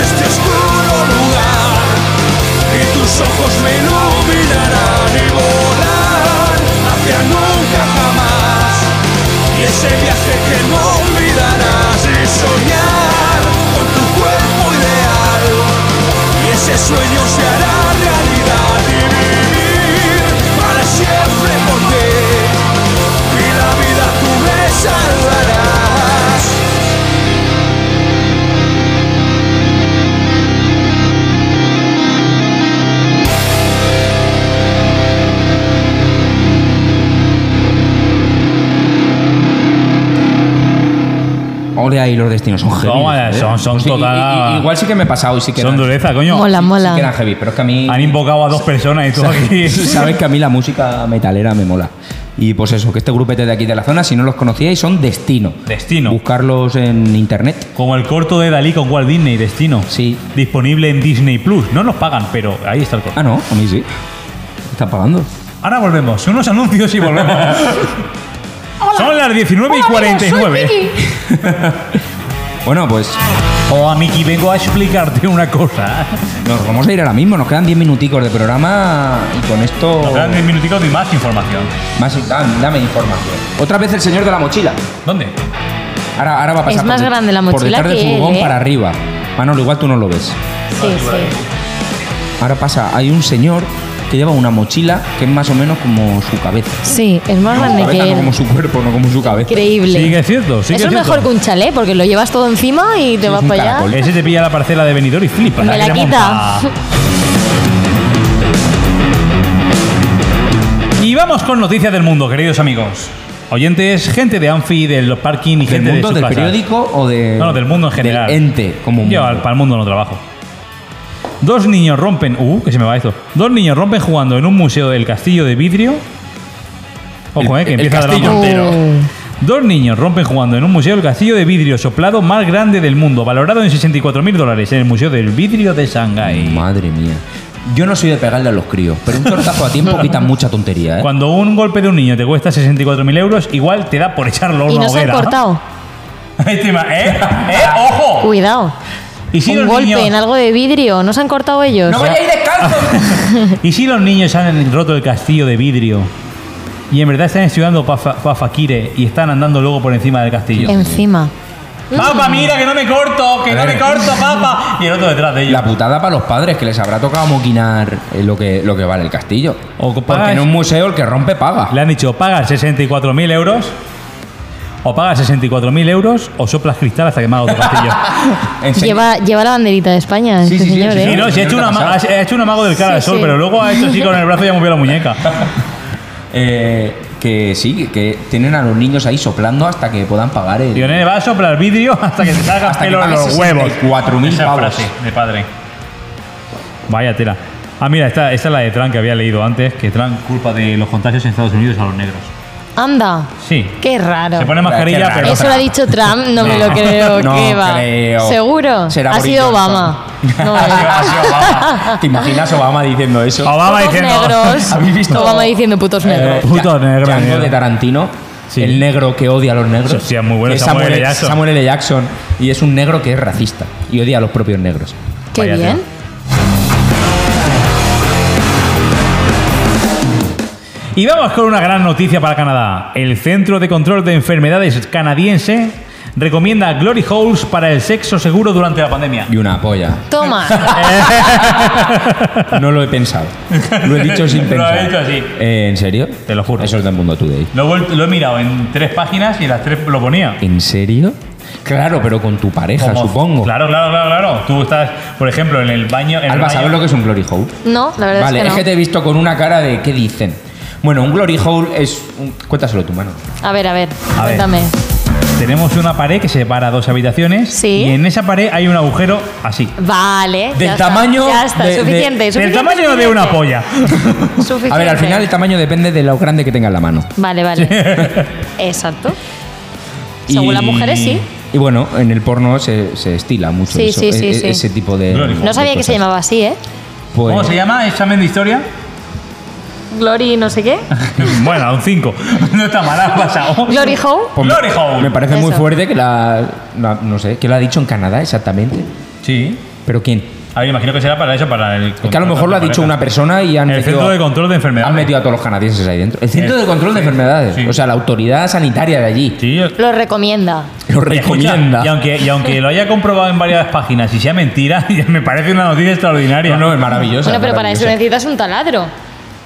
este Colombia y los destinos son heavy. Toma, joder. son- son Sí, i- total- i- igual sí que me he pasado y sí que Son eran- dureza, coño. Mola, Sí- sí mola. que eran heavy, pero es que a mí... Han invocado a dos personas y tú aquí. Sabes que a mí la música metalera me mola. Y pues eso, que este grupete de aquí de la zona, si no los conocíais, son Destino. Destino. Buscarlos en internet. Como el corto de Dalí con Walt Disney, Destino. Sí. Disponible en Disney Plus. No nos pagan, pero ahí está el corto. Ah, no, a mí sí. Está pagando. Ahora volvemos. Unos anuncios y volvemos. Son las 19 y 49. Bueno, pues. Oh, Miki, vengo a explicarte una cosa. Nos vamos a ir ahora mismo, nos quedan 10 minuticos de programa y con esto. Oh. Nos quedan 10 minuticos de más información. Más, dame, dame información. Otra vez el señor de la mochila. ¿Dónde? Ahora, ahora va a pasar. Es más por de- grande la Por mochila detrás del que él, furgón ¿eh? para arriba. Manolo, igual tú no lo ves. Sí, sí. Ahora pasa, hay un señor que lleva una mochila que es más o menos como su cabeza. Sí, es más No, grande cabeza, que no como él. su cuerpo, no como su cabeza. Increíble. Sí que es cierto, Eso es mejor que un chalet porque lo llevas todo encima y te vas para allá. Ese te pilla la parcela de venidor y flipa. Me la quita. Y vamos con noticias del mundo, queridos amigos. Oyentes, gente de Anfi, del parking y ¿Del gente mundo, de sus del casas. periódico o de.? No, no, del mundo en del general. ente, como Yo mundo. al- para el mundo no trabajo. Dos niños rompen. Uh, que se me va esto. Dos niños rompen jugando en un museo del castillo de vidrio. Ojo, eh, que el empieza a dar la castillo mano. entero. Dos niños rompen jugando en un museo el castillo de vidrio soplado más grande del mundo, valorado en 64 mil dólares en el Museo del Vidrio de Shanghái. Madre mía. Yo no soy de pegarle a los críos, pero un tortazo a tiempo quita mucha tontería, ¿eh? Cuando un golpe de un niño te cuesta 64.000 euros, igual te da por echarlo a Y una no se han hoguera. cortado. Encima, ¿eh? ¿Eh? ¡Ojo! Cuidado. Y si un los golpe niños- en algo de vidrio. ¿No se han cortado ellos? ¿Y si los niños han roto el castillo de vidrio? Y en verdad están estudiando Pafa- Pafakire y están andando luego por encima del castillo. Encima. Papá, mira que no me corto, que A no ver. me corto, papá. Y el otro detrás de ellos. La putada para los padres, que les habrá tocado moquinar eh, lo que, lo que vale el castillo. Porque en un museo el que rompe paga. Le han dicho, paga 64.000 euros. O paga 64.000 euros o soplas cristal hasta que me haga otro castillo. Lleva, lleva la banderita de España, este señor, ¿eh? Sí, no, si ha hecho, una ma- ha hecho un amago del cara Sí, al sol, sí. pero luego ha hecho así con el brazo y ha movido la muñeca. Eh, que sí, que tienen a los niños ahí soplando hasta que puedan pagar el. Digo, nene, va a soplar vidrio hasta que te salga Hasta que pelo en pagues los huevos. 64.000 Esa pavos. frase de padre. Vaya tela. Ah, mira, esta, esta es la de Trump que había leído antes, que Trump culpa de los contagios en Estados Unidos a los negros. Anda. Sí. Qué raro. Se pone mascarilla, Qué pero... Eso lo ha dicho Trump, no me lo creo. No ¿Qué va? creo. ¿Seguro? Será ha Boris sido Johnson. Obama. No eh. me Ha sido Obama. ¿Te imaginas Obama diciendo eso? Obama Putos negros. ¿Habéis visto? Eh, Obama diciendo putos negros. Puto negro. de Tarantino. El negro que odia a los negros. Hostia, muy bueno, Que es Samuel L. Jackson. Samuel L. Jackson. Y es un negro que es racista. Y odia a los propios negros. Qué Vaya bien. Y vamos con una gran noticia para Canadá. El Centro de Control de Enfermedades canadiense recomienda Glory Holes para el sexo seguro durante la pandemia. Y una polla. Toma. No lo he pensado. Lo he dicho sin Lo pensar. he dicho así. Eh, ¿En serio? Te lo juro. Eso es del Mundo Today. Lo, he vuelto- lo he mirado en tres páginas y en las tres lo ponía. ¿En serio? Claro, pero con tu pareja, Como- supongo. Claro, claro, claro, claro. Tú estás, por ejemplo, en el baño. En el Alba, baño- ¿sabes lo que es un glory hole? No, la verdad vale, es que no. te he visto con una cara de ¿qué dicen? Bueno, un glory hole es... un- Cuéntaselo tú, mano. A ver, a ver. A ver. cuéntame. Tenemos una pared que separa dos habitaciones. Sí. Y en esa pared hay un agujero así. Vale. ya Del está. tamaño Ya está, de- de- suficiente. del suficiente, Tamaño de una suficiente. polla. Suficiente. A ver, al final el tamaño depende de lo grande que tenga en la mano. Vale, vale. Exacto. Según las mujeres, sí. Y bueno, en el porno se, se estila mucho Sí, eso, sí, e- sí, e- sí. ese tipo de... Glory hole. No sabía que se llamaba así, ¿eh? Pues- ¿Cómo se llama? ¿Examen de historia? Glory no sé qué. bueno, un 5. No está mal, ha pasado. Glory Hole. Pues me- Glory Hole. Me parece muy Eso. fuerte que la, la- No sé, ¿quién lo ha dicho en Canadá exactamente? Sí. ¿Pero quién? A ver, imagino que será para eso, para el. Es que a lo mejor lo ha dicho una persona y han El metido- centro de control de enfermedades. Han metido a todos los canadienses ahí dentro. El Centro Eh, de Control de Enfermedades. O sea, la autoridad sanitaria de allí. Lo recomienda. Lo Y escucha, recomienda. Y aunque, y aunque lo haya comprobado en varias páginas y sea mentira, me parece una noticia extraordinaria. No, no, es maravilloso. Bueno, pero para eso maravilloso. necesitas un taladro.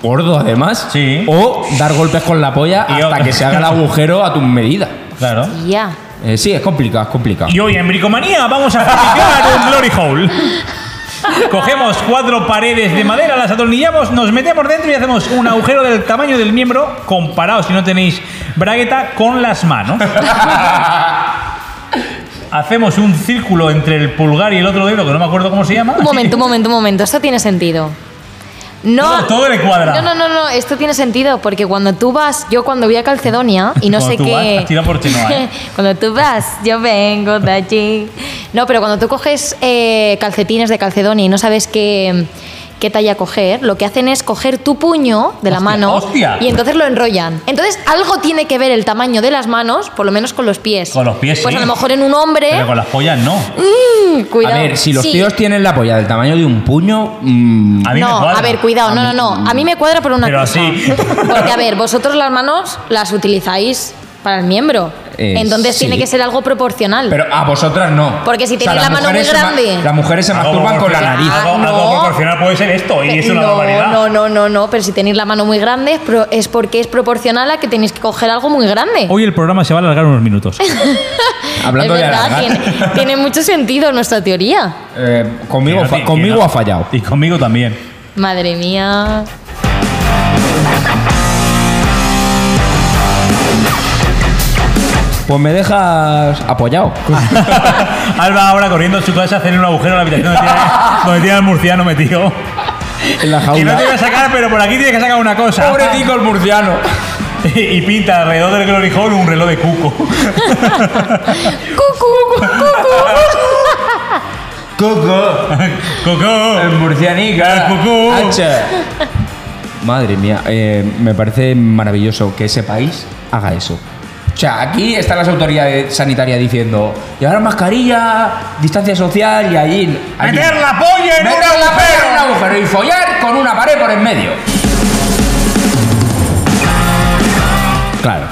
Gordo, además. Sí. O dar golpes con la polla Y yo- hasta que se haga el agujero a tu medida. Claro. Ya. Eh, sí, es complicado, es complicado. Y hoy en Bricomanía vamos a fabricar un glory hole. Cogemos cuatro paredes de madera, las atornillamos, nos metemos dentro y hacemos un agujero del tamaño del miembro comparado, si no tenéis bragueta, con las manos. hacemos un círculo entre el pulgar y el otro dedo, que no me acuerdo cómo se llama. Un momento, un momento, un momento. Esto tiene sentido. No, Todo- todo le cuadra. No, no, no, no, esto tiene sentido porque cuando tú vas, yo cuando voy a Calcedonia y no Cuando sé tú qué. vas, tira por Chenoa, ¿eh? cuando tú vas, yo vengo de allí. No, pero cuando tú coges eh, calcetines de Calcedonia y no sabes qué, qué talla coger, lo que hacen es coger tu puño de la mano hostia. y entonces lo enrollan. Entonces algo tiene que ver el tamaño de las manos, por lo menos con los pies. Con los pies, Pues sí. a lo mejor en un hombre. Pero con las pollas no. Mm, cuidado. A ver, si los Sí. tíos tienen la polla del tamaño de un puño. mm, no, a ver, cuidado, no, no, no. A mí me cuadra por una Pero cosa. así. Porque, a ver, vosotros las manos las utilizáis para el miembro. Eh, Entonces sí. tiene que ser algo proporcional. Pero a vosotras no. Porque si tenéis las la mano muy mujeres se ma- grande. Las mujeres se Algo masturban con la proporcional- nariz. Algo, algo Ah, no. proporcional puede ser esto, y es una no, barbaridad. no, no, no, no, pero si tenéis la mano muy grande es pro- es porque es proporcional a que tenéis que coger algo muy grande. Hoy el programa se va a alargar unos minutos. Hablando Ah, es de verdad, alargar. tiene, tiene mucho sentido nuestra teoría. Eh, conmigo fa- conmigo ha fallado. Y conmigo también. Madre mía. Pues me dejas apoyado. Alba ahora corriendo a su casa a hacerle un agujero en la habitación donde tiene, donde tiene al murciano metido. En la Que no jaula. te iba a sacar, pero por aquí tienes que sacar una cosa. Pobrecico el murciano. Y, y pinta alrededor del glory hole un reloj de cuco. Cucu, cucu, Coco. Coco. El murcianica. H. Madre mía, eh, me parece maravilloso que ese país haga eso. O sea, aquí están las autoridades sanitarias diciendo, llevar mascarilla, distancia social y allí... allí- ¡Meter la polla en un Meter la agujero! polla en un agujero y follar con una pared por en medio. Claro.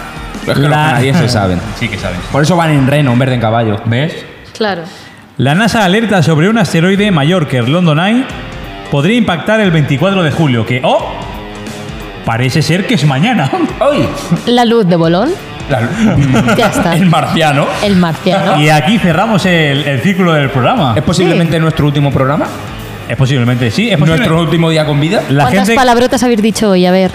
Es que los La- canadienses saben. Sí que saben. Por eso van en reno en vez de en caballo. ¿Ves? Claro. La NASA alerta sobre un asteroide mayor que el London Eye podría impactar el 24 de julio, que oh, parece ser que es mañana. Hoy. La luz de Bolón, Ya está. El marciano. el marciano. Y aquí cerramos el, el círculo del Eh, programa. ¿Es posiblemente nuestro último programa? Es posiblemente sí. Es ¿Nuestro último día con vida? La ¿Cuántas gente palabrotas habéis dicho hoy? A ver.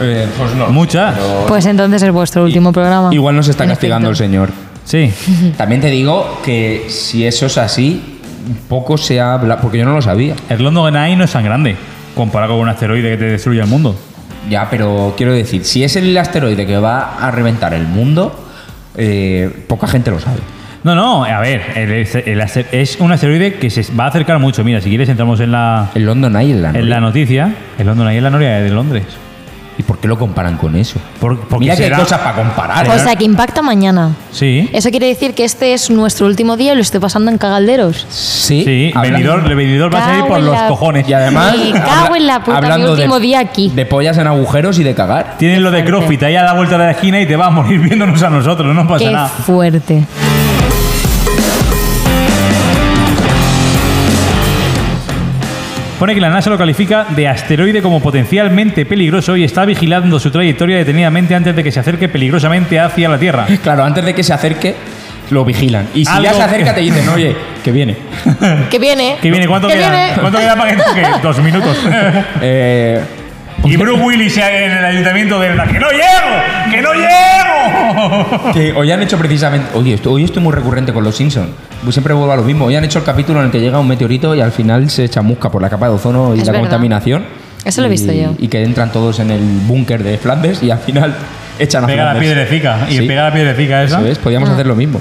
Eh, pues no. Muchas. Pues entonces es vuestro último programa. Igual nos está castigando el señor. Sí. También te digo que si eso es así, poco se habla, porque yo no lo sabía. El London Eye no es tan grande comparado con un asteroide que te destruye el mundo. Ya, pero quiero decir, si es el asteroide que va a reventar el mundo, eh, poca gente lo sabe. No, no, a ver, el- el- el- es un asteroide que se va a acercar mucho. Mira, si quieres entramos en la... El London Eye en la En la noticia, el London Eye en la noria de Londres. ¿Y por qué lo comparan con eso? porque Mira que hay será- cosas para comparar. ¿eh? O sea, que impacta mañana. Sí. Eso quiere decir que este es nuestro último día y lo estoy pasando en cagalderos. Sí, sí hablando- venidor, el venidor va a salir Cago por en los la- cojones. Y además, Me cago en la puta, mi hablando último de, día aquí. de pollas en agujeros y de cagar. Tienes lo de CrossFit ahí a la vuelta de la esquina y te vas a morir viéndonos a nosotros, no pasa Qué nada. fuerte. Pone que la NASA lo califica de asteroide como potencialmente peligroso y está vigilando su trayectoria detenidamente antes de que se acerque peligrosamente hacia la Tierra. Claro, antes de que se acerque, lo vigilan. Y si ya Algo- se acerca, te dicen, oye, que viene. Que viene. ¿Qué viene? ¿Cuánto Que queda? viene. ¿Cuánto queda para que toque? Dos minutos. Eh, y Bruce Willis en el ayuntamiento de ¡Que no llego! ¡Que no llego! Que hoy han hecho precisamente. Oye, esto- hoy estoy muy recurrente con los Simpsons. Pues Siempre vuelvo a lo mismo. Hoy han hecho el capítulo en el que llega un meteorito y al final se chamusca por la capa de ozono y Es la verdad. contaminación. Eso lo he Y- visto yo. Y que entran todos en el búnker de Flandes y al final echan a Pega la Flandes. piedrecica. Y Sí, pega la piedrecica esa. Eso es, podíamos Ah. hacer lo mismo.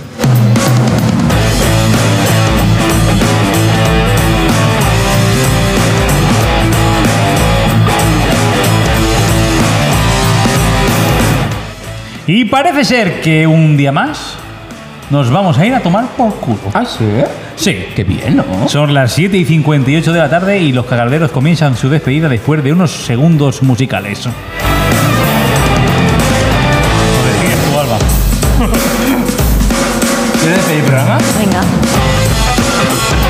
Y parece ser que un día más nos vamos a ir a tomar por culo. Ah, sí. Sí. Qué bien, ¿no? Son las 7 y 58 de la tarde y los cagarderos comienzan su despedida después de unos segundos musicales. Lo decides tú, Alba. ¿Quieres despedir el programa? Venga.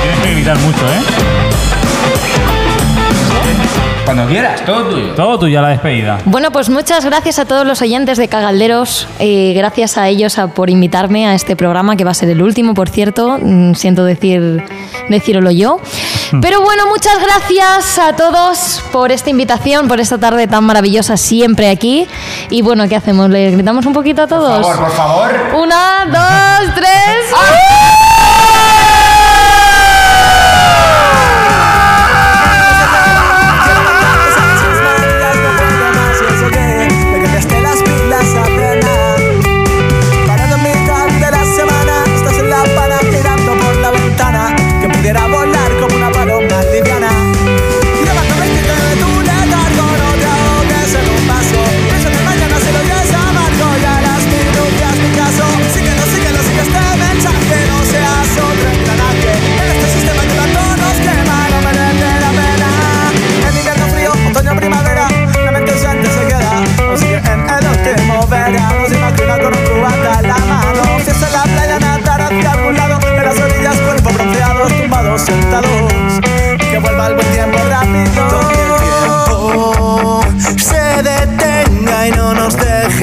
Tienes que gritar mucho, ¿eh? Cuando quieras, todo tuyo. Todo tuyo, la despedida. Bueno, pues muchas gracias a todos los oyentes de Cagalderos. eh, gracias a ellos a- por invitarme a este programa, que va a ser el último, por cierto. mm, siento decir, decíroslo yo. Pero bueno, muchas gracias a todos por esta invitación, por esta tarde tan maravillosa siempre aquí. Y bueno, ¿qué hacemos? ¿Le gritamos un poquito a todos? Por favor, por favor. Una, dos, tres. ¡Uh! este este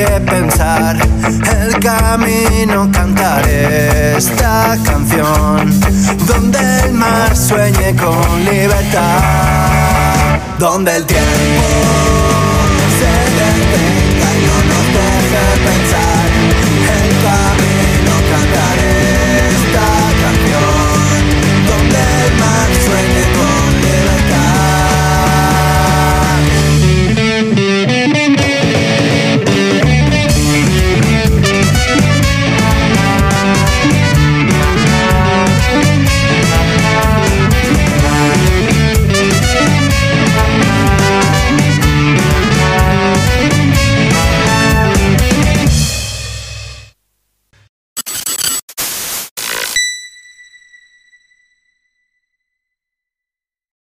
de pensar el camino, cantaré esta canción donde el mar sueñe con libertad, donde el tiempo se detenga y no nos deje pensar el camino, cantaré esta canción donde el mar sueñe